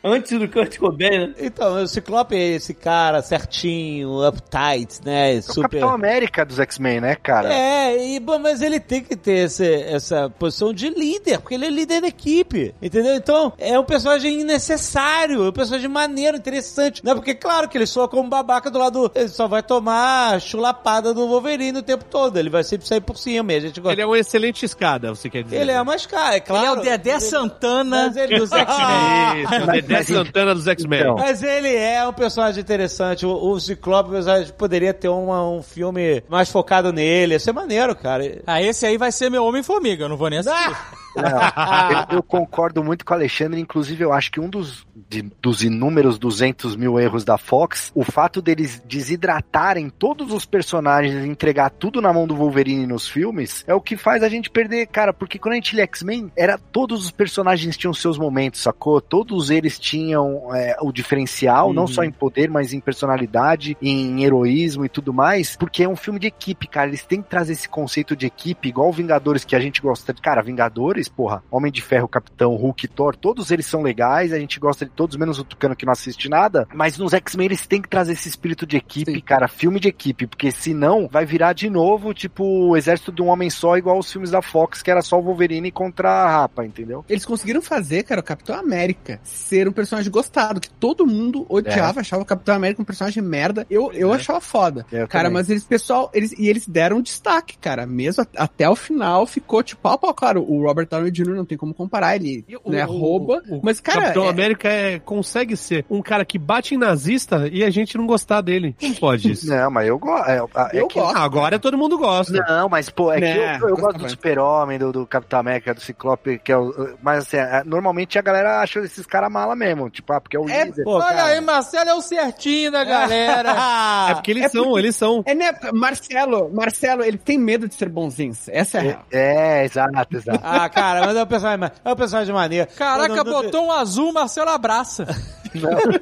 Speaker 11: Antes do Kurt Cobain, né?
Speaker 1: Então, o Ciclope é esse cara certinho, uptight, né?
Speaker 2: É o Capitão América dos X-Men, né, cara?
Speaker 1: É, e, bom, mas ele tem que ter esse- essa posição de líder, porque ele é líder da equipe, entendeu? Então, é um personagem necessário, é um personagem maneiro, interessante, né? Porque, claro, que ele soa como babaca do lado, ele só vai tomar chulapada do Wolverine o tempo todo, ele vai sempre sair por cima, e a gente gosta.
Speaker 4: Ele é uma excelente escada, você quer dizer.
Speaker 1: Ele é mais cara, é claro.
Speaker 5: Ele é o Dedé Santana
Speaker 1: Mas ele-
Speaker 5: dos X-Men.
Speaker 4: Isso, é o Dedé Santana dos X-Men.
Speaker 2: Então.
Speaker 1: Mas ele é um personagem interessante. O, o Ciclope apesar de- poderia ter uma- um filme mais focado nele. Ia ser maneiro, cara.
Speaker 5: Ah, esse aí vai ser meu Homem-Formiga, eu não vou nem assistir.
Speaker 2: Não, eu, eu concordo muito com o Alexandre, inclusive eu acho que um dos, de- dos inúmeros 200 mil erros da Fox, o fato deles desidratarem todos os personagens e entregar tudo na mão do Wolverine nos filmes, é o que faz a gente perder, cara, porque quando a gente lia X-Men, era todos os personagens tinham seus momentos, sacou? Todos eles tinham é, o diferencial, não
Speaker 9: Uhum.
Speaker 2: só em poder, mas em personalidade, em heroísmo e tudo mais, porque é um filme de equipe, cara, eles têm que trazer esse conceito de equipe, igual Vingadores, que a gente gosta de, cara, Vingadores, porra, Homem de Ferro, Capitão, Hulk, Thor, todos eles são legais, a gente gosta de todos, menos o Tucano que não assiste nada, mas nos X-Men eles têm que trazer esse espírito de equipe,
Speaker 9: Sim.
Speaker 2: cara, filme de equipe, porque senão vai virar de novo, tipo, o exército de um homem só, igual os filmes da Fox, que era só o Wolverine contra a Rapa, entendeu?
Speaker 9: Eles conseguiram fazer, cara, o Capitão América ser um personagem gostado, que todo mundo odiava, achava o Capitão América um personagem merda. Eu, eu achava foda.
Speaker 2: É, Eu
Speaker 9: cara,
Speaker 2: também.
Speaker 9: mas eles, pessoal, eles, e eles deram destaque, cara. Mesmo a- até o final ficou tipo pau a pau. Claro, o Robert Downey Jr. não tem como comparar, ele
Speaker 4: E o-
Speaker 9: né,
Speaker 4: o-
Speaker 9: rouba.
Speaker 4: o- o
Speaker 9: mas, cara,
Speaker 4: Capitão
Speaker 9: é-
Speaker 4: América é- consegue ser um cara que bate em nazista e a gente não gostar dele. Não pode isso.
Speaker 2: Não, mas eu gosto. É, é
Speaker 9: eu
Speaker 2: que-
Speaker 9: gosto.
Speaker 4: Ah, agora todo mundo gosta.
Speaker 2: Não, mas, pô, é
Speaker 9: Né,
Speaker 2: que eu- eu,
Speaker 9: gosto
Speaker 2: gosto do
Speaker 9: mais.
Speaker 2: Super-Homem, do, do Capitão América, do Ciclope, que é o. Mas, assim, é- normalmente a galera acha esses caras mala mesmo. Tipo, ah, porque é o
Speaker 9: É,
Speaker 2: líder.
Speaker 1: Pô, cara.
Speaker 5: Marcelo é o certinho da
Speaker 1: Ah,
Speaker 4: É porque eles
Speaker 9: É
Speaker 4: são,
Speaker 9: porque-
Speaker 4: eles são.
Speaker 9: É, né? Marcelo, Marcelo, ele tem medo de ser bonzinho. Essa é a real.
Speaker 2: É, exato, exato.
Speaker 1: Ah, cara, mas é um personagem, ma- é um personagem maneiro.
Speaker 5: Caraca,
Speaker 1: Não, não, não-
Speaker 5: botou um azul, Marcelo abraça.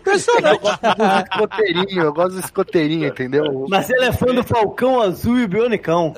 Speaker 2: Eu gosto do escoteirinho, eu gosto do escoteirinho, entendeu?
Speaker 11: Mas ele é fã do Falcão Azul e o Bionicão.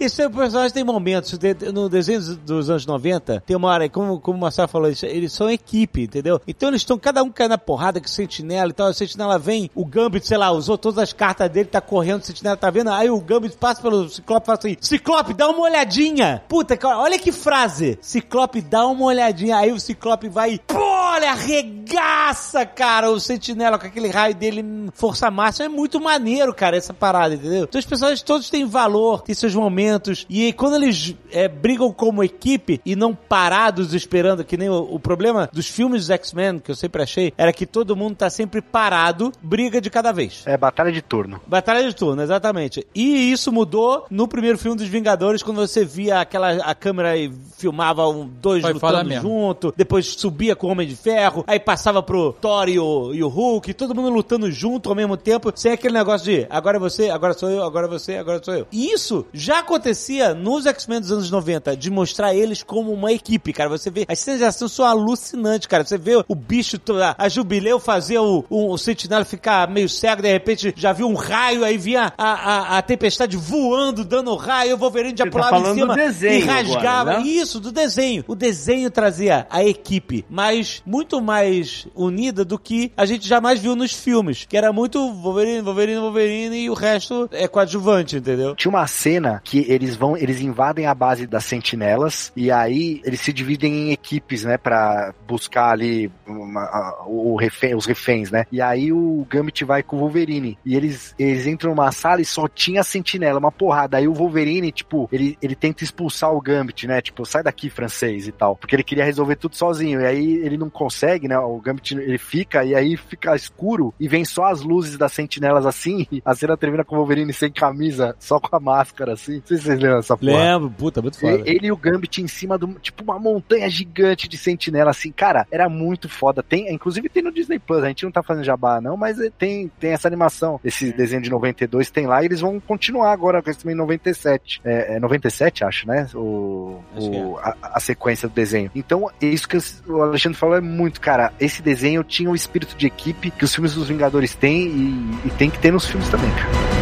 Speaker 1: Isso é o personagem tem momentos. de- de- No desenho dos- dos anos 90, tem uma hora, como, como o Marcelo falou, eles, eles são equipe, entendeu? Então eles estão, cada um cai na porrada com o sentinela e tal. O sentinela vem, o Gambit, sei lá, usou todas as cartas dele, tá correndo, o sentinela tá vendo. Aí o Gambit passa pelo Ciclope e fala assim: Ciclope, dá uma olhadinha! Puta, cara, olha que frase! Ciclope, dá uma olhadinha. Aí o Ciclope vai, e, pô, olha, arregaça, cara, o sentinela com aquele raio dele, hum, força máxima. É muito maneiro, cara, essa parada, entendeu? Então os personagens todos têm valor, têm seus momentos. E quando eles é, brigam como equipe e não parados esperando, que nem o, o problema dos filmes dos X-Men, que eu sempre achei, era que todo mundo tá sempre parado, briga de cada vez.
Speaker 2: É batalha de turno.
Speaker 1: Batalha de turno, exatamente. E isso mudou no primeiro filme dos Vingadores, quando você via aquela a câmera e filmava um, dois
Speaker 5: Vai falar
Speaker 1: lutando
Speaker 5: mesmo.
Speaker 1: junto, depois subia com o Homem de Ferro, aí passava pro Thor e o, e o Hulk, todo mundo lutando junto ao mesmo tempo, sem aquele negócio de agora é você, agora sou eu, agora é você, agora sou eu. E isso já acontecia nos X-Men dos anos 90, de mostrar eles como uma equipe, cara. Você vê, as cenas de ação são alucinantes, cara. Você vê o bicho, to- a- a Jubileu fazer o, o, o Sentinela ficar meio cego, de repente já viu um raio, aí vinha a, a, a tempestade voando, dando raio, o Wolverine já
Speaker 11: Você tá
Speaker 1: pulava em
Speaker 11: falando
Speaker 1: cima
Speaker 11: do desenho
Speaker 1: e rasgava.
Speaker 11: agora, né?
Speaker 1: Ah, Isso, do desenho. O desenho trazia a equipe, mas muito mais unida do que a gente jamais viu nos filmes, que era muito Wolverine, Wolverine, Wolverine e o resto é coadjuvante, entendeu?
Speaker 2: Tinha uma cena que eles vão, eles invadem a base das sentinelas e aí eles se dividem em equipes, né, Pra buscar ali uma- a- o refém- os reféns, né? E aí o Gambit vai com o Wolverine e eles, eles entram numa sala e só tinha a sentinela, uma porrada. Aí o Wolverine, tipo, ele, ele tenta expulsar o Gambit, né? Tipo, sai daqui, francês e tal, porque ele queria resolver tudo sozinho. E aí ele não consegue, né? O o Gambit ele fica e aí fica escuro e vem só as luzes das sentinelas assim. E a cena termina com o Wolverine sem camisa, só com a máscara assim. Não sei se vocês lembram dessa porra.
Speaker 4: É,
Speaker 1: Lembro, puta, muito foda.
Speaker 2: E- Ele e o Gambit em cima de tipo uma montanha gigante de sentinela, assim, cara, era muito foda. Tem, inclusive tem no Disney Plus, a gente não tá fazendo jabá, não, mas eh, tem, tem essa animação.
Speaker 1: É.
Speaker 2: Esse desenho de 92 tem lá e eles vão continuar agora com esse também em 97. É, é 97, acho, né? O,
Speaker 1: Acho que é.
Speaker 2: o- a, a sequência do desenho. Então, é isso que o Alexandre falou é muito, cara. Esse desenho tinha o espírito de equipe que os filmes dos Vingadores têm e, e tem que ter nos filmes também, cara.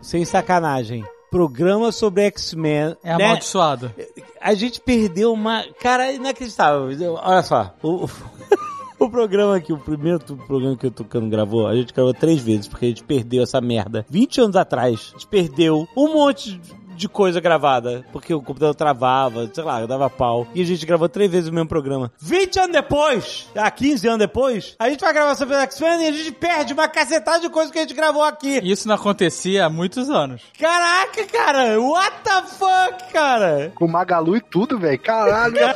Speaker 1: Sem sacanagem. Programa sobre X-Men.
Speaker 5: É
Speaker 1: né?
Speaker 5: amaldiçoado.
Speaker 1: A gente perdeu uma. Cara, inacreditável. Olha só. O, o- o programa que o primeiro tu- programa que o Tucano gravou, a gente gravou três vezes, porque a gente perdeu essa merda. 20 anos atrás, a gente perdeu um monte de- de coisa gravada, porque o computador travava, sei lá, dava pau. E a gente gravou três vezes o mesmo programa. 20 anos depois, há 15 anos depois, a gente vai gravar sobre X-Men e a gente perde uma cacetada de coisa que a gente gravou aqui.
Speaker 5: Isso não acontecia há muitos anos.
Speaker 1: Caraca, cara! What the fuck, cara?
Speaker 2: Com Magalu e tudo, velho. Caralho, já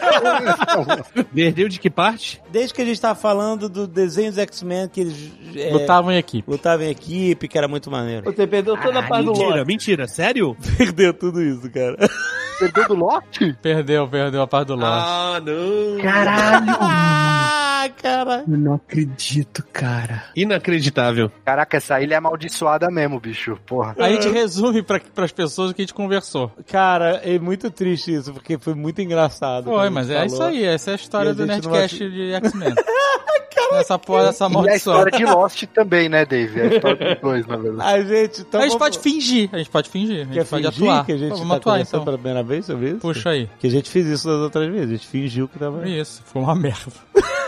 Speaker 2: falou isso.
Speaker 4: Perdeu de que parte?
Speaker 1: Desde que a gente tá falando do desenho dos X-Men, que eles é,
Speaker 5: Lutavam em equipe.
Speaker 1: lutavam em equipe, que era muito maneiro.
Speaker 10: Você perdeu toda a parte do
Speaker 4: mentira,
Speaker 10: Loki.
Speaker 4: mentira, sério?
Speaker 1: Perdeu tudo isso, cara.
Speaker 2: Perdeu do Loki?
Speaker 5: Perdeu, perdeu a parte do Lost.
Speaker 11: Ah,
Speaker 4: não.
Speaker 9: Caralho!
Speaker 1: ah, cara!
Speaker 9: Eu não acredito, cara.
Speaker 4: Inacreditável.
Speaker 2: Caraca, essa ilha é amaldiçoada mesmo, bicho. Porra.
Speaker 4: É
Speaker 1: Ah,
Speaker 5: A
Speaker 1: é.
Speaker 5: gente resume pra, pras pessoas o que a gente conversou.
Speaker 1: Cara, é muito triste isso, porque foi muito engraçado. quando a
Speaker 5: Foi,
Speaker 1: gente
Speaker 5: mas é
Speaker 1: falou.
Speaker 5: isso aí. Essa é a história
Speaker 1: E a
Speaker 5: do
Speaker 1: gente não
Speaker 5: Nerdcast de X-Men. Essa porra dessa
Speaker 2: E a
Speaker 5: maldição.
Speaker 2: história de Lost também, né, Dave? É a história dos dois, na verdade.
Speaker 1: A gente... Então
Speaker 5: A gente
Speaker 1: vamos-
Speaker 5: pode fingir, a gente pode fingir, a gente
Speaker 1: Quer
Speaker 5: pode
Speaker 1: fingir
Speaker 5: atuar.
Speaker 1: que a gente
Speaker 5: Pô,
Speaker 1: tá
Speaker 5: Vamos atuar
Speaker 1: conversando
Speaker 5: então.
Speaker 1: pela primeira vez sobre isso?
Speaker 5: Puxa aí.
Speaker 1: Que a gente fez isso das outras vezes, a gente fingiu que tava...
Speaker 5: Isso, foi uma merda.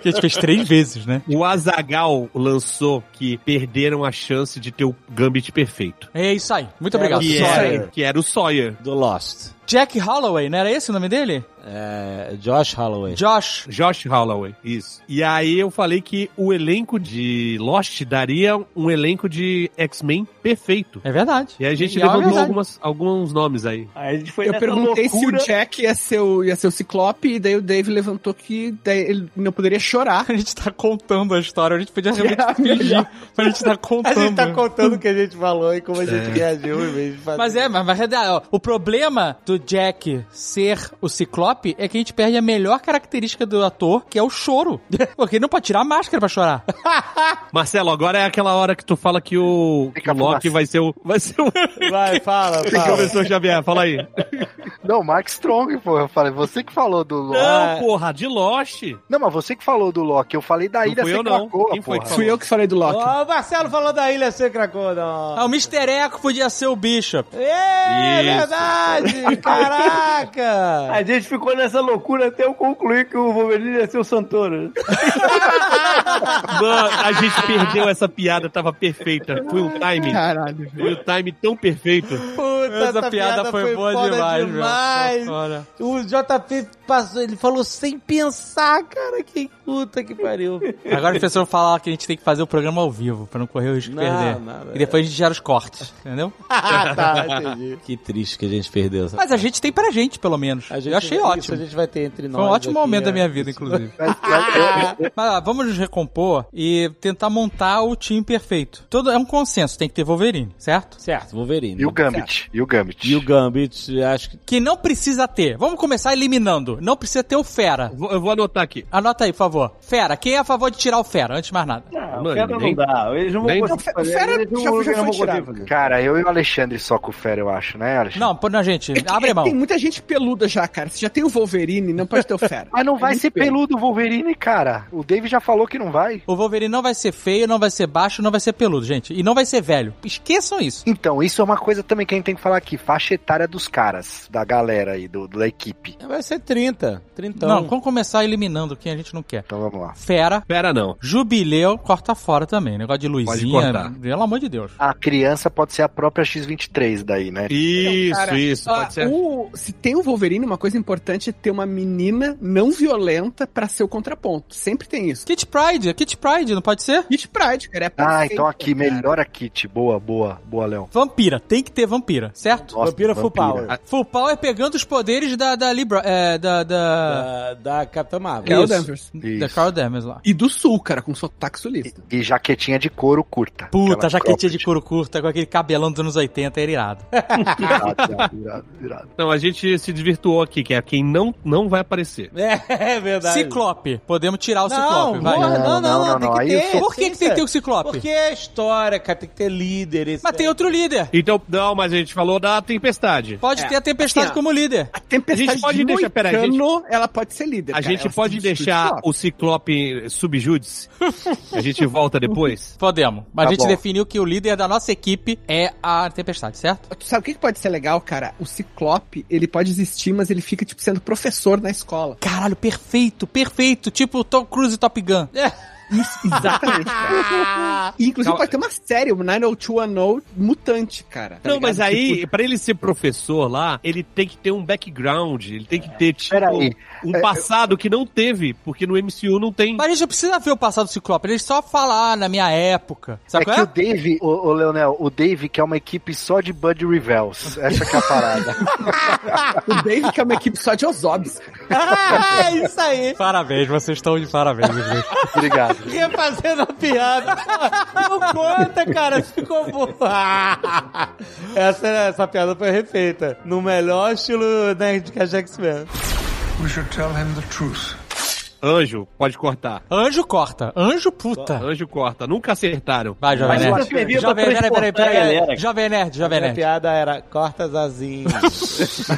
Speaker 5: que a gente fez três vezes, né?
Speaker 4: O Azagal lançou que perderam a chance de ter o Gambit perfeito.
Speaker 5: É isso aí. Muito
Speaker 1: Era
Speaker 5: obrigado.
Speaker 4: Que
Speaker 1: Sawyer.
Speaker 4: era, que era o Sawyer.
Speaker 1: Do Lost.
Speaker 5: Jack Holloway, não era esse o nome dele?
Speaker 1: É, Josh Holloway.
Speaker 5: Josh.
Speaker 4: Josh Holloway, isso. E aí eu falei que o elenco de Lost daria um elenco de X-Men perfeito.
Speaker 5: É verdade.
Speaker 4: E aí a gente
Speaker 5: E é uma
Speaker 4: levantou
Speaker 5: verdade.
Speaker 4: algumas, alguns nomes aí.
Speaker 10: Aí a gente foi
Speaker 9: Eu
Speaker 10: nessa
Speaker 9: perguntei se o
Speaker 10: loucura.
Speaker 9: Jack ia ser o, ia ser o Ciclope, e daí o Dave levantou que daí ele não poderia chorar. É,
Speaker 5: A gente tá contando a história, a gente podia realmente fingir, mas a gente tá
Speaker 1: A
Speaker 5: contando.
Speaker 1: gente tá contando o que a gente falou e como a gente reagiu em vez de fazer.
Speaker 5: Mas é, mas, mas é da- ó, o problema do Jack ser o Ciclope é que a gente perde a melhor característica do ator, que é o choro. Porque ele não pode tirar a máscara pra chorar.
Speaker 4: Marcelo, agora é aquela hora que tu fala que o, que
Speaker 2: Fica
Speaker 4: o Loki
Speaker 2: fumaça.
Speaker 4: vai ser o. Vai ser o.
Speaker 1: Vai, fala, fala.
Speaker 4: Professor Xavier, fala aí.
Speaker 2: Não, Mark Strong, pô. Eu falei, você que falou do Loki.
Speaker 4: Não, porra, de Lost.
Speaker 2: Não, mas você que falou do Loki. Eu falei da
Speaker 4: Não
Speaker 2: ilha
Speaker 4: fui
Speaker 2: sem
Speaker 4: eu, não.
Speaker 2: Krakoa,
Speaker 4: Quem foi
Speaker 2: porra.
Speaker 4: que falou?
Speaker 9: Fui eu que falei do Loki.
Speaker 1: Ó, o Marcelo falou da Ilha Secra
Speaker 5: Ah,
Speaker 1: Coda.
Speaker 5: o Mr. Echo podia ser o Bishop.
Speaker 1: É
Speaker 4: Isso.
Speaker 1: verdade! Caraca!
Speaker 10: A gente ficou nessa loucura até eu concluir que o Wolverine ia ser o Santoro.
Speaker 4: Mano, a gente perdeu essa piada, tava perfeita. Foi um timing.
Speaker 1: Ah,
Speaker 9: Caralho.
Speaker 4: Foi um timing tão perfeito.
Speaker 1: Puta,
Speaker 5: Essa, piada, foi, boa
Speaker 1: foda
Speaker 5: demais,
Speaker 1: demais.
Speaker 5: meu. Tá Olha.
Speaker 1: O JP passou, ele falou sem pensar, cara. Que puta que pariu.
Speaker 5: Agora o professor fala que a gente tem que fazer o programa ao vivo, pra não correr o risco de
Speaker 1: Não,
Speaker 5: perder.
Speaker 1: não,
Speaker 5: e depois a gente gera os cortes, entendeu?
Speaker 1: ah, tá, entendi. Que triste que a gente perdeu essa.
Speaker 5: Mas a gente tem pra gente, pelo menos.
Speaker 1: A gente-
Speaker 5: Eu achei
Speaker 1: isso
Speaker 5: ótimo.
Speaker 1: a gente vai ter entre nós.
Speaker 5: Foi um ótimo
Speaker 1: aqui,
Speaker 5: momento
Speaker 1: é.
Speaker 5: da minha vida, inclusive.
Speaker 2: Mas- mas eu-
Speaker 9: Ah,
Speaker 5: Mas ó, vamos nos recompor e tentar montar o time perfeito. Todo é um consenso, tem que ter Wolverine, certo?
Speaker 1: Certo, Wolverine.
Speaker 2: E o Gambit. E o Gambit.
Speaker 1: E o Gambit, acho que.
Speaker 5: Que não precisa ter. Vamos começar eliminando. Não precisa ter o Fera.
Speaker 4: Vou- Eu vou anotar aqui.
Speaker 5: Anota aí, por favor. Fera, quem é a favor de tirar o Fera? Antes de mais nada.
Speaker 10: Não,
Speaker 4: Mano,
Speaker 10: o Fera
Speaker 4: nem-
Speaker 10: não dá. Eles não vão
Speaker 4: nem-
Speaker 10: conseguir
Speaker 9: Não, o
Speaker 10: fazer.
Speaker 9: Fera
Speaker 10: Eles não
Speaker 9: já-
Speaker 10: vão-
Speaker 9: já
Speaker 10: não
Speaker 9: foi
Speaker 10: vão
Speaker 9: tirado.
Speaker 10: conseguir fazer.
Speaker 2: Cara, eu e o Alexandre só com o Fera, eu acho, né, Alexandre?
Speaker 5: Não, pô, não, gente, abre
Speaker 9: É, Tem
Speaker 5: mão.
Speaker 9: muita gente peluda já, cara. Você já tem o Wolverine, não pode ter o Fera. É
Speaker 2: Mas não vai
Speaker 9: muito
Speaker 2: ser
Speaker 9: feio.
Speaker 2: peludo o Wolverine, cara. O Dave já falou que não vai.
Speaker 5: O Wolverine não vai ser feio, não vai ser baixo, não vai ser peludo, gente. E não vai ser velho. Esqueçam isso.
Speaker 2: Então, isso é uma coisa também que a gente tem que falar aqui, faixa etária dos caras, da galera aí, do, da equipe.
Speaker 10: Vai ser 30. 30
Speaker 5: Não, vamos começar eliminando quem a gente não quer.
Speaker 2: Então vamos lá.
Speaker 5: Fera.
Speaker 4: Pera não.
Speaker 5: Jubileu, corta fora também. Negócio de luzinha.
Speaker 4: cortar.
Speaker 5: Pelo amor de Deus.
Speaker 2: A criança pode ser a própria X23 daí, né?
Speaker 4: Isso,
Speaker 9: cara,
Speaker 4: isso.
Speaker 9: Ah,
Speaker 4: Pode ser.
Speaker 9: o- se tem o Wolverine, uma coisa importante é ter uma menina não violenta pra ser o contraponto. Sempre tem isso.
Speaker 5: Kit Pride, Kit Pride, não pode ser?
Speaker 9: Kit Pride, cara. É
Speaker 2: Ah,
Speaker 9: perfeito,
Speaker 2: então aqui,
Speaker 9: cara.
Speaker 2: melhor a Kit. Boa, boa, boa, Léo.
Speaker 5: Vampira, tem que ter vampira, certo?
Speaker 2: Nossa,
Speaker 10: Vampira Full
Speaker 2: vampira.
Speaker 10: Power.
Speaker 5: A- Full Power pegando os poderes da, da Libra. É, da. Da,
Speaker 10: Da, da Capitã Marvel.
Speaker 9: Carol
Speaker 5: Isso.
Speaker 9: Danvers.
Speaker 5: da
Speaker 2: Isso.
Speaker 5: Carol Danvers lá.
Speaker 9: E do sul, cara, com sotaque sulista.
Speaker 2: E jaquetinha de couro curta.
Speaker 5: Puta,
Speaker 2: Aquela
Speaker 5: jaquetinha de
Speaker 2: cropped.
Speaker 5: couro curta com aquele cabelão dos anos 80, era irado.
Speaker 2: Irado, irado, irado, irado.
Speaker 4: Não, a gente se desvirtuou aqui, que é quem não, não vai aparecer.
Speaker 10: É, é verdade.
Speaker 5: Ciclope, podemos tirar o
Speaker 10: Não,
Speaker 5: Ciclope, vai.
Speaker 10: morra, não,
Speaker 2: Não,
Speaker 10: não,
Speaker 2: não,
Speaker 10: não,
Speaker 2: não,
Speaker 10: tem
Speaker 2: aí
Speaker 10: que ter.
Speaker 2: eu
Speaker 5: Por que, que tem que ter o Ciclope?
Speaker 10: Porque é história, cara, tem que ter líder. esse-
Speaker 5: Mas tem outro líder.
Speaker 4: Então, não, mas a gente falou da tempestade.
Speaker 5: Pode ter a Tempestade
Speaker 9: Assim, ó.
Speaker 5: como líder.
Speaker 9: A tempestade
Speaker 4: A gente pode
Speaker 9: de
Speaker 4: deixar- pera aí, a gente-
Speaker 9: Moicano, ela pode ser líder.
Speaker 4: A
Speaker 9: cara.
Speaker 4: gente
Speaker 9: Ela
Speaker 4: pode
Speaker 9: se
Speaker 4: deixar
Speaker 9: substitui
Speaker 4: o Ciclope subjúdice? A gente volta depois?
Speaker 5: Podemos. Mas
Speaker 2: Tá
Speaker 5: a gente
Speaker 2: bom.
Speaker 5: definiu que o líder da nossa equipe é a Tempestade, certo?
Speaker 9: só. Tu sabe o que que pode ser legal, cara? O Ciclope, ele pode existir, mas ele fica, tipo, sendo professor na escola.
Speaker 5: Caralho, perfeito, perfeito. Tipo Tom Cruise e Top Gun.
Speaker 9: Exatamente, cara. E, Inclusive,
Speaker 4: Calma.
Speaker 9: pode ter uma série, o 90210 mutante, cara. tá
Speaker 4: Não,
Speaker 9: ligado?
Speaker 4: mas aí,
Speaker 9: Tipo,
Speaker 4: pra ele ser professor lá, ele tem que ter um background, ele tem que ter, tipo,
Speaker 2: Peraí.
Speaker 4: um
Speaker 2: É,
Speaker 4: passado que não teve, porque no MCU não tem.
Speaker 5: Mas a gente não precisa ver o passado do Ciclope. Ele só fala, ah, na minha época. Sabe
Speaker 2: É
Speaker 5: qual
Speaker 2: que
Speaker 5: é?
Speaker 2: o Dave, o, o Leonel, o Dave que é uma equipe só de Bud Revels. Essa que é a parada.
Speaker 9: o Dave que é uma equipe só de Ozobis.
Speaker 10: Ah,
Speaker 5: é
Speaker 10: isso aí.
Speaker 5: Parabéns, vocês estão de parabéns. os dois.
Speaker 2: Obrigado.
Speaker 10: Ia fazendo a piada. Não conta, cara. Ficou boa. Essa, essa piada foi refeita. No melhor estilo né, Nerdcast X-Men.
Speaker 7: We should tell him the truth.
Speaker 4: Anjo, pode cortar.
Speaker 5: Anjo corta. Anjo puta.
Speaker 4: Anjo corta. Nunca acertaram.
Speaker 5: Vai, Jovem
Speaker 3: Mas
Speaker 5: Nerd.
Speaker 3: nunca servia pra
Speaker 5: Jovem, peraí, peraí,
Speaker 3: transportar a
Speaker 5: peraí.
Speaker 3: galera.
Speaker 5: Jovem Nerd, Jovem
Speaker 10: Minha
Speaker 5: Nerd.
Speaker 10: piada era corta as asinhas.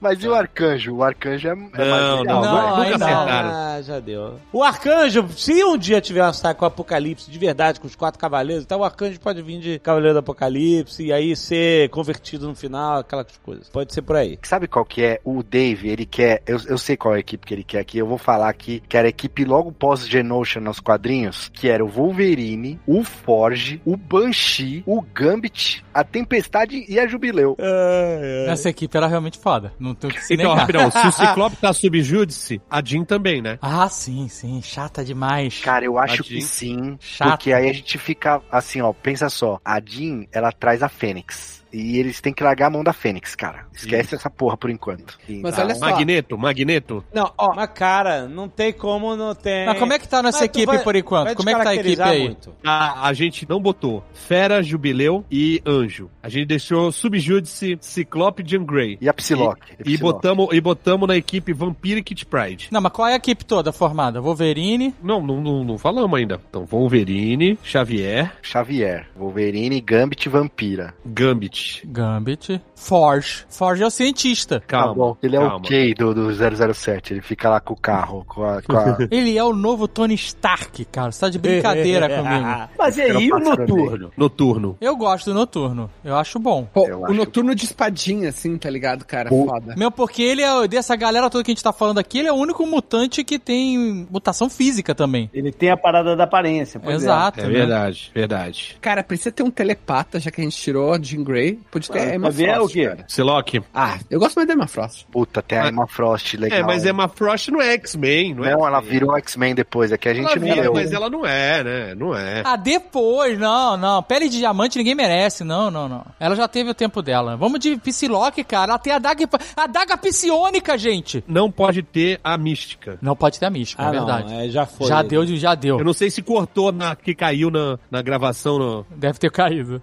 Speaker 2: Mas e o Arcanjo? O Arcanjo é, é mais
Speaker 4: Não,
Speaker 2: legal,
Speaker 5: não,
Speaker 2: vai.
Speaker 5: não.
Speaker 4: nunca
Speaker 5: ainda
Speaker 4: acertaram.
Speaker 10: Ah, já deu. O Arcanjo, se um dia tiver um ataque com o Apocalipse de verdade, com os quatro cavaleiros, então o Arcanjo pode vir de Cavaleiro do Apocalipse e aí ser convertido no final, aquelas coisas. Pode ser por aí.
Speaker 2: Sabe qual que é? O Dave, ele quer. Eu, eu sei qual é a equipe que ele quer aqui. Eu vou falar aqui que era a equipe logo pós-Genotion nos quadrinhos, que era o Wolverine, o Forge, o Banshee, o Gambit, a Tempestade e a Jubileu.
Speaker 9: É.
Speaker 5: Essa equipe era realmente foda. Não tem o que se
Speaker 4: Então,
Speaker 5: negar.
Speaker 4: rapidão, se o Ciclope tá subjúdice, a Jean também, né?
Speaker 5: Ah, sim, sim. Chata demais.
Speaker 2: Cara, eu acho
Speaker 4: Jean.
Speaker 2: que sim.
Speaker 5: Chata.
Speaker 2: Porque aí a gente fica assim, ó, pensa só, a Jean, ela traz a Fênix. E eles têm que largar a mão da Fênix, cara. Esquece essa porra por enquanto.
Speaker 9: Mas
Speaker 2: Então,
Speaker 5: Ah,
Speaker 9: olha só.
Speaker 4: Magneto, Magneto.
Speaker 9: Não, ó,
Speaker 10: Mas, cara, não tem como não ter.
Speaker 5: Mas como é que tá
Speaker 10: Mas
Speaker 5: nossa
Speaker 10: tu
Speaker 5: equipe
Speaker 10: vai-
Speaker 5: por enquanto?
Speaker 10: vai
Speaker 5: Como é que tá a equipe
Speaker 10: descaracterizar
Speaker 5: aí?
Speaker 10: muito.
Speaker 4: A, a gente não botou Fera, Jubileu e Anjo. A gente deixou subjúdice Ciclope Jean Grey.
Speaker 2: E a Psylocke.
Speaker 4: E botamos, e botamos na equipe Vampira e Kit Pride.
Speaker 5: Não, mas qual é a equipe toda formada? Wolverine.
Speaker 4: Não, não, não, não falamos ainda. Então, Wolverine, Xavier,
Speaker 2: Xavier, Wolverine, Gambit e Vampira.
Speaker 4: Gambit.
Speaker 5: Gambit. Forge. Forge é o cientista.
Speaker 4: Calma,
Speaker 2: tá bom. Ele é
Speaker 4: calma.
Speaker 2: o Jay do, do 007. Ele fica lá com o carro, com a. com a-
Speaker 5: Ele é o novo Tony Stark, cara. Você tá de brincadeira
Speaker 4: Ah.
Speaker 5: comigo.
Speaker 3: Mas e aí, o
Speaker 2: Era pássaro
Speaker 3: noturno?
Speaker 4: Noturno. Noturno.
Speaker 5: Eu gosto do Noturno. Eu acho bom.
Speaker 9: pô,
Speaker 2: Eu
Speaker 9: o
Speaker 2: acho-
Speaker 9: noturno de espadinha, assim, tá ligado, cara?
Speaker 2: Pô.
Speaker 9: Foda.
Speaker 5: Mesmo porque ele é, dessa galera toda que a gente tá falando aqui, ele é o único mutante que tem mutação física também.
Speaker 3: Ele tem a parada da aparência, pois é.
Speaker 5: Exato.
Speaker 2: Tá
Speaker 4: É
Speaker 5: né?
Speaker 4: verdade, verdade.
Speaker 9: Cara, precisa ter um telepata, já que a gente tirou a Jean Grey. Pode ter
Speaker 3: Ah,
Speaker 9: a Emma
Speaker 3: mas é o
Speaker 9: Frost,
Speaker 3: quê?
Speaker 9: cara.
Speaker 4: Psylocke.
Speaker 9: Ah, eu gosto mais da Emma Frost.
Speaker 2: Puta, tem a Emma Frost, legal.
Speaker 4: É, mas Emma Frost não é X-Men, não é?
Speaker 2: Não, ela
Speaker 4: X-Men.
Speaker 2: virou X-Men depois, é que a gente
Speaker 4: Ela
Speaker 2: não
Speaker 4: vira,
Speaker 2: leu.
Speaker 4: mas ela não é, né? Não é.
Speaker 5: Ah, depois, não, não. Pele de diamante ninguém merece, não, não, não. Ela já teve o tempo dela. Vamos de Psylocke, cara. Ela tem a daga, a daga psionica, gente.
Speaker 4: Não pode ter a mística.
Speaker 5: Não pode ter a mística, é
Speaker 10: Ah,
Speaker 5: verdade.
Speaker 10: não, é, já foi.
Speaker 5: já deu, já deu.
Speaker 4: Eu não sei se cortou na que caiu na, na gravação. No...
Speaker 5: Deve ter caído.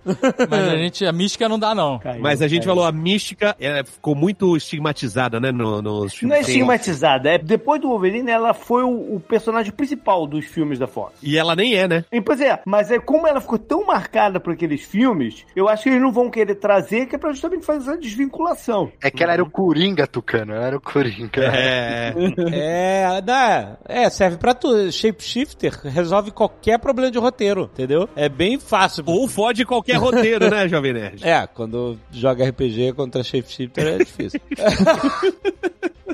Speaker 5: Mas a gente, a mística não não dá, não.
Speaker 4: Mas a gente falou, a mística ela ficou muito estigmatizada, né? No, nos
Speaker 10: Não é
Speaker 4: filmes.
Speaker 10: estigmatizada, é depois do Wolverine ela foi o, o personagem principal dos filmes da Fox.
Speaker 4: E ela nem é, né?
Speaker 10: E, pois é, mas é como ela ficou tão marcada por aqueles filmes, eu acho que eles não vão querer trazer, que é pra justamente fazer essa desvinculação.
Speaker 2: É que ela era o Coringa, Tucano. Ela era o Coringa.
Speaker 4: É.
Speaker 1: É, dá, é, serve pra tudo. Shapeshifter resolve qualquer problema de roteiro, entendeu? É bem fácil.
Speaker 4: Ou fode qualquer roteiro, né, Jovem Nerd?
Speaker 1: É, quando joga RPG contra Shapeshifter é difícil.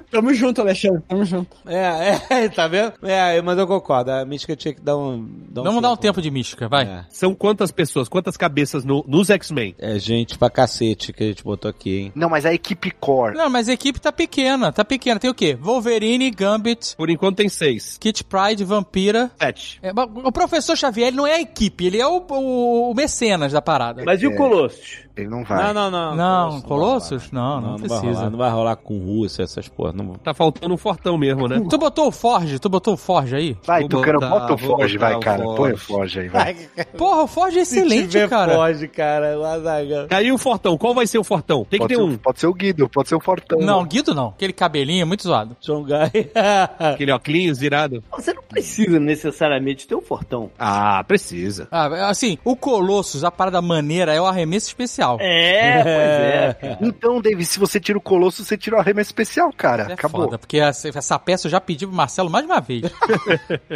Speaker 9: Tamo junto, Alexandre. Tamo junto.
Speaker 1: é, é, tá vendo? É, mas eu concordo. A mística tinha que dar um. Dar
Speaker 5: Vamos dar um tempo de mística, vai.
Speaker 1: É.
Speaker 4: São quantas pessoas, quantas cabeças no- nos X-Men?
Speaker 1: É gente pra cacete que a gente botou aqui, hein?
Speaker 2: Não, mas a equipe core.
Speaker 5: Não, mas a equipe tá pequena, tá pequena. Tem o quê? Wolverine, Gambit,
Speaker 4: Por enquanto tem seis.
Speaker 5: Kit Pride, Vampira.
Speaker 4: Sete.
Speaker 5: É, mas o professor Xavier ele não é a equipe, ele é o, o- o mecenas da parada.
Speaker 10: Mas e o Colossus?
Speaker 2: Ele não vai.
Speaker 12: não, não.
Speaker 5: Não, Colossus? Não, não,
Speaker 1: Vai rolar,
Speaker 5: precisa.
Speaker 1: não vai rolar com russo, essas porra. Não...
Speaker 4: Tá faltando um fortão mesmo, né?
Speaker 5: Tu botou o Forge? Tu botou o Forge aí?
Speaker 2: Vai,
Speaker 4: Vou
Speaker 2: Tucano,
Speaker 4: botar-
Speaker 2: bota o
Speaker 4: tá, vou
Speaker 2: Forge,
Speaker 4: botar
Speaker 2: vai,
Speaker 4: o
Speaker 2: cara. Põe o
Speaker 4: Forge. Ah,
Speaker 2: Forge aí, vai.
Speaker 5: Porra, o Forge é excelente,
Speaker 1: tiver
Speaker 5: cara.
Speaker 1: Foge, cara. o Azaghal.
Speaker 4: Caiu o fortão. Qual vai ser o fortão? Tem que
Speaker 2: Pode
Speaker 4: ter
Speaker 2: ser,
Speaker 4: um.
Speaker 2: pode ser o Guido, pode ser o Fortão.
Speaker 5: Não, Guido não. Aquele cabelinho é muito zoado.
Speaker 1: Xangai.
Speaker 4: Aquele óculos virado.
Speaker 10: Você não precisa necessariamente ter o Fortão.
Speaker 4: Ah, precisa.
Speaker 5: Ah, assim, o Colossus, a parada maneira, é o arremesso especial.
Speaker 10: É, pois é.
Speaker 2: Então, Davis, se você tira o Colosso, você tira o arremesso especial, cara.
Speaker 5: É
Speaker 2: Acabou.
Speaker 5: foda, porque essa, essa peça eu já pedi pro Marcelo mais de uma vez.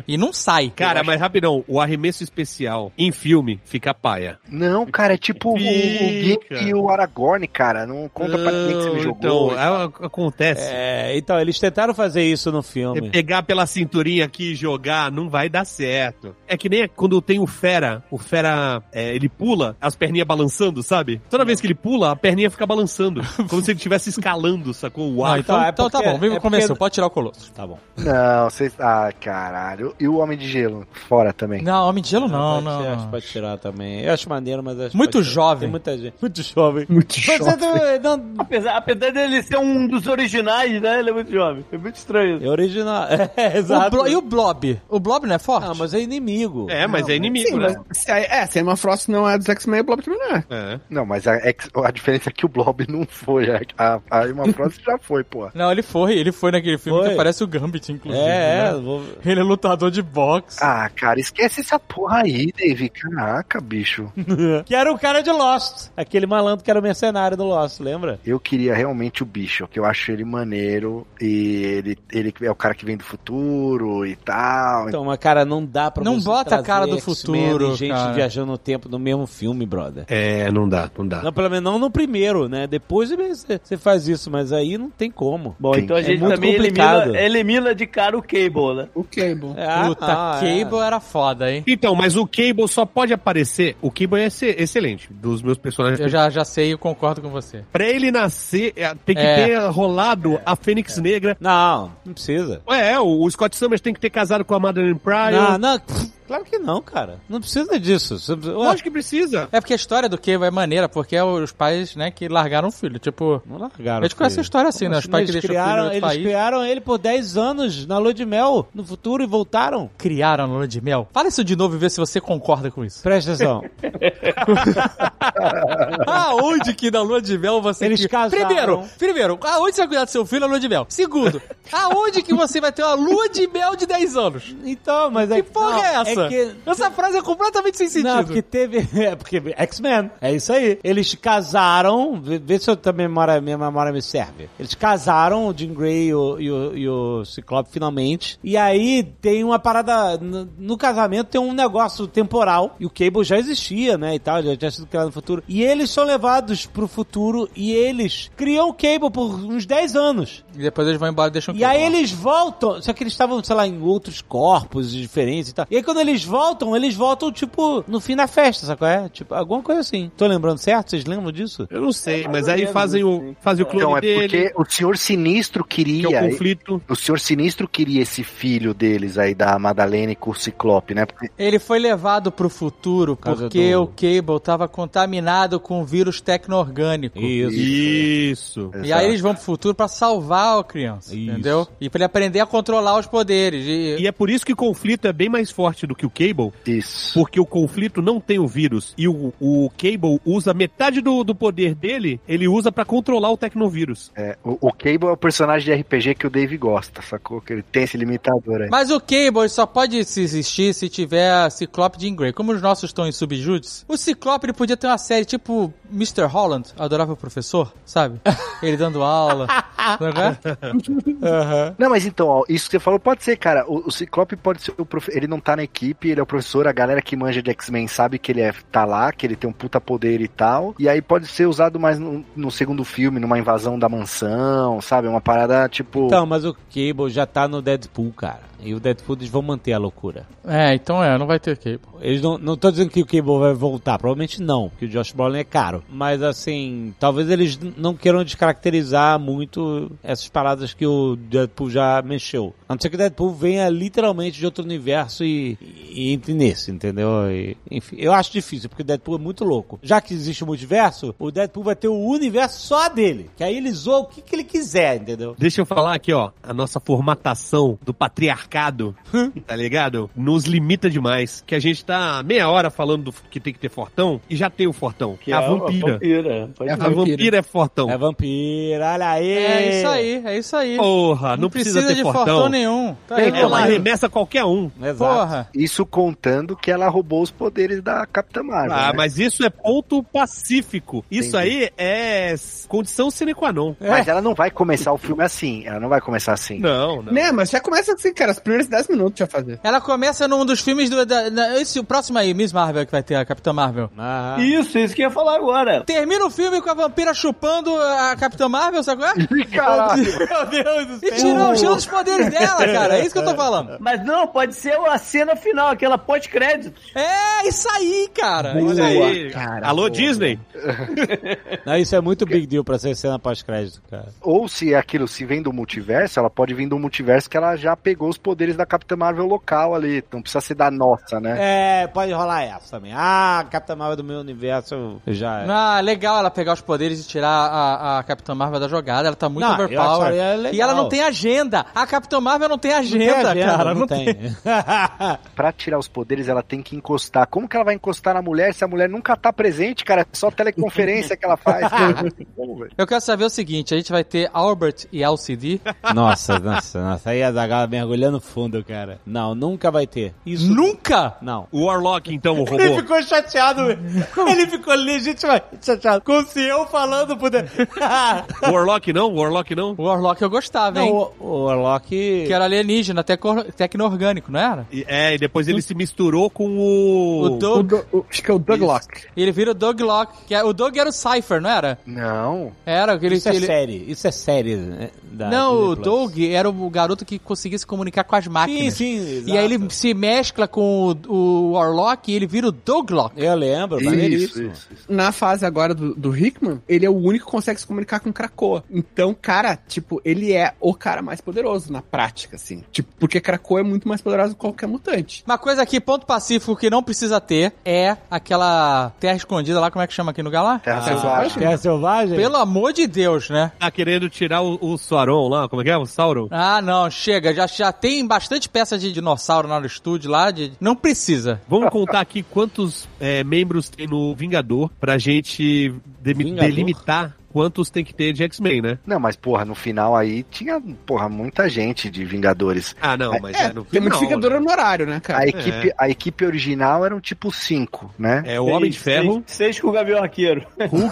Speaker 5: e não sai.
Speaker 4: Cara, mas rapidão, o arremesso especial em filme fica paia.
Speaker 2: Não, cara, é tipo o, o Gimp
Speaker 4: Fica.
Speaker 2: e o Aragorn, cara. Não conta pra ninguém que você me
Speaker 4: Não,
Speaker 2: jogou.
Speaker 4: Então, a- acontece.
Speaker 1: É, então, eles tentaram fazer isso no
Speaker 4: É
Speaker 1: filme.
Speaker 4: pegar pela cinturinha aqui e jogar, não vai dar certo. É que nem quando tem o Fera, o Fera, é, ele pula, as perninhas balançando, sabe? Toda vez que ele pula, a perninha fica balançando. como se ele estivesse escalando, sacou? O
Speaker 5: Ah,
Speaker 4: ar.
Speaker 5: então,
Speaker 1: então é
Speaker 5: então tá
Speaker 1: porque-
Speaker 5: bom, vem
Speaker 1: é
Speaker 5: começou,
Speaker 1: porque-
Speaker 5: pode tirar o Colossus.
Speaker 1: Tá bom.
Speaker 2: Não, vocês. Ah, caralho. E o Homem de Gelo? Fora também.
Speaker 5: Não, Homem de Gelo não,
Speaker 1: Ah, pode
Speaker 5: não.
Speaker 1: tirar, acho que
Speaker 5: não.
Speaker 1: pode tirar também. Eu acho maneiro, mas acho que
Speaker 5: Muito
Speaker 1: pode tirar.
Speaker 5: jovem.
Speaker 1: Tem muita gente. Muito jovem.
Speaker 9: Muito
Speaker 1: Mas
Speaker 9: chato.
Speaker 1: é do- não-
Speaker 10: Apesar, apesar dele ser um dos originais, né? Ele é muito jovem. É muito estranho. isso.
Speaker 1: é original. É,
Speaker 5: O
Speaker 1: exato.
Speaker 5: Blo- e o Blob? O Blob não é forte?
Speaker 1: Ah, mas é inimigo.
Speaker 4: É, mas é inimigo,
Speaker 9: Sim,
Speaker 4: né?
Speaker 9: mas se a, é, se a Emma Frost não é dos X-Men, o Blob também não é.
Speaker 4: É.
Speaker 2: Não, mas a, ex- a diferença é que o Blob não foi. A, a, a Irmã Frost já foi, pô.
Speaker 5: Não, ele foi, ele foi naquele filme
Speaker 1: Foi.
Speaker 5: que aparece o Gambit, inclusive.
Speaker 1: É, é.
Speaker 5: né?
Speaker 1: vou-
Speaker 5: Ele é lutador de boxe.
Speaker 2: Ah, cara, esquece essa porra aí, Dave. Caraca, bicho.
Speaker 1: Que era o cara de Lost. Aquele malandro que era o mercenário do Lost, lembra?
Speaker 2: Eu queria realmente o bicho, que eu acho ele maneiro. E ele, ele é o cara que vem do futuro e tal.
Speaker 1: Então, mas cara, não dá pra
Speaker 5: Não
Speaker 1: você
Speaker 5: bota a
Speaker 1: trazer
Speaker 5: cara do
Speaker 1: X-Men e
Speaker 5: futuro,
Speaker 1: gente
Speaker 5: cara.
Speaker 1: viajando no tempo no mesmo filme, brother.
Speaker 4: É, não dá, não dá.
Speaker 1: Não, pelo menos não no primeiro, né? Depois você você faz isso, mas aí não tem como.
Speaker 10: Bom,
Speaker 2: Sim.
Speaker 10: então a
Speaker 1: É
Speaker 10: gente
Speaker 1: muito
Speaker 10: também
Speaker 1: complicado. Ah,
Speaker 10: elimina, elimina de cara o Cable, né?
Speaker 9: Ok, bom.
Speaker 5: Puta,
Speaker 10: tá
Speaker 1: é.
Speaker 5: Cable era foda, hein?
Speaker 4: Então, mas o Cable só pode aparecer. O Cable é ex- excelente, dos meus personagens.
Speaker 5: Eu já, já sei, eu concordo com você.
Speaker 4: Pra ele nascer, é, tem que
Speaker 5: É.
Speaker 4: ter rolado a Fênix Negra.
Speaker 1: Não, não precisa.
Speaker 4: É, o, o Scott Summers tem que ter casado com a Madeline Pryor.
Speaker 5: Ah,
Speaker 1: não, não, pff, claro que não, cara. Não precisa disso. Você- Ué,
Speaker 4: Lógico que precisa.
Speaker 5: É porque a história do Cable é maneira, porque é os pais, né, que largaram o filho. Tipo,
Speaker 1: Não largaram.
Speaker 5: a gente conhece a
Speaker 1: filho.
Speaker 5: história assim,
Speaker 1: Como
Speaker 5: né? Os
Speaker 1: assim?
Speaker 5: pais que
Speaker 1: eles
Speaker 5: deixam o filho em
Speaker 1: criaram,
Speaker 5: outro
Speaker 1: eles
Speaker 5: país.
Speaker 1: criaram ele por 10 anos na lua de mel no futuro e voltaram.
Speaker 5: Criaram a lua de mel? Fala isso de novo e vê se você concorda com isso.
Speaker 1: Presta atenção.
Speaker 5: Aonde que na lua de mel você...
Speaker 1: Eles
Speaker 5: que-
Speaker 1: casaram.
Speaker 5: Primeiro, primeiro, aonde você vai cuidar do seu filho na lua de mel? Segundo, aonde que você vai ter uma lua de mel de 10 anos?
Speaker 1: então, mas é
Speaker 5: Que porra
Speaker 1: não,
Speaker 5: é essa?
Speaker 1: que-
Speaker 5: Essa frase é completamente sem sentido.
Speaker 1: Não, porque teve. É porque X-Men. É isso aí. Eles casaram. vê- Vê se eu também memória, minha memória me serve. Eles casaram, o Jim Grey e o, e o, e o Ciclope, finalmente. E aí tem uma parada. No, no casamento tem um negócio temporal. E o Cable já existia, né? E tal, já tinha sido criado no futuro. E eles são levados pro futuro e eles criam o Cable por uns 10 anos.
Speaker 5: E depois eles vão embora e deixam
Speaker 1: E
Speaker 5: quieto.
Speaker 1: aí eles voltam, só que eles estavam, sei lá, em outros corpos diferentes e tal. E aí quando eles voltam, eles voltam, tipo, no fim da festa, sabe qual é? Tipo, alguma coisa assim. Tô lembrando certo? Vocês lembram disso?
Speaker 4: Eu não sei,
Speaker 5: É,
Speaker 4: mas aí fazem o, fazem o clone
Speaker 2: Então, é
Speaker 4: dele,
Speaker 2: porque o Senhor Sinistro
Speaker 4: que é o
Speaker 2: queria.
Speaker 4: conflito.
Speaker 2: O Senhor Sinistro queria esse filho deles aí, da Madalena com o Ciclope, né? Porque
Speaker 5: Ele foi levado pro futuro
Speaker 1: causa
Speaker 5: porque
Speaker 1: do-
Speaker 5: o Cable tava contaminado com o vírus tecno-orgânico.
Speaker 4: Isso.
Speaker 5: E aí eles vão pro futuro pra salvar a criança,
Speaker 1: Isso.
Speaker 5: entendeu? E pra ele aprender a controlar os poderes. E...
Speaker 4: E é por isso que o conflito é bem mais forte do que o Cable,
Speaker 2: Isso.
Speaker 4: porque o conflito não tem o vírus. E o, o Cable usa metade do, do poder dele, ele usa pra controlar o tecnovírus.
Speaker 2: É, o, o Cable é o personagem de RPG que o Dave gosta, sacou? Que ele tem esse limitador aí.
Speaker 5: Mas o Cable só pode se existir se tiver Ciclope Jean Grey. Como os nossos estão em subjúdice, o Ciclope ele podia ter uma série tipo Mr. Holland, adorável professor, sabe? Ele dando aula. Sabe qual é? Aham.
Speaker 2: Não, mas então, ó, isso que você falou pode ser, cara. O, o Ciclope pode ser o profe- Ele não tá na equipe, ele é o professor, a galera que manja de X-Men sabe que ele é, tá lá, que ele tem um puta poder e tal. E aí pode ser usado mais no, no segundo filme, numa invasão da mansão, sabe? Uma parada tipo.
Speaker 10: Então, mas o Cable já tá no Deadpool, cara. E o Deadpool eles vão manter a loucura.
Speaker 5: É, então é, não vai ter Cable.
Speaker 10: Eles não, não tô dizendo que o Cable vai voltar, Tá, provavelmente não, porque o Josh Brolin é caro. Mas assim, talvez eles n- não queiram descaracterizar muito essas paradas que o Deadpool já mexeu. A não ser que o Deadpool venha literalmente de outro universo e, e entre nesse, entendeu? E, enfim, eu acho difícil, porque o Deadpool é muito louco. Já que existe o multiverso, o Deadpool vai ter o universo só dele. Que aí ele zoa o que, que ele quiser, entendeu?
Speaker 4: Deixa eu falar aqui, ó, a nossa formatação do patriarcado, tá ligado? Nos limita demais. Que a gente tá meia hora falando do que tem que ter fortão e já tem o fortão, que é a vampira.
Speaker 1: né?
Speaker 3: vampira. Pode
Speaker 9: É
Speaker 4: A vampira é fortão.
Speaker 10: É vampira, olha aí!
Speaker 5: É isso aí, é isso aí.
Speaker 4: Porra, não, precisa, ter
Speaker 5: de
Speaker 4: fortão.
Speaker 5: nenhum. Tá aí,
Speaker 4: É uma
Speaker 5: Leonardo.
Speaker 4: remessa qualquer um.
Speaker 3: É
Speaker 10: Exato.
Speaker 5: Porra.
Speaker 2: Isso contando que ela roubou os poderes da Capitã Marvel.
Speaker 4: Ah,
Speaker 2: né?
Speaker 4: mas isso é ponto pacífico. Isso aí é s- condição sine qua non.
Speaker 3: É
Speaker 2: Mas ela não vai começar o filme assim. Ela não vai começar assim.
Speaker 4: Não, não.
Speaker 9: Né, mas já começa assim, cara, os primeiros 10 minutos já fazer.
Speaker 5: Ela começa num dos filmes do. Da, na- esse, o próximo aí, Miss Marvel, que vai ter a Capitã Marvel.
Speaker 10: Ah.
Speaker 3: Isso, isso que eu ia falar agora.
Speaker 5: Termina o filme com a vampira chupando a Capitã Marvel, sabe qual é?
Speaker 10: Meu Deus do
Speaker 5: E tirou, tirou os poderes dela, cara. É isso que eu tô falando.
Speaker 3: Mas não, pode ser a cena final, aquela pós-crédito.
Speaker 5: É isso aí, cara.
Speaker 4: Olha aí.
Speaker 9: cara,
Speaker 4: Alô,
Speaker 9: boa.
Speaker 4: Disney?
Speaker 10: Não, isso é muito big deal pra ser cena pós-crédito, cara.
Speaker 2: Ou se é aquilo se vem do multiverso, ela pode vir do multiverso que ela já pegou os poderes da Capitã Marvel local ali. Não precisa ser da nossa, né?
Speaker 10: É, pode rolar essa também. Ah, Capitã Marvel do meu universo já é.
Speaker 5: Ah, legal ela pegar os poderes e tirar a, a Capitã Marvel da jogada. Ela tá muito
Speaker 10: Não, eu
Speaker 5: overpowered.
Speaker 10: acharia legal.
Speaker 5: E ela não tem agenda. A Capitã Marvel não tem
Speaker 10: Não tem
Speaker 5: agenda,
Speaker 10: agenda,
Speaker 5: cara. Não, tem.
Speaker 2: Pra tirar os poderes, ela tem que encostar. Como que ela vai encostar na mulher se a mulher nunca tá presente, cara? É só teleconferência que ela faz.
Speaker 5: Eu quero saber o seguinte: a gente vai ter Albert e LCD.
Speaker 10: nossa, nossa, nossa. Aí a Zagala mergulhando fundo, cara. Não, nunca vai ter. Isso.
Speaker 5: Nunca!
Speaker 10: Não.
Speaker 4: O Warlock, então, o
Speaker 10: Ele
Speaker 4: robô.
Speaker 10: ficou chateado. Ele ficou legitimamente chateado. Como se eu falando puder.
Speaker 4: O Warlock não? O Warlock não?
Speaker 5: O Warlock eu gostava,
Speaker 10: Não,
Speaker 5: hein?
Speaker 10: o, o Warlock.
Speaker 5: Que era alienígena, tecno- tecno-orgânico, não era?
Speaker 4: E- É, e depois ele se misturou com o.
Speaker 5: O
Speaker 9: O
Speaker 5: Doug,
Speaker 9: do- o- acho que é o Doug Locke.
Speaker 5: ele vira o Doug Locke. Que é- o Doug era o Cypher, não era?
Speaker 2: Não.
Speaker 5: Era, ele...
Speaker 10: Isso é
Speaker 5: ele-
Speaker 10: série. Isso é série. Né, da
Speaker 5: Não,
Speaker 10: Disney
Speaker 5: o
Speaker 10: Plus.
Speaker 5: Doug era o garoto que conseguia se comunicar com as
Speaker 10: Sim,
Speaker 5: máquinas.
Speaker 10: sim.
Speaker 5: E aí ele se mescla com o, o Warlock e ele vira o Douglock.
Speaker 10: Eu lembro, maneiríssimo.
Speaker 9: Na fase agora do, do Hickman, ele é o único que consegue se comunicar com Krakoa. Então, cara, tipo, ele é o cara mais poderoso na prática, assim. Tipo, porque Krakoa é muito mais poderoso que qualquer mutante.
Speaker 5: Uma coisa aqui, ponto pacífico que não precisa ter é aquela terra escondida lá, como é que chama aqui no Galá?
Speaker 4: Ah,
Speaker 2: Terra selvagem.
Speaker 10: Terra é Selvagem?
Speaker 5: Pelo amor de Deus, né?
Speaker 4: Tá querendo tirar o, o Sauron lá, como é que é? O Sauron?
Speaker 5: Ah, não, chega. Já, já tem bastante peça de dinossauro lá no estúdio lá. De... Não precisa.
Speaker 4: Vamos contar aqui quantos é, membros tem no Vingador pra gente demi-
Speaker 10: Vingador?
Speaker 4: delimitar quantos tem que ter de X-Men, né?
Speaker 2: Não, mas porra, no final aí tinha, porra, muita gente de Vingadores.
Speaker 4: Ah, não, mas é, no
Speaker 9: Tem
Speaker 4: final,
Speaker 9: muito Vingadora
Speaker 4: né?
Speaker 9: no horário, né, cara?
Speaker 2: A equipe, a equipe original eram tipo cinco, né?
Speaker 4: É o Homem de Ferro,
Speaker 3: Seis, seis com o Gavião Arqueiro.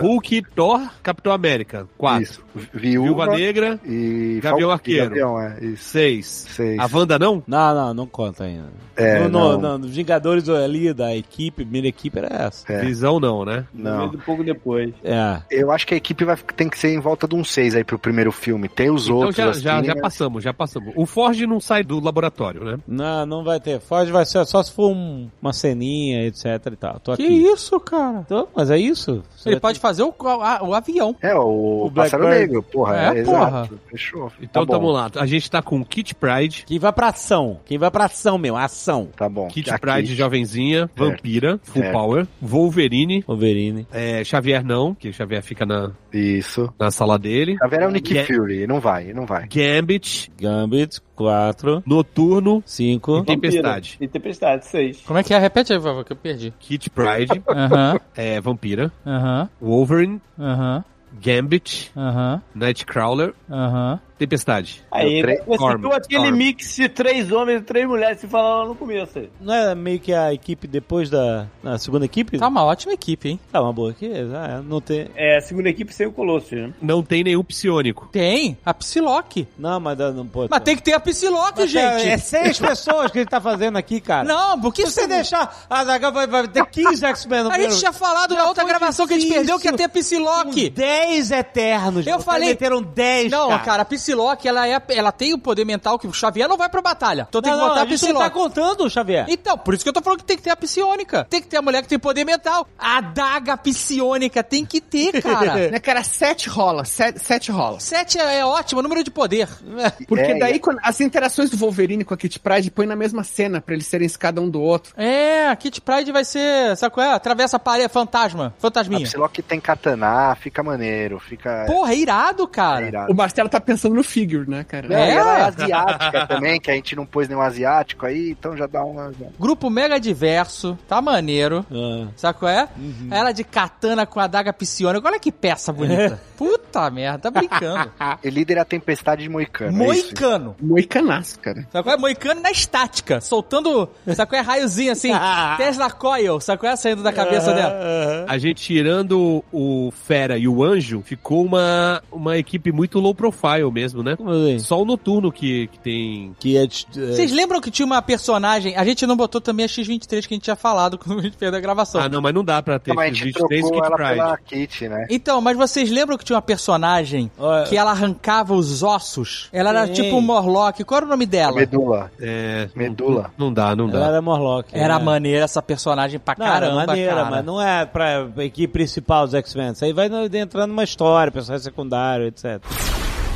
Speaker 4: Hulk, Thor, Capitão América. Quatro.
Speaker 2: Isso. Uhum. Viúva,
Speaker 4: Viúva Negra,
Speaker 2: e
Speaker 4: Gavião
Speaker 2: Fal-
Speaker 4: Arqueiro.
Speaker 2: e Gavião, é, isso.
Speaker 4: seis.
Speaker 2: Seis.
Speaker 4: A Wanda não?
Speaker 10: Não, não, não conta ainda.
Speaker 2: É,
Speaker 10: no, no,
Speaker 2: não.
Speaker 10: não, no Vingadores ali, da equipe, primeira equipe era essa.
Speaker 2: É.
Speaker 4: Visão não, né?
Speaker 2: Não.
Speaker 3: Um pouco depois.
Speaker 10: É.
Speaker 2: Eu acho que a equipe vai, tem que ser em volta de um 6 aí pro primeiro filme. Tem os
Speaker 4: Então
Speaker 2: outros.
Speaker 4: já,
Speaker 2: assim,
Speaker 4: já, já
Speaker 2: né?
Speaker 4: passamos, já passamos. O Forge não sai do laboratório, né?
Speaker 10: Não, não vai ter. Foge vai ser só se for um- uma ceninha, etc e tal. Tô
Speaker 5: Que
Speaker 10: aqui.
Speaker 5: isso, cara?
Speaker 10: Tô, mas é isso? Você
Speaker 5: Ele
Speaker 10: vai
Speaker 5: pode fazer o, a- o avião.
Speaker 2: É, o,
Speaker 10: O Black
Speaker 2: Pássaro
Speaker 10: Bird.
Speaker 2: Negro, porra.
Speaker 5: É,
Speaker 2: É,
Speaker 5: porra.
Speaker 2: exato. Fechou.
Speaker 4: Então
Speaker 2: tá bom.
Speaker 4: tamo lá. A gente tá com Kit Pride,
Speaker 10: ter- Quem vai pra ação? Quem vai pra ação, meu? Ação.
Speaker 2: Tá bom.
Speaker 4: Kit
Speaker 2: Aqui.
Speaker 4: Pride jovenzinha, Vampira, Full
Speaker 2: Certo.
Speaker 4: Power, Wolverine,
Speaker 10: Wolverine.
Speaker 4: é, Xavier não, que Xavier fica na,
Speaker 2: Isso.
Speaker 4: na sala dele.
Speaker 2: A Vera é o Nick
Speaker 4: Ga-
Speaker 2: Fury, ele não vai, ele não vai.
Speaker 4: Gambit,
Speaker 10: Gambit, 4,
Speaker 4: Noturno
Speaker 10: 5.
Speaker 4: e Tempestade.
Speaker 3: E Tempestade, seis.
Speaker 5: Como é que é? Repete aí, por favor, que eu perdi.
Speaker 4: Kit Pride,
Speaker 5: Aham,
Speaker 4: é, Vampira,
Speaker 5: aham,
Speaker 4: Wolverine,
Speaker 5: aham,
Speaker 4: Gambit,
Speaker 5: aham,
Speaker 4: Nightcrawler,
Speaker 5: aham.
Speaker 4: Tempestade.
Speaker 3: Aí,
Speaker 2: Três
Speaker 3: você
Speaker 4: Storm,
Speaker 3: viu aquele
Speaker 4: Storm.
Speaker 3: mix de três homens e três mulheres se falando lá no começo aí.
Speaker 10: Não é meio que a equipe depois da. Na segunda equipe?
Speaker 5: Tá uma ótima equipe, hein?
Speaker 10: Tá uma boa aqui. ah, Não tem.
Speaker 3: É, segunda equipe sem o Colosso, né?
Speaker 4: Não tem nenhum psionico.
Speaker 5: Tem a Psylocke.
Speaker 10: Não, mas dá- não pode.
Speaker 5: Mas tem que ter a Psylocke,
Speaker 10: Mas é-
Speaker 5: gente.
Speaker 10: É seis pessoas que ele tá fazendo aqui, cara.
Speaker 5: Não, porque
Speaker 10: Se você deixar. A Zagal vai, vai ter 15 X-Men no
Speaker 5: A gente
Speaker 10: primeiro.
Speaker 5: tinha falado na outra
Speaker 10: foi
Speaker 5: gravação que a gente
Speaker 10: difícil.
Speaker 5: perdeu que ia ter a Psylocke.
Speaker 10: 10 eternos.
Speaker 5: Eu
Speaker 10: Vocês
Speaker 5: falei-
Speaker 10: meteram 10.
Speaker 5: Não, cara, a Psylocke, ela, é, ela tem o poder mental que o Xavier não vai pra batalha. Então tem
Speaker 10: não,
Speaker 5: que botar
Speaker 10: não,
Speaker 5: a
Speaker 10: a gente não tá
Speaker 5: Psylocke.
Speaker 10: contando, Xavier.
Speaker 5: Então, por isso que eu tô falando que tem que ter a psionica. Tem que ter a mulher que tem poder mental. A daga psionica tem que ter, cara.
Speaker 9: Né, cara, sete rola, sete, sete rola.
Speaker 5: Sete é, é ótimo, é número de poder.
Speaker 9: Porque
Speaker 2: É,
Speaker 9: daí quando- as interações do Wolverine com a Kit Pride põe na mesma cena pra eles serem cada um do outro.
Speaker 5: É, a Kit Pride vai ser, sabe qual é? Atravessa a parede, fantasma,
Speaker 2: A
Speaker 5: fantasminha.
Speaker 2: Psylocke tem katana, fica maneiro, fica...
Speaker 5: Porra, é irado, cara.
Speaker 2: irado.
Speaker 9: O Marcelo tá pensando no figure, né, cara?
Speaker 2: Não, e ela é
Speaker 5: É?
Speaker 2: asiática também, que a gente não pôs nenhum asiático aí, então já dá uma.
Speaker 5: Grupo mega diverso, tá maneiro.
Speaker 10: Ah.
Speaker 5: Sabe qual é?
Speaker 2: Uhum.
Speaker 5: Ela de katana com a daga psionica. Olha que peça bonita. Puta merda, tá brincando.
Speaker 4: Ah.
Speaker 2: E líder é a tempestade de Moicano. é isso?
Speaker 5: Moicano.
Speaker 9: Moicanaço, cara.
Speaker 5: Sabe qual é? Moicano na estática, soltando, sabe qual é? Raiozinho assim, Tesla Coil, sabe qual é? Saindo da cabeça dela.
Speaker 10: É.
Speaker 4: A gente tirando o Fera e o Anjo, ficou uma, uma equipe muito low profile mesmo, né?
Speaker 10: Como assim?
Speaker 4: Só o Noturno que, que tem...
Speaker 10: Que é. de- é-
Speaker 5: Vocês lembram que tinha uma personagem, a gente não botou também a X-23 que a gente tinha falado quando a gente perdeu a gravação.
Speaker 4: Ah, não, mas não dá pra ter
Speaker 2: Então, a
Speaker 4: esses
Speaker 2: gente
Speaker 4: 23
Speaker 2: trocou
Speaker 4: Kit
Speaker 2: ela
Speaker 4: Pride.
Speaker 2: pela Kit, né?
Speaker 5: Então, mas vocês lembram que tinha uma personagem
Speaker 10: Ó, é.
Speaker 5: que ela arrancava os ossos? Ela era
Speaker 10: Sim.
Speaker 5: tipo um Morlock, qual era o nome dela?
Speaker 2: Medula.
Speaker 4: É,
Speaker 2: Medula.
Speaker 4: Não dá, não
Speaker 10: Ela
Speaker 4: dá.
Speaker 10: era Morlock.
Speaker 5: Era
Speaker 10: né?
Speaker 5: maneira essa personagem pra
Speaker 10: Não,
Speaker 5: caramba,
Speaker 10: era maneira,
Speaker 5: cara.
Speaker 10: mas não é pra equipe principal dos X-Men. Isso aí vai no- entrando numa história, personagem secundário, etc.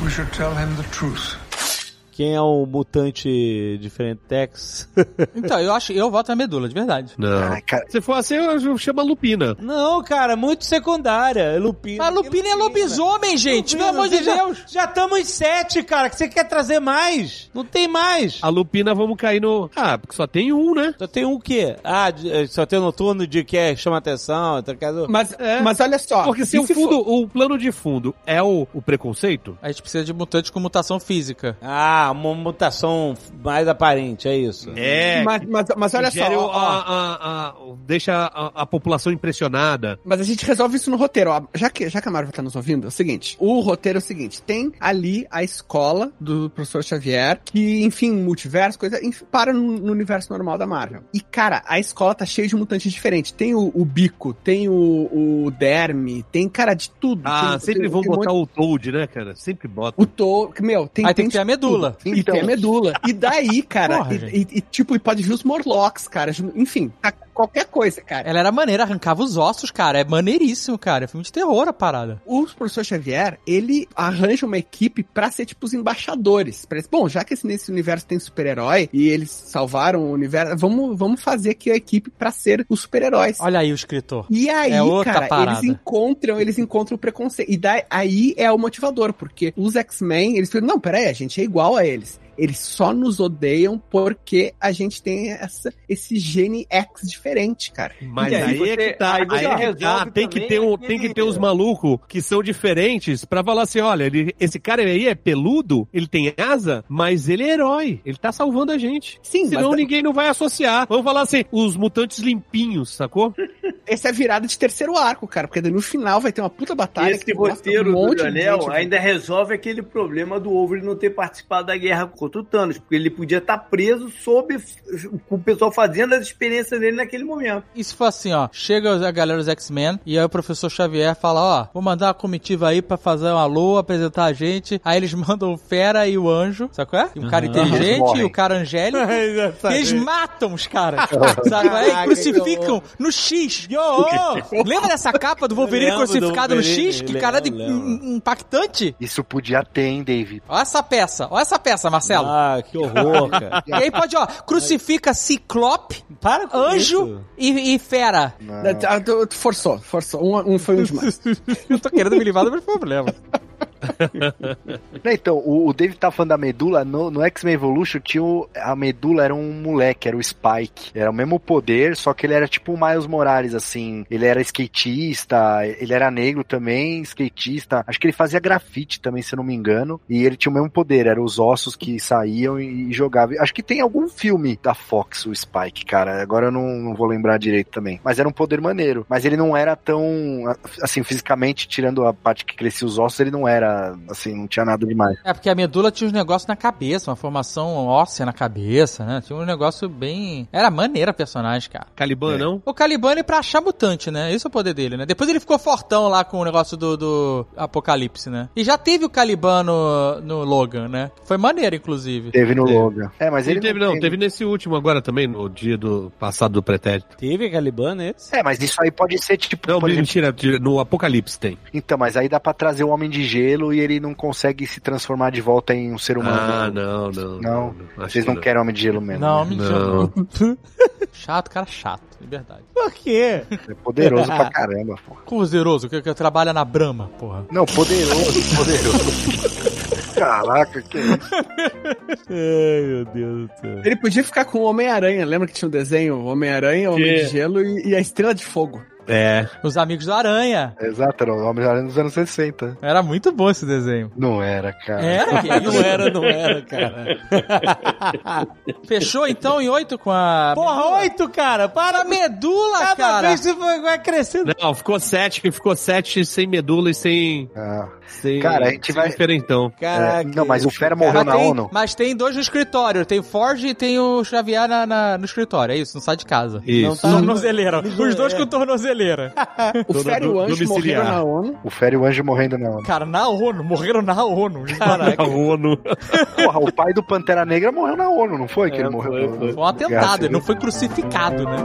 Speaker 7: We should tell him the truth.
Speaker 10: Quem é o mutante diferente Tex?
Speaker 5: Então, eu acho, eu voto na medula, de verdade.
Speaker 4: Não.
Speaker 2: Ai, cara,
Speaker 4: Se for assim, eu chamo a Lupina.
Speaker 10: Não, cara, muito secundária. Lupina.
Speaker 5: Mas Lupina é lobisomem, gente, pelo amor de
Speaker 10: você já-
Speaker 5: Deus.
Speaker 10: Já estamos em sete, cara, que você quer trazer mais? Não tem mais.
Speaker 4: A Lupina, vamos cair no... Ah, porque só tem um, né?
Speaker 10: Só tem um quê? Ah, de- eh, só tem o noturno de que é- chama atenção. então, quer dizer-
Speaker 9: Mas, mas olha só.
Speaker 4: Porque se
Speaker 9: e
Speaker 4: o fundo, o plano de fundo é o, o preconceito,
Speaker 5: A gente precisa de mutante com mutação física.
Speaker 10: Ah, uma mutação mais aparente, é isso.
Speaker 4: é
Speaker 9: mas, mas, mas olha só,
Speaker 4: gera
Speaker 9: ó, ó.
Speaker 4: a- a- a- deixa a, a população impressionada.
Speaker 9: Mas a gente resolve isso no roteiro, ó. Já que, já que a Marvel tá nos ouvindo, é o seguinte. O roteiro é o seguinte. Tem ali a escola do professor Xavier, que, enfim, multiverso, coisa, enfim, para no, no universo normal da Marvel. E, cara, a escola tá cheia de mutantes diferentes. Tem o, o Bico, tem o, o Derme, tem, cara, de tudo.
Speaker 4: Ah,
Speaker 9: Tem-
Speaker 4: sempre
Speaker 9: tem-
Speaker 4: vão
Speaker 9: tem um monte-
Speaker 4: botar o Toad, né, cara? Sempre bota.
Speaker 9: o to... Meu, tem...
Speaker 5: Aí tem que
Speaker 9: de
Speaker 5: ter a medula.
Speaker 9: tudo. E
Speaker 2: Então.
Speaker 9: tem a medula. E daí, cara,
Speaker 5: Porra,
Speaker 9: e-
Speaker 5: gente.
Speaker 9: e, e, tipo, e pode vir os Morlocks, cara. Enfim, tá- qualquer coisa, cara.
Speaker 5: Ela era maneira, arrancava os ossos, cara. É maneiríssimo, cara. É filme de terror a parada.
Speaker 9: o professor Xavier, ele arranja uma equipe pra ser tipo os embaixadores. Pra eles, bom, já que esse- nesse universo tem super-herói e eles salvaram o universo, vamos, vamos fazer aqui a equipe pra ser os super-heróis.
Speaker 5: Olha aí o escritor.
Speaker 9: E aí,
Speaker 5: É outra
Speaker 9: cara,
Speaker 5: parada.
Speaker 9: eles encontram, eles encontram o preconceito. E daí, aí é o motivador, porque os X-Men, eles falam, não, peraí, a gente é igual a eles. Eles só nos odeiam porque a gente tem essa, esse gene X diferente, cara.
Speaker 4: Mas
Speaker 3: E aí
Speaker 4: aí,
Speaker 3: você-
Speaker 4: é que tá,
Speaker 3: aí
Speaker 4: aí,
Speaker 3: você
Speaker 4: é que tá.
Speaker 3: resolve
Speaker 4: Tem que,
Speaker 3: também
Speaker 4: ter um,
Speaker 3: aquele-
Speaker 4: tem que ter uns malucos que são diferentes pra falar assim: olha, ele- esse cara aí é peludo, ele tem asa, mas ele é herói, ele tá salvando a gente.
Speaker 9: Sim,
Speaker 4: Senão
Speaker 9: mas
Speaker 4: ninguém não vai associar. Vamos falar assim, os mutantes limpinhos, sacou?
Speaker 9: essa é a virada de terceiro arco, cara, porque daí no final vai ter um uma puta batalha.
Speaker 3: Esse
Speaker 9: que mostra
Speaker 3: roteiro do
Speaker 9: de
Speaker 3: Jornal
Speaker 9: gente- né?
Speaker 3: ainda resolve aquele problema do Wolverine não ter participado da guerra contra o Thanos, porque ele podia estar preso sob com o pessoal fazendo as experiências dele naquele momento.
Speaker 5: E se for assim, ó. Chega a galera dos X-Men e aí o professor Xavier fala, ó, vou mandar uma comitiva aí pra fazer um alô, apresentar a gente. Aí eles mandam o Fera e o Anjo, sabe qual é? E um cara
Speaker 2: Uhum. Eles
Speaker 5: inteligente
Speaker 2: morrem.
Speaker 5: e o cara angélico. E eles matam os caras, sabe? qual é?
Speaker 10: É, Caraca,
Speaker 5: E crucificam no X. Lembra dessa capa do Wolverine
Speaker 10: Lembro do
Speaker 5: crucificado no
Speaker 10: Wolverine,
Speaker 5: X? Que cara de-
Speaker 10: lembro, lembro.
Speaker 5: impactante?
Speaker 2: Isso podia ter, hein, David?
Speaker 5: Olha essa peça, olha essa peça, Marcelo.
Speaker 10: Ah, que horror, cara.
Speaker 5: E aí pode, ó, crucifica Ciclope,
Speaker 10: Para com
Speaker 5: Anjo
Speaker 10: isso.
Speaker 5: e, e Fera.
Speaker 9: Ah, tá, tu- tu Forçou, forçou. Um, um foi um demais.
Speaker 5: Eu tô querendo me livrar do meu problema.
Speaker 2: Não, então, o, o David tá falando da medula. No, no X-Men Evolution tinha o- a medula, era um moleque, era o Spike. Era o mesmo poder, só que ele era tipo o Miles Morales, assim. Ele era skatista, ele era negro também, skatista. Acho que ele fazia grafite também, se eu não me engano. E ele tinha o mesmo poder, eram os ossos que saíam e, e jogavam. Acho que tem algum filme da Fox, o Spike, cara. Agora eu não, não vou lembrar direito também. Mas era um poder maneiro. Mas ele não era tão, assim, fisicamente, tirando a parte que crescia os ossos, ele não era, assim, não tinha nada demais.
Speaker 5: É, porque a medula tinha uns negócios na cabeça, uma formação óssea na cabeça, né? Tinha um negócio bem... Era maneira a personagem, cara.
Speaker 4: Caliban, não?
Speaker 5: O Caliban ele pra achar mutante, né? Esse é o poder dele, né? Depois ele ficou fortão lá com o negócio do, do Apocalipse, né? E já teve o Caliban no, no Logan, né? Foi maneiro, inclusive.
Speaker 2: Teve no
Speaker 4: Teve.
Speaker 2: Logan. É, mas ele.
Speaker 4: teve, não,
Speaker 2: tem-
Speaker 4: teve nesse último agora também, no dia do passado do pretérito.
Speaker 10: Teve Caliban esse?
Speaker 2: É, mas isso aí pode ser tipo.
Speaker 4: Não,
Speaker 2: por exemplo,
Speaker 4: mentira, de- no Apocalipse tem.
Speaker 2: Então, mas aí dá pra trazer o Homem de Gelo e ele não consegue se transformar de volta em um ser humano.
Speaker 4: Ah, não, não.
Speaker 2: Não,
Speaker 4: acho
Speaker 2: Vocês
Speaker 4: que
Speaker 2: não querem Homem de Gelo mesmo.
Speaker 5: Não,
Speaker 4: né?
Speaker 5: me
Speaker 4: Não.
Speaker 5: diga. chato, cara, chato, de verdade.
Speaker 10: Por quê?
Speaker 2: É poderoso pra caramba, pô.
Speaker 5: Cruzeroso, que, que trabalha na Brahma, porra.
Speaker 2: Não, poderoso, poderoso. Caraca, que
Speaker 10: Ai, meu Deus do céu.
Speaker 9: Ele podia ficar com o Homem-Aranha. Lembra que tinha um desenho? O Homem-Aranha, o Homem de Gelo e, e a Estrela de Fogo.
Speaker 4: É.
Speaker 5: Os Amigos da Aranha.
Speaker 2: Exato, era o Homem de Aranha dos anos 60.
Speaker 5: Era muito bom esse desenho.
Speaker 2: Não era, cara.
Speaker 5: Era? Que
Speaker 10: Não
Speaker 5: isso?
Speaker 10: era, não era, cara.
Speaker 5: Fechou então em oito com a.
Speaker 10: Porra, oito, cara.
Speaker 5: Para a
Speaker 10: Para
Speaker 5: medula,
Speaker 10: Cada
Speaker 5: cara!
Speaker 10: vez você vai vai crescendo.
Speaker 4: Não, ficou sete, que ficou sete sem medula e sem.
Speaker 2: Ah,
Speaker 4: sem
Speaker 2: Cara, a gente
Speaker 4: sem
Speaker 2: vai-
Speaker 4: Diferentão.
Speaker 5: Ah,
Speaker 10: Caraca.
Speaker 2: não, mas o Fera morreu
Speaker 5: Mas
Speaker 2: na
Speaker 5: Ah, tem,
Speaker 2: ONU.
Speaker 5: mas tem dois no escritório. Tem o Forge e tem o Xavier na, na- no escritório. É isso, não sai de casa.
Speaker 10: tá
Speaker 4: Isso.
Speaker 5: Tornozeleira.
Speaker 10: não-
Speaker 5: Os dois
Speaker 10: é.
Speaker 5: com tornozeleira.
Speaker 9: O
Speaker 4: Dona
Speaker 9: Fério
Speaker 4: do-
Speaker 9: Anjo
Speaker 4: domiciliar.
Speaker 9: morreram na ONU.
Speaker 2: O Fera e o Anjo morrendo na ONU.
Speaker 5: Cara, na ONU. Morreram na ONU.
Speaker 2: É
Speaker 4: A ONU.
Speaker 2: Porra, o pai do Pantera Negra morreu na ONU, não foi? Que ele morreu na ONU.
Speaker 5: Foi um atentado, ele não foi crucificado, né?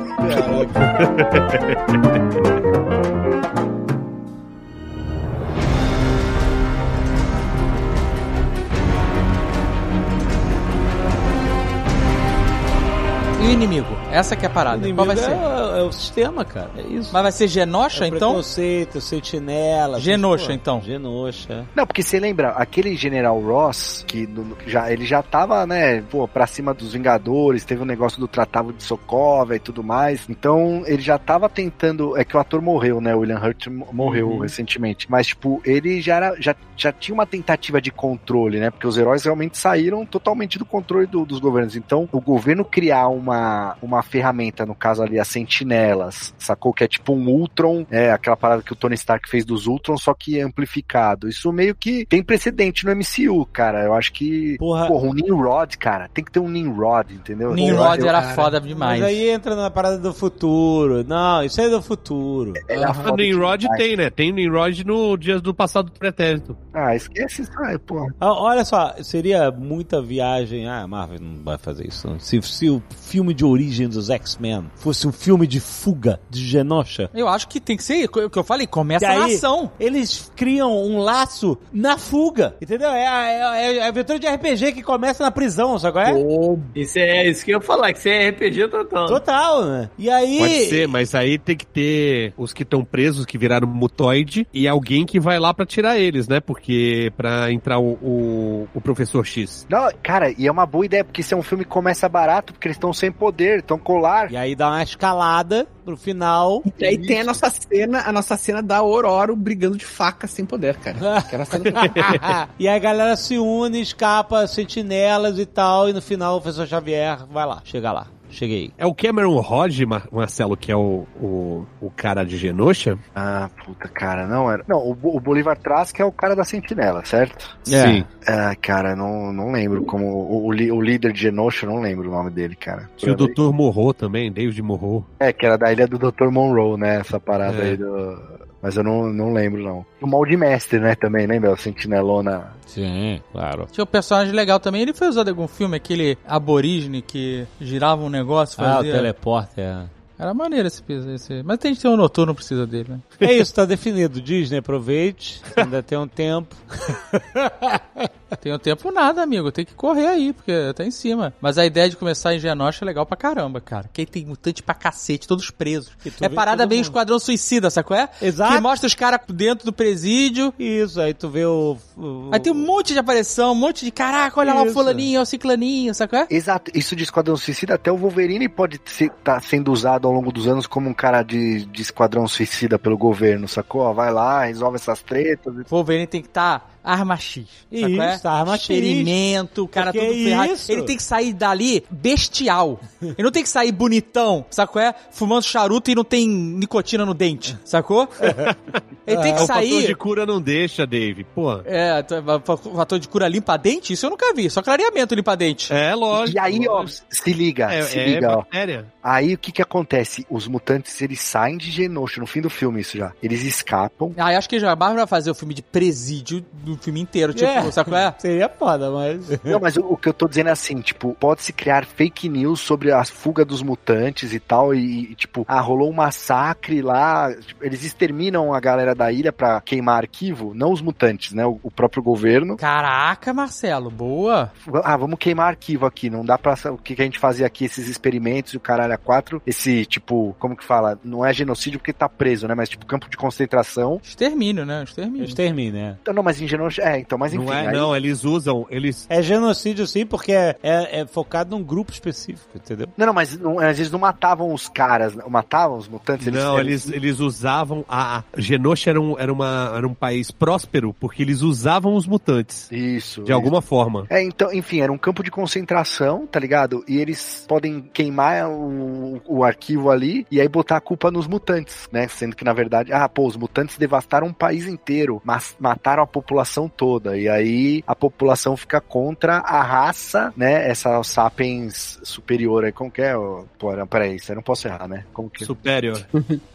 Speaker 5: E o inimigo? Essa que é a parada.
Speaker 10: O
Speaker 5: Qual vai
Speaker 10: é. inimigo
Speaker 5: ser?
Speaker 10: É, é o sistema, cara. É isso.
Speaker 5: Mas vai ser Genosha,
Speaker 10: É
Speaker 5: então?
Speaker 10: Preconceito, sentinela.
Speaker 5: Genosha,
Speaker 10: essas porra.
Speaker 5: então.
Speaker 10: Genosha.
Speaker 2: Não, porque você lembra, aquele General Ross, que no- no- já, ele já tava, né, pô, pra cima dos Vingadores, teve um negócio do Tratado de Sokovia e tudo mais. Então, ele já tava tentando. É que o ator morreu, né? O William Hurt mo- morreu
Speaker 5: Uhum.
Speaker 2: recentemente. Mas, tipo, ele já, era, já, já tinha uma tentativa de controle, né? Porque os heróis realmente saíram totalmente do controle do- dos governos. Então, o governo criar uma, uma ferramenta, no caso ali, as sentinelas, sacou? Que é tipo um Ultron, é aquela parada que o Tony Stark fez dos Ultron, só que amplificado. Isso meio que tem precedente no MCU, cara. Eu acho que.
Speaker 10: Porra.
Speaker 2: Porra, um Nimrod, cara. Tem que ter um Nimrod, entendeu?
Speaker 5: Nimrod
Speaker 2: Eu-
Speaker 5: era
Speaker 9: cara.
Speaker 5: foda
Speaker 10: Mas
Speaker 5: demais.
Speaker 10: aí entra na parada do futuro. Não, isso aí é do futuro.
Speaker 2: era
Speaker 4: Ah,
Speaker 2: foda
Speaker 4: Nimrod
Speaker 2: demais.
Speaker 4: tem, né? Tem Nimrod no Dias do Passado do Pretérito.
Speaker 2: Ah, esquece isso. Ah, porra.
Speaker 10: Ah, Olha só, seria muita viagem. Ah, a Marvel não vai fazer isso. não. Se, se o filme de origem dos X-Men fosse um filme de fuga de Genosha,
Speaker 5: Eu acho que tem que ser o que eu falei, começa
Speaker 10: E
Speaker 5: na
Speaker 10: aí?
Speaker 5: ação.
Speaker 10: eles criam um laço na fuga, entendeu? É a, é a- é a aventura de RPG que começa na prisão, sabe qual é?
Speaker 9: Pô,
Speaker 3: Isso é isso que eu ia falar, que isso é RPG total.
Speaker 10: Total, né? E aí.
Speaker 4: Pode ser, mas aí tem que ter os que estão presos, que viraram mutoide, e alguém que vai lá pra tirar eles, né? Porque pra entrar o, o, o professor X.
Speaker 2: Não, cara, e é uma boa ideia, porque se é um filme que começa barato, porque eles estão sem poder, estão colar.
Speaker 10: E aí dá uma escalada pro final.
Speaker 9: E aí tem a nossa cena, a nossa cena da Aurora brigando de faca sem poder, cara. Que era a cena-
Speaker 10: e aí a galera se une, escapa, sentinelas e tal, e no final o professor Xavier vai lá, chega lá. Cheguei.
Speaker 4: É o Cameron Rod, Mar- Marcelo, que é o, o, o cara de Genosha?
Speaker 2: Ah, puta, cara, não era. Não, o, Bo- o Bolívar Trask é o cara da sentinela, certo?
Speaker 4: Sim.
Speaker 2: Ah, cara, não, não lembro como. O, o li- o líder de Genosha, não lembro o nome dele, cara.
Speaker 4: Tinha o Dr. Morro também, David Morro.
Speaker 2: É, que era da ilha do Dr. Monroe, né? Essa parada
Speaker 4: É.
Speaker 2: aí do. Mas eu não, não lembro, não. O Mal de Mestre, né? Também, lembra? O Sentinelona.
Speaker 10: Sim, claro.
Speaker 5: Tinha um personagem legal também. Ele foi usado em algum filme, aquele aborígene que girava um negócio,
Speaker 10: Ah, o
Speaker 5: fazia.
Speaker 10: teleporte é.
Speaker 1: Era maneiro esse piso. Esse... Mas tem que ter um noturno, precisa dele, né?
Speaker 5: É isso, tá definido. Disney, aproveite. Ainda tem um tempo.
Speaker 1: Tem um tempo nada, amigo. Tem que correr aí, porque tá em cima. Mas a ideia de começar em Genosha é legal pra caramba, cara. Porque aí tem mutante pra cacete, todos presos. É
Speaker 5: vê
Speaker 1: parada
Speaker 5: todo
Speaker 1: meio
Speaker 5: mundo.
Speaker 1: esquadrão suicida, sabe qual é?
Speaker 5: Exato.
Speaker 1: Que mostra os caras dentro do presídio.
Speaker 5: Isso, aí tu vê o. o-
Speaker 1: Aí tem um monte de aparição, um monte de caraca, olha lá o
Speaker 5: Isso.
Speaker 1: fulaninho, olha o ciclaninho, sabe qual é?
Speaker 2: Exato, isso de Esquadrão Suicida, até o Wolverine pode estar sendo usado ao longo dos anos como um cara de, de Esquadrão Suicida pelo governo, sacou? Ó, Vai lá, resolve essas tretas.
Speaker 1: Wolverine tem que estar tá arma X. sabe
Speaker 5: Isso,
Speaker 1: qual é?
Speaker 5: tá arma X.
Speaker 1: Experimento, o cara
Speaker 5: Porque
Speaker 1: todo
Speaker 5: é
Speaker 1: ferrado.
Speaker 5: isso.
Speaker 1: Ele tem que sair dali bestial. Ele não tem que sair bonitão, sabe qual é? Fumando charuto e não tem nicotina no dente, sacou? É, Ele tem que
Speaker 4: É, O fator
Speaker 1: sair.
Speaker 4: de cura não deixa, Dave. Pô.
Speaker 1: É, t- fa- fa- fator de cura limpa-dente? Isso eu nunca vi, só clareamento limpa-dente.
Speaker 4: É, lógico.
Speaker 2: E aí, ó,
Speaker 4: lógico.
Speaker 2: se liga,
Speaker 4: É,
Speaker 2: Tá se
Speaker 4: é
Speaker 2: liga, ó.
Speaker 4: matéria.
Speaker 2: Aí o que que acontece? Os mutantes, eles saem de Genosha, no fim do filme isso já. Eles escapam.
Speaker 1: Ah, eu acho que já a Marvel vai fazer o filme de presídio do filme inteiro, tipo,
Speaker 5: É.
Speaker 1: sabe qual é?
Speaker 5: Seria foda, mas.
Speaker 2: Não, mas o, o que eu tô dizendo é assim, tipo, pode-se criar fake news sobre a fuga dos mutantes e tal, e, e, tipo, ah, rolou um massacre lá, tipo, eles exterminam a galera da ilha pra queimar arquivo, não os mutantes, né, o, o próprio governo.
Speaker 1: Caraca, Marcelo, boa.
Speaker 2: Ah, vamos queimar arquivo aqui, não dá pra... O que, que a gente fazia aqui, esses experimentos e o caralho a quatro, esse, tipo, como que fala, não é genocídio porque tá preso, né, mas tipo, campo de concentração.
Speaker 1: Extermínio, né? Extermínio.
Speaker 5: Extermina, né?
Speaker 2: Então, não, mas em Genosha... É, então, mas enfim...
Speaker 4: não é,
Speaker 2: aí-
Speaker 4: não. Eles usam. Eles.
Speaker 5: É genocídio sim, porque é, é- é focado num grupo específico, entendeu?
Speaker 2: Não, não, mas não- às vezes não matavam os caras, né? matavam os mutantes.
Speaker 4: não, eles, eles usavam. A a Genosha era um, era, uma, era um país próspero porque eles usavam os mutantes.
Speaker 2: Isso.
Speaker 4: De alguma forma.
Speaker 2: É, então, enfim, era um campo de concentração, tá ligado? E eles podem queimar o, o arquivo ali e aí botar a culpa nos mutantes, né? Sendo que, na verdade, ah, pô, os mutantes devastaram um país inteiro, mas mataram a população toda. E aí a população fica contra a raça, né? Essa sapiens superior aí, como que é? ô? Pô, não, peraí, isso eu não posso errar, né? Como que...
Speaker 4: Superior.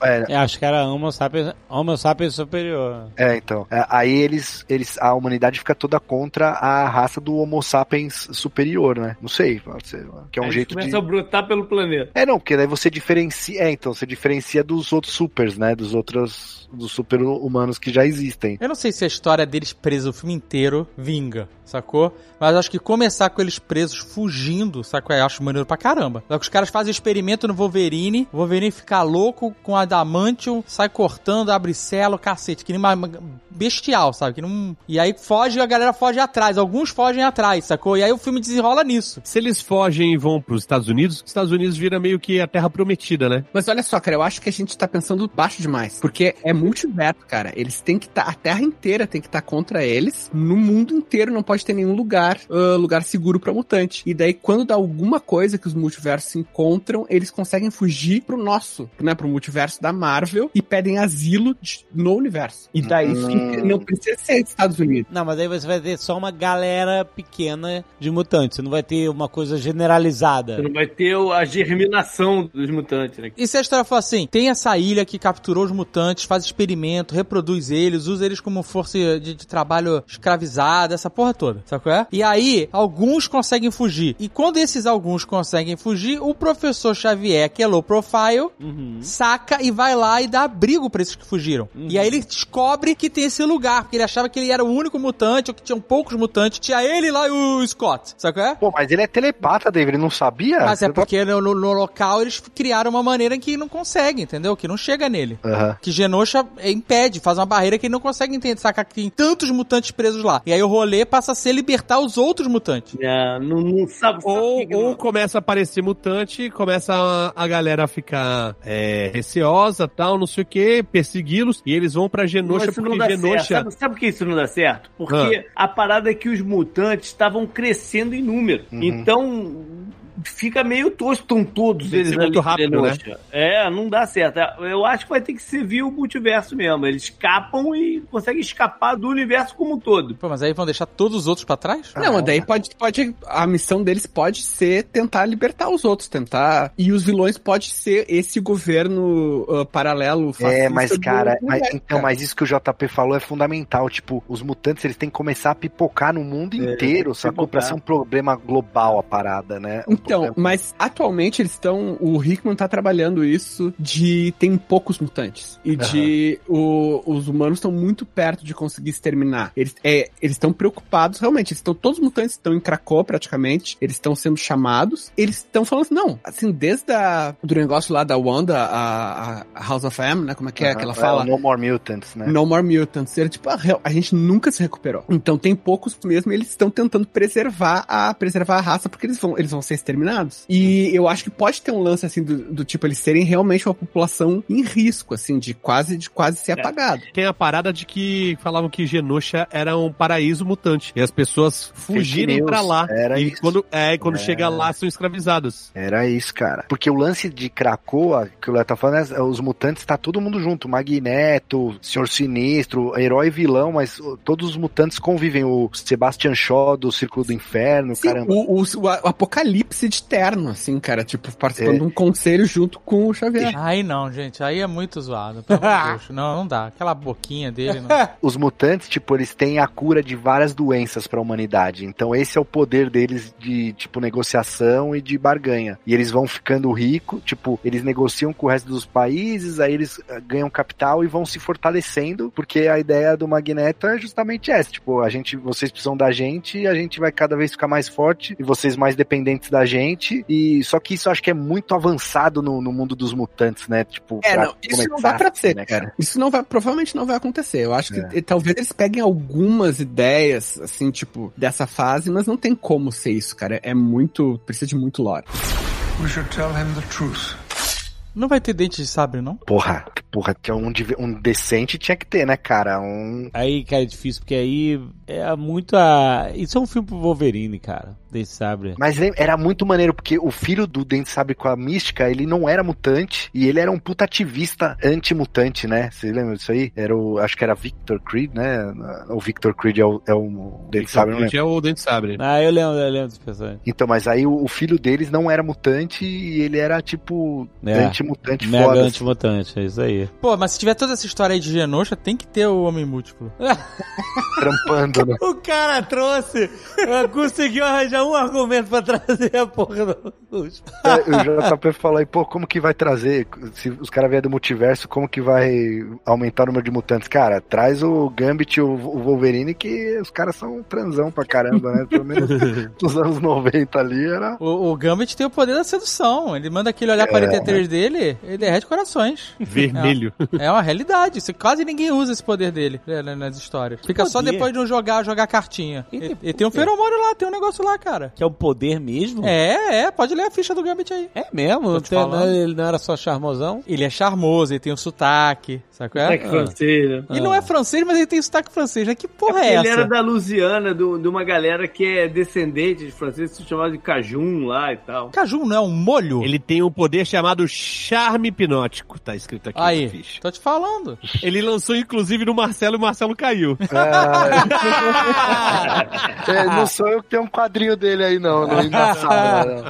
Speaker 2: É,
Speaker 5: É, acho que era Homo sapiens, homo sapiens superior.
Speaker 2: É, então. É, aí eles, eles. A humanidade fica toda contra a raça do Homo sapiens superior, né? Não sei, pode ser. Que é um
Speaker 10: Aí
Speaker 2: jeito
Speaker 10: começa
Speaker 2: de.
Speaker 10: a brotar pelo planeta.
Speaker 2: É, não, porque daí você diferencia. É, então, você diferencia dos outros supers, né? Dos outros. Dos super-humanos que já existem.
Speaker 1: Eu não sei se a história deles presos o filme inteiro vinga, sacou? Mas acho que começar com eles presos fugindo, sacou? Eu acho maneiro pra caramba. Só que os caras fazem experimento no Wolverine, o Wolverine fica louco com adamantium, sai cortando, abre celo, cacete, que nem uma uma- bestial, sabe? Que não... E aí foge e a galera foge atrás, alguns fogem atrás, sacou? E aí o filme desenrola nisso.
Speaker 4: Se eles fogem e vão pros Estados Unidos, os Estados Unidos vira meio que a terra prometida, né?
Speaker 9: Mas olha só, cara, eu acho que a gente tá pensando baixo demais. Porque é multiverso, cara. Eles têm que estar. a Terra inteira tem que estar contra eles. No mundo inteiro não pode ter nenhum lugar ah, lugar seguro pra mutante. E daí, quando dá alguma coisa que os multiversos se encontram, eles conseguem fugir pro nosso, né? Pro multiverso da Marvel e pedem asilo de- no universo. E
Speaker 10: Uhum.
Speaker 9: daí
Speaker 2: Ah.
Speaker 9: fica- não precisa ser Estados Unidos.
Speaker 5: Não, mas aí você vai ter só uma galera pequena de mutantes. Você não vai ter uma coisa generalizada.
Speaker 10: Você não vai ter o- a germinação dos mutantes, né?
Speaker 1: E se a história for assim, tem essa ilha que capturou os mutantes, faz experimento, reproduz eles, usa eles como força de, de trabalho escravizada, essa porra toda, sabe qual é? E aí, alguns conseguem fugir. E quando esses alguns conseguem fugir, o professor Xavier, que é low profile, saca e vai lá e dá abrigo pra esses que fugiram. E aí ele descobre que tem esse lugar, porque ele achava que ele era o único mutante, ou que tinham poucos mutantes, tinha ele lá e o Scott, sabe qual é?
Speaker 2: Pô, mas ele é telepata, David, ele não sabia?
Speaker 1: Mas é
Speaker 2: Você tá-
Speaker 1: porque no, no- no local eles criaram uma maneira que não consegue, entendeu? Que não chega nele.
Speaker 2: Aham.
Speaker 1: Que Genosha eh, impede, faz uma barreira que ele não consegue entender, saca? Que tem tantos mutantes presos lá. E aí o rolê passa a ser libertar os outros mutantes.
Speaker 10: É, não, não sabe, sabe o
Speaker 4: Ou,
Speaker 10: que que
Speaker 4: ou
Speaker 10: não-
Speaker 4: começa a aparecer mutante, começa a, a galera a ficar é, receosa, tal, não sei o que, persegui-los, e eles vão pra
Speaker 10: Mas
Speaker 4: Genosha,
Speaker 10: isso não
Speaker 4: porque
Speaker 10: dá certo.
Speaker 4: Genosha... Ah.
Speaker 10: Sabe, sabe por que isso não dá certo? Porque a parada é que os mutantes estavam crescendo em número.
Speaker 2: Uhum.
Speaker 10: Então fica meio tosco, estão todos
Speaker 4: Tem que
Speaker 10: eles
Speaker 4: ser
Speaker 10: ali
Speaker 4: muito rápido, né?
Speaker 10: em Genosha. É, não dá certo. Eu acho que vai ter que servir o multiverso mesmo. Eles escapam e conseguem escapar do universo como um todo.
Speaker 1: Pô, mas aí vão deixar todos os outros pra trás?
Speaker 2: Ah,
Speaker 9: Não, mas daí pode, pode. A missão deles pode ser tentar libertar os outros, tentar. E os vilões pode ser esse governo ah, paralelo.
Speaker 2: É,
Speaker 9: fascista
Speaker 2: mas
Speaker 9: do-
Speaker 2: cara,
Speaker 9: do
Speaker 2: mas-
Speaker 9: universo,
Speaker 2: então,
Speaker 9: cara.
Speaker 2: mas isso que o JP falou é fundamental. Tipo, os mutantes eles têm É, que começar a pipocar no mundo inteiro, sacou? Pra
Speaker 10: pipocar.
Speaker 2: ser um problema global a parada, né? Um
Speaker 9: Então, Então, mas atualmente eles estão. O Hickman tá trabalhando isso de tem poucos mutantes. E de o- os humanos estão muito perto de conseguir exterminar. Eles é, eles estão preocupados, realmente. Eles estão, todos os mutantes estão em Krakow praticamente. Eles estão sendo chamados. Eles estão falando assim, não. Assim, desde a, do negócio lá da Wanda, a, a House of M, né? Como é que é que ela fala?
Speaker 2: No More Mutants, né?
Speaker 9: É. No More Mutants. Era tipo, a, real- a gente nunca se recuperou. Então tem poucos mesmo, e eles estão tentando preservar a, preservar a raça, porque eles vão, eles vão ser exterminados. E eu acho que pode ter um lance assim do, do tipo, eles serem realmente uma população em risco, assim, de quase, de quase
Speaker 2: É.
Speaker 9: ser apagado.
Speaker 4: Tem a parada de que falavam que Genosha era um paraíso mutante. E as pessoas fugirem
Speaker 2: news,
Speaker 4: pra lá.
Speaker 2: era
Speaker 4: e
Speaker 2: isso.
Speaker 4: quando É, e quando chega lá são escravizados.
Speaker 2: Era isso, cara. Porque o lance de Krakoa, que o Léo tá falando, é os mutantes tá todo mundo junto. Magneto, Senhor Sinistro, herói e vilão, mas ó, todos os mutantes convivem. O Sebastian Shaw do Círculo do Inferno,
Speaker 9: Sim,
Speaker 2: caramba.
Speaker 9: o, o- o apocalipse de terno, assim, cara, tipo, participando
Speaker 2: É.
Speaker 9: de um conselho junto com o Xavier.
Speaker 5: Aí não, gente. Aí é muito zoado. Pelo amor de Deus. Não, não dá. Aquela boquinha dele. Não...
Speaker 2: Os mutantes, tipo, eles têm a cura de várias doenças pra humanidade. Então esse é o poder deles de, tipo, negociação e de barganha. E eles vão ficando rico, tipo, eles negociam com o resto dos países, aí eles eh, ganham capital e vão se fortalecendo, porque a ideia do Magneto é justamente essa, tipo, a gente, vocês precisam da gente, a gente vai cada vez ficar mais forte e vocês mais dependentes da gente. E só que isso eu acho que é muito avançado no, no mundo dos mutantes, né? Tipo,
Speaker 9: É,
Speaker 2: pra
Speaker 9: não, isso não
Speaker 2: começar,
Speaker 9: dá pra ser,
Speaker 2: né,
Speaker 9: cara. Isso não vai, provavelmente não vai acontecer. Eu acho que eh, talvez eles peguem algumas ideias, assim, tipo, dessa fase, mas não tem como ser isso, cara. É muito, precisa de muito lore.
Speaker 7: We should tell him the truth.
Speaker 5: não vai ter dente de sabre, não?
Speaker 2: Porra, porra, que um, div- um decente tinha que ter, né, cara? Um.
Speaker 10: Aí, cara, é difícil, porque aí é muito a. Isso é um filme pro Wolverine, cara. Dente de sabre.
Speaker 2: Mas lem- era muito maneiro, porque o filho do Dente Sabre com a Mística, ele não era mutante, e ele era um puta ativista anti-mutante, né? Vocês lembram disso aí? Era o, acho que era Victor Creed, né? O Victor Creed é o, é o Dente Sabre, não lembro.
Speaker 4: Hoje é o Dente Sabre.
Speaker 10: Ah, eu lembro, eu lembro dos personagens.
Speaker 2: Então, mas aí o, o filho deles não era mutante, e ele era, tipo,
Speaker 10: É.
Speaker 2: anti-mutante
Speaker 10: Mega
Speaker 2: foda.
Speaker 10: antimutante, é isso aí.
Speaker 5: Pô, mas se tiver toda essa história aí de Genosha, tem que ter o homem múltiplo.
Speaker 2: assim, trampando, né?
Speaker 10: O cara trouxe, eh, conseguiu arranjar um argumento pra trazer a porra do.
Speaker 2: É, o JP falou aí, pô, como que vai trazer? Se os caras vierem do multiverso, como que vai aumentar o número de mutantes? Cara, traz o Gambit e o o Wolverine, que os caras são transão pra caramba, né? Pelo menos nos anos 90 ali era.
Speaker 5: O, o Gambit tem o poder da sedução. Ele manda aquele
Speaker 3: É,
Speaker 5: olhar
Speaker 3: né?
Speaker 5: 43 dele, ele derrete corações.
Speaker 4: Vermelho.
Speaker 5: É uma realidade. Isso, quase ninguém usa esse poder dele né, na- nas histórias. Fica só
Speaker 10: poder?
Speaker 5: depois de um jogar, jogar cartinha.
Speaker 10: Ih,
Speaker 5: E,
Speaker 10: que
Speaker 5: e tem um
Speaker 10: poder.
Speaker 5: feromônio lá, tem um negócio lá, cara.
Speaker 10: é. Que é o poder mesmo?
Speaker 5: É, né, é, pode ler a ficha do Gambit aí.
Speaker 10: É mesmo? não
Speaker 5: te
Speaker 10: tem-
Speaker 5: falando.
Speaker 10: não- ele não era só charmosão?
Speaker 5: Ele é charmoso, ele tem um sotaque, sabe qual é?
Speaker 3: É que francês, né?
Speaker 5: Ele
Speaker 10: Ah.
Speaker 5: não é francês, mas ele tem sotaque francês. né? Que porra é, essa?
Speaker 3: Ele era da Lusiana, do- de uma galera que é descendente de francês, se chamava de Cajun lá e tal.
Speaker 5: Caju não é um molho?
Speaker 4: Ele tem um poder chamado Charme Hipnótico, tá escrito aqui na
Speaker 5: Aí,
Speaker 4: ficha.
Speaker 5: tô te falando.
Speaker 4: Ele lançou, inclusive, no Marcelo e o Marcelo caiu.
Speaker 2: É, não sou eu que tenho um quadrinho dele aí, não. Não embaçado, né?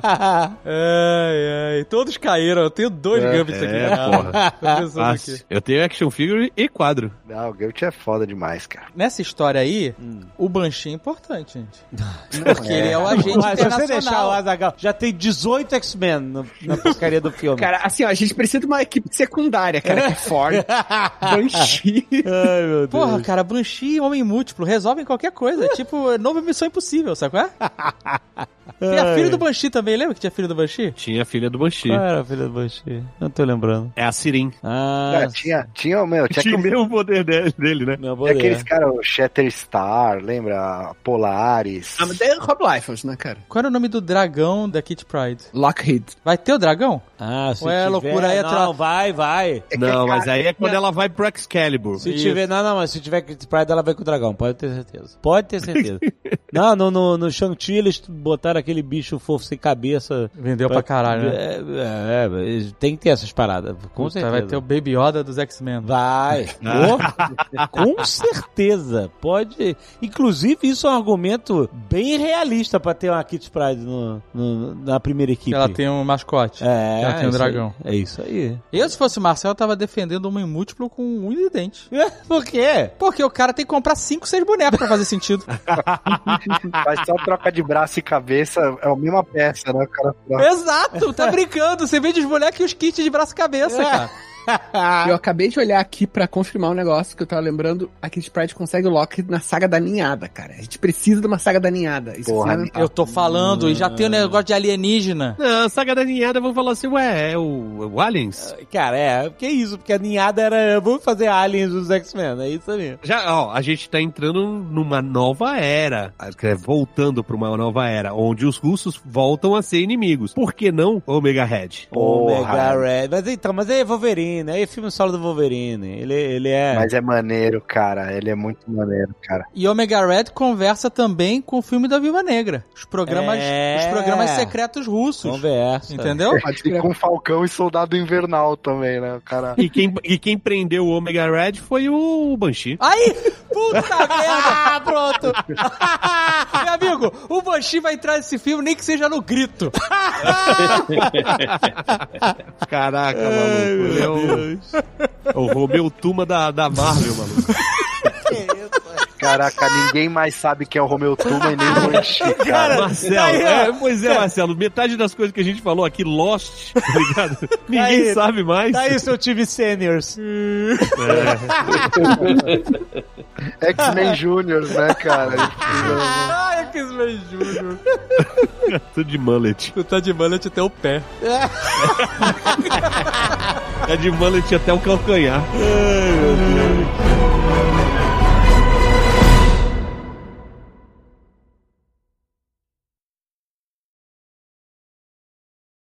Speaker 5: ai, ai, todos caíram. Eu tenho dois
Speaker 2: É,
Speaker 5: Gambits aqui.
Speaker 4: é,
Speaker 5: na real.
Speaker 4: porra.
Speaker 5: Tô pensando aqui.
Speaker 4: Fácil. Eu tenho action figure e quadro.
Speaker 2: Não, o Gambit é foda demais, cara.
Speaker 5: Nessa história aí,
Speaker 10: Hum.
Speaker 5: o Banshee é importante, gente. Porque ele é o agente
Speaker 10: Mas se você deixar o
Speaker 5: internacional.
Speaker 10: Azagal, já tem 18 X-Men no- na porcaria do filme.
Speaker 9: Cara, assim, ó, a gente precisa de uma equipe secundária, cara, que é Ford, Banshee.
Speaker 10: Ai, meu Deus.
Speaker 5: Porra, cara, Banshee e Homem Múltiplo resolvem qualquer coisa. É tipo, nova missão impossível, sabe qual é? Tem a filha do Banshee também, lembra que tinha filha do Banshee?
Speaker 4: Tinha a filha do Banshee.
Speaker 10: Qual
Speaker 2: Ah.
Speaker 10: era a filha do Banshee? Não tô lembrando.
Speaker 4: É a Sirin.
Speaker 10: Ah,
Speaker 2: É, tinha, tinha, meu, tinha,
Speaker 4: Tinha o
Speaker 2: aquele-
Speaker 4: mesmo poder dele, dele, né?
Speaker 5: É
Speaker 2: tinha
Speaker 10: meu poder.
Speaker 2: aqueles caras, o Shatterstar, lembra? Polaris.
Speaker 9: Ah, mas daí é Rob Liefeld, né, cara?
Speaker 5: Qual era o nome do dragão da Kit Pride?
Speaker 9: Lockheed.
Speaker 5: Vai ter o dragão?
Speaker 10: Ah, se
Speaker 5: Ué,
Speaker 10: tiver...
Speaker 5: é loucura aí,
Speaker 10: não,
Speaker 5: tra-
Speaker 10: vai, vai.
Speaker 2: É que
Speaker 4: Não,
Speaker 2: é
Speaker 4: mas aí é quando ela vai pro Excalibur.
Speaker 10: Se
Speaker 5: Isso.
Speaker 10: tiver, não, não, mas se tiver Kitty Pride, ela vai com o dragão, pode ter certeza. Pode ter certeza. não, no, no, no Shang-Chi eles botaram aquele bicho fofo sem cabeça.
Speaker 5: Vendeu pra caralho, né?
Speaker 10: É, é, é, tem que ter essas paradas, com
Speaker 5: Puta,
Speaker 10: certeza.
Speaker 5: vai ter o Baby Yoda dos X-Men.
Speaker 10: Vai.
Speaker 5: Né?
Speaker 10: Pô, com certeza. Pode. Inclusive, isso é um argumento bem realista pra ter uma Kit Pride no, no- na primeira equipe.
Speaker 5: Ela tem um mascote.
Speaker 10: é,
Speaker 5: ela tem um
Speaker 10: isso
Speaker 5: dragão.
Speaker 10: aí. é isso aí.
Speaker 5: Eu, se fosse o Marcel, tava defendendo o Homem Múltiplo com um e dente.
Speaker 10: Por quê?
Speaker 5: Porque o cara tem que comprar 5, 6 bonecos pra fazer sentido.
Speaker 2: Mas só troca de braço e cabeça é a mesma peça, né? O cara
Speaker 5: Exato, tá brincando. Você vende os bonecos e os kits de braço e
Speaker 10: É.
Speaker 5: cabeça, cara.
Speaker 9: Eu acabei de olhar aqui pra confirmar um negócio que eu tava lembrando. A Kitty Pride consegue o Loki na saga da ninhada, cara. A gente precisa de uma saga da ninhada. Isso
Speaker 2: Porra,
Speaker 9: é fundamental.
Speaker 5: Eu tô falando, e já tem o
Speaker 10: Ah.
Speaker 5: negócio de alienígena.
Speaker 4: Não, Ah, saga da ninhada, vão falar assim, ué, é o, é o Aliens?
Speaker 10: Cara, é, que isso, porque a ninhada era. Vamos fazer aliens dos X-Men, é isso aí.
Speaker 4: Já, ó, a gente tá entrando numa nova era, ah, quer dizer, voltando pra uma nova era, onde os russos voltam a ser inimigos. Por que não Omega Red?
Speaker 10: Omega Red. Mas então, mas aí é Wolverine, aí é filme solo do Wolverine. Ele, ele é.
Speaker 2: Mas é maneiro, cara. Ele é muito maneiro, cara.
Speaker 5: E Omega Red conversa também com o filme da Viúva Negra. Os programas,
Speaker 10: É.
Speaker 5: os programas secretos russos.
Speaker 10: Conversa.
Speaker 5: Entendeu?
Speaker 9: Pode
Speaker 2: E
Speaker 9: crer.
Speaker 2: com Falcão e Soldado Invernal também, né? O cara.
Speaker 4: E quem, e quem prendeu o Omega Red foi o Banshee.
Speaker 5: Aí, puta merda!
Speaker 10: Ah,
Speaker 5: Pronto! Meu amigo, o Banshee vai entrar nesse filme nem que seja no grito.
Speaker 4: Caraca, maluco. Ele é o, o Romeu Tuma da, da Marvel, maluco.
Speaker 2: Caraca, ninguém mais sabe quem é o Romeu Tuma e nem o Banshee,
Speaker 10: Tá
Speaker 2: cara.
Speaker 4: Marcelo, é, pois é, Marcelo, metade das coisas que a gente falou aqui, Lost, tá ligado? Ninguém
Speaker 10: Aí,
Speaker 4: sabe mais.
Speaker 10: Tá aí seu time seniors.
Speaker 2: X-Men Juniors, né, cara?
Speaker 5: Ai, que esmejuro.
Speaker 4: Tudo de mullet.
Speaker 5: Tu tá de mullet até o pé.
Speaker 4: Tá de mullet até o calcanhar.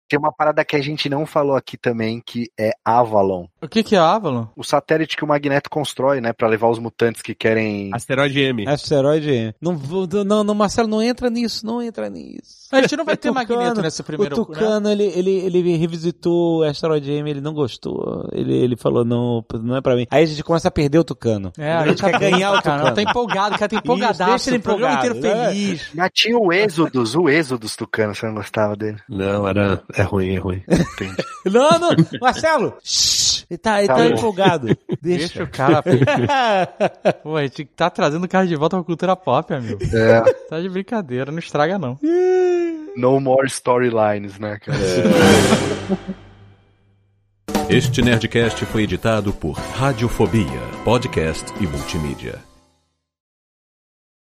Speaker 2: Tem uma parada que a gente não falou aqui também, que é Avalon.
Speaker 5: O que que é Avalon?
Speaker 2: O satélite que o Magneto constrói, né, Pra levar os mutantes que querem...
Speaker 4: Asteroide M.
Speaker 10: Asteroide. Não, vou- não, não, Marcelo, não entra nisso, não entra nisso.
Speaker 5: A gente não vai ter
Speaker 10: Tucano,
Speaker 5: Magneto nessa primeira
Speaker 10: o Tucano, ele, ele, ele revisitou o Asteroid M, ele não gostou. Ele, ele falou, não, não é pra mim. Aí a gente começa a perder o Tucano.
Speaker 5: É, a gente
Speaker 10: quer ganhar o
Speaker 5: cara.
Speaker 10: Tucano.
Speaker 5: Tá empolgado, o cara tá empolgadaço.
Speaker 10: deixa ele
Speaker 5: o programa
Speaker 10: empolgado,
Speaker 5: inteiro
Speaker 10: né?
Speaker 5: feliz.
Speaker 2: Mas tinha o Êxodos, o Êxodos Tucano, você não gostava dele?
Speaker 4: Não, era. É ruim, é ruim.
Speaker 10: Não, não, Marcelo! shh, ele tá, ele
Speaker 2: Tá
Speaker 10: tá,
Speaker 2: bom.
Speaker 10: empolgado.
Speaker 5: Deixa
Speaker 10: Deixa.
Speaker 5: o cara. Pô, a gente tá trazendo o cara de volta pra cultura pop, amigo.
Speaker 2: É,
Speaker 5: Tá de brincadeira, não estraga não.
Speaker 2: No More Storylines, né, cara?
Speaker 13: Este Nerdcast foi editado por Radiofobia, podcast e multimídia.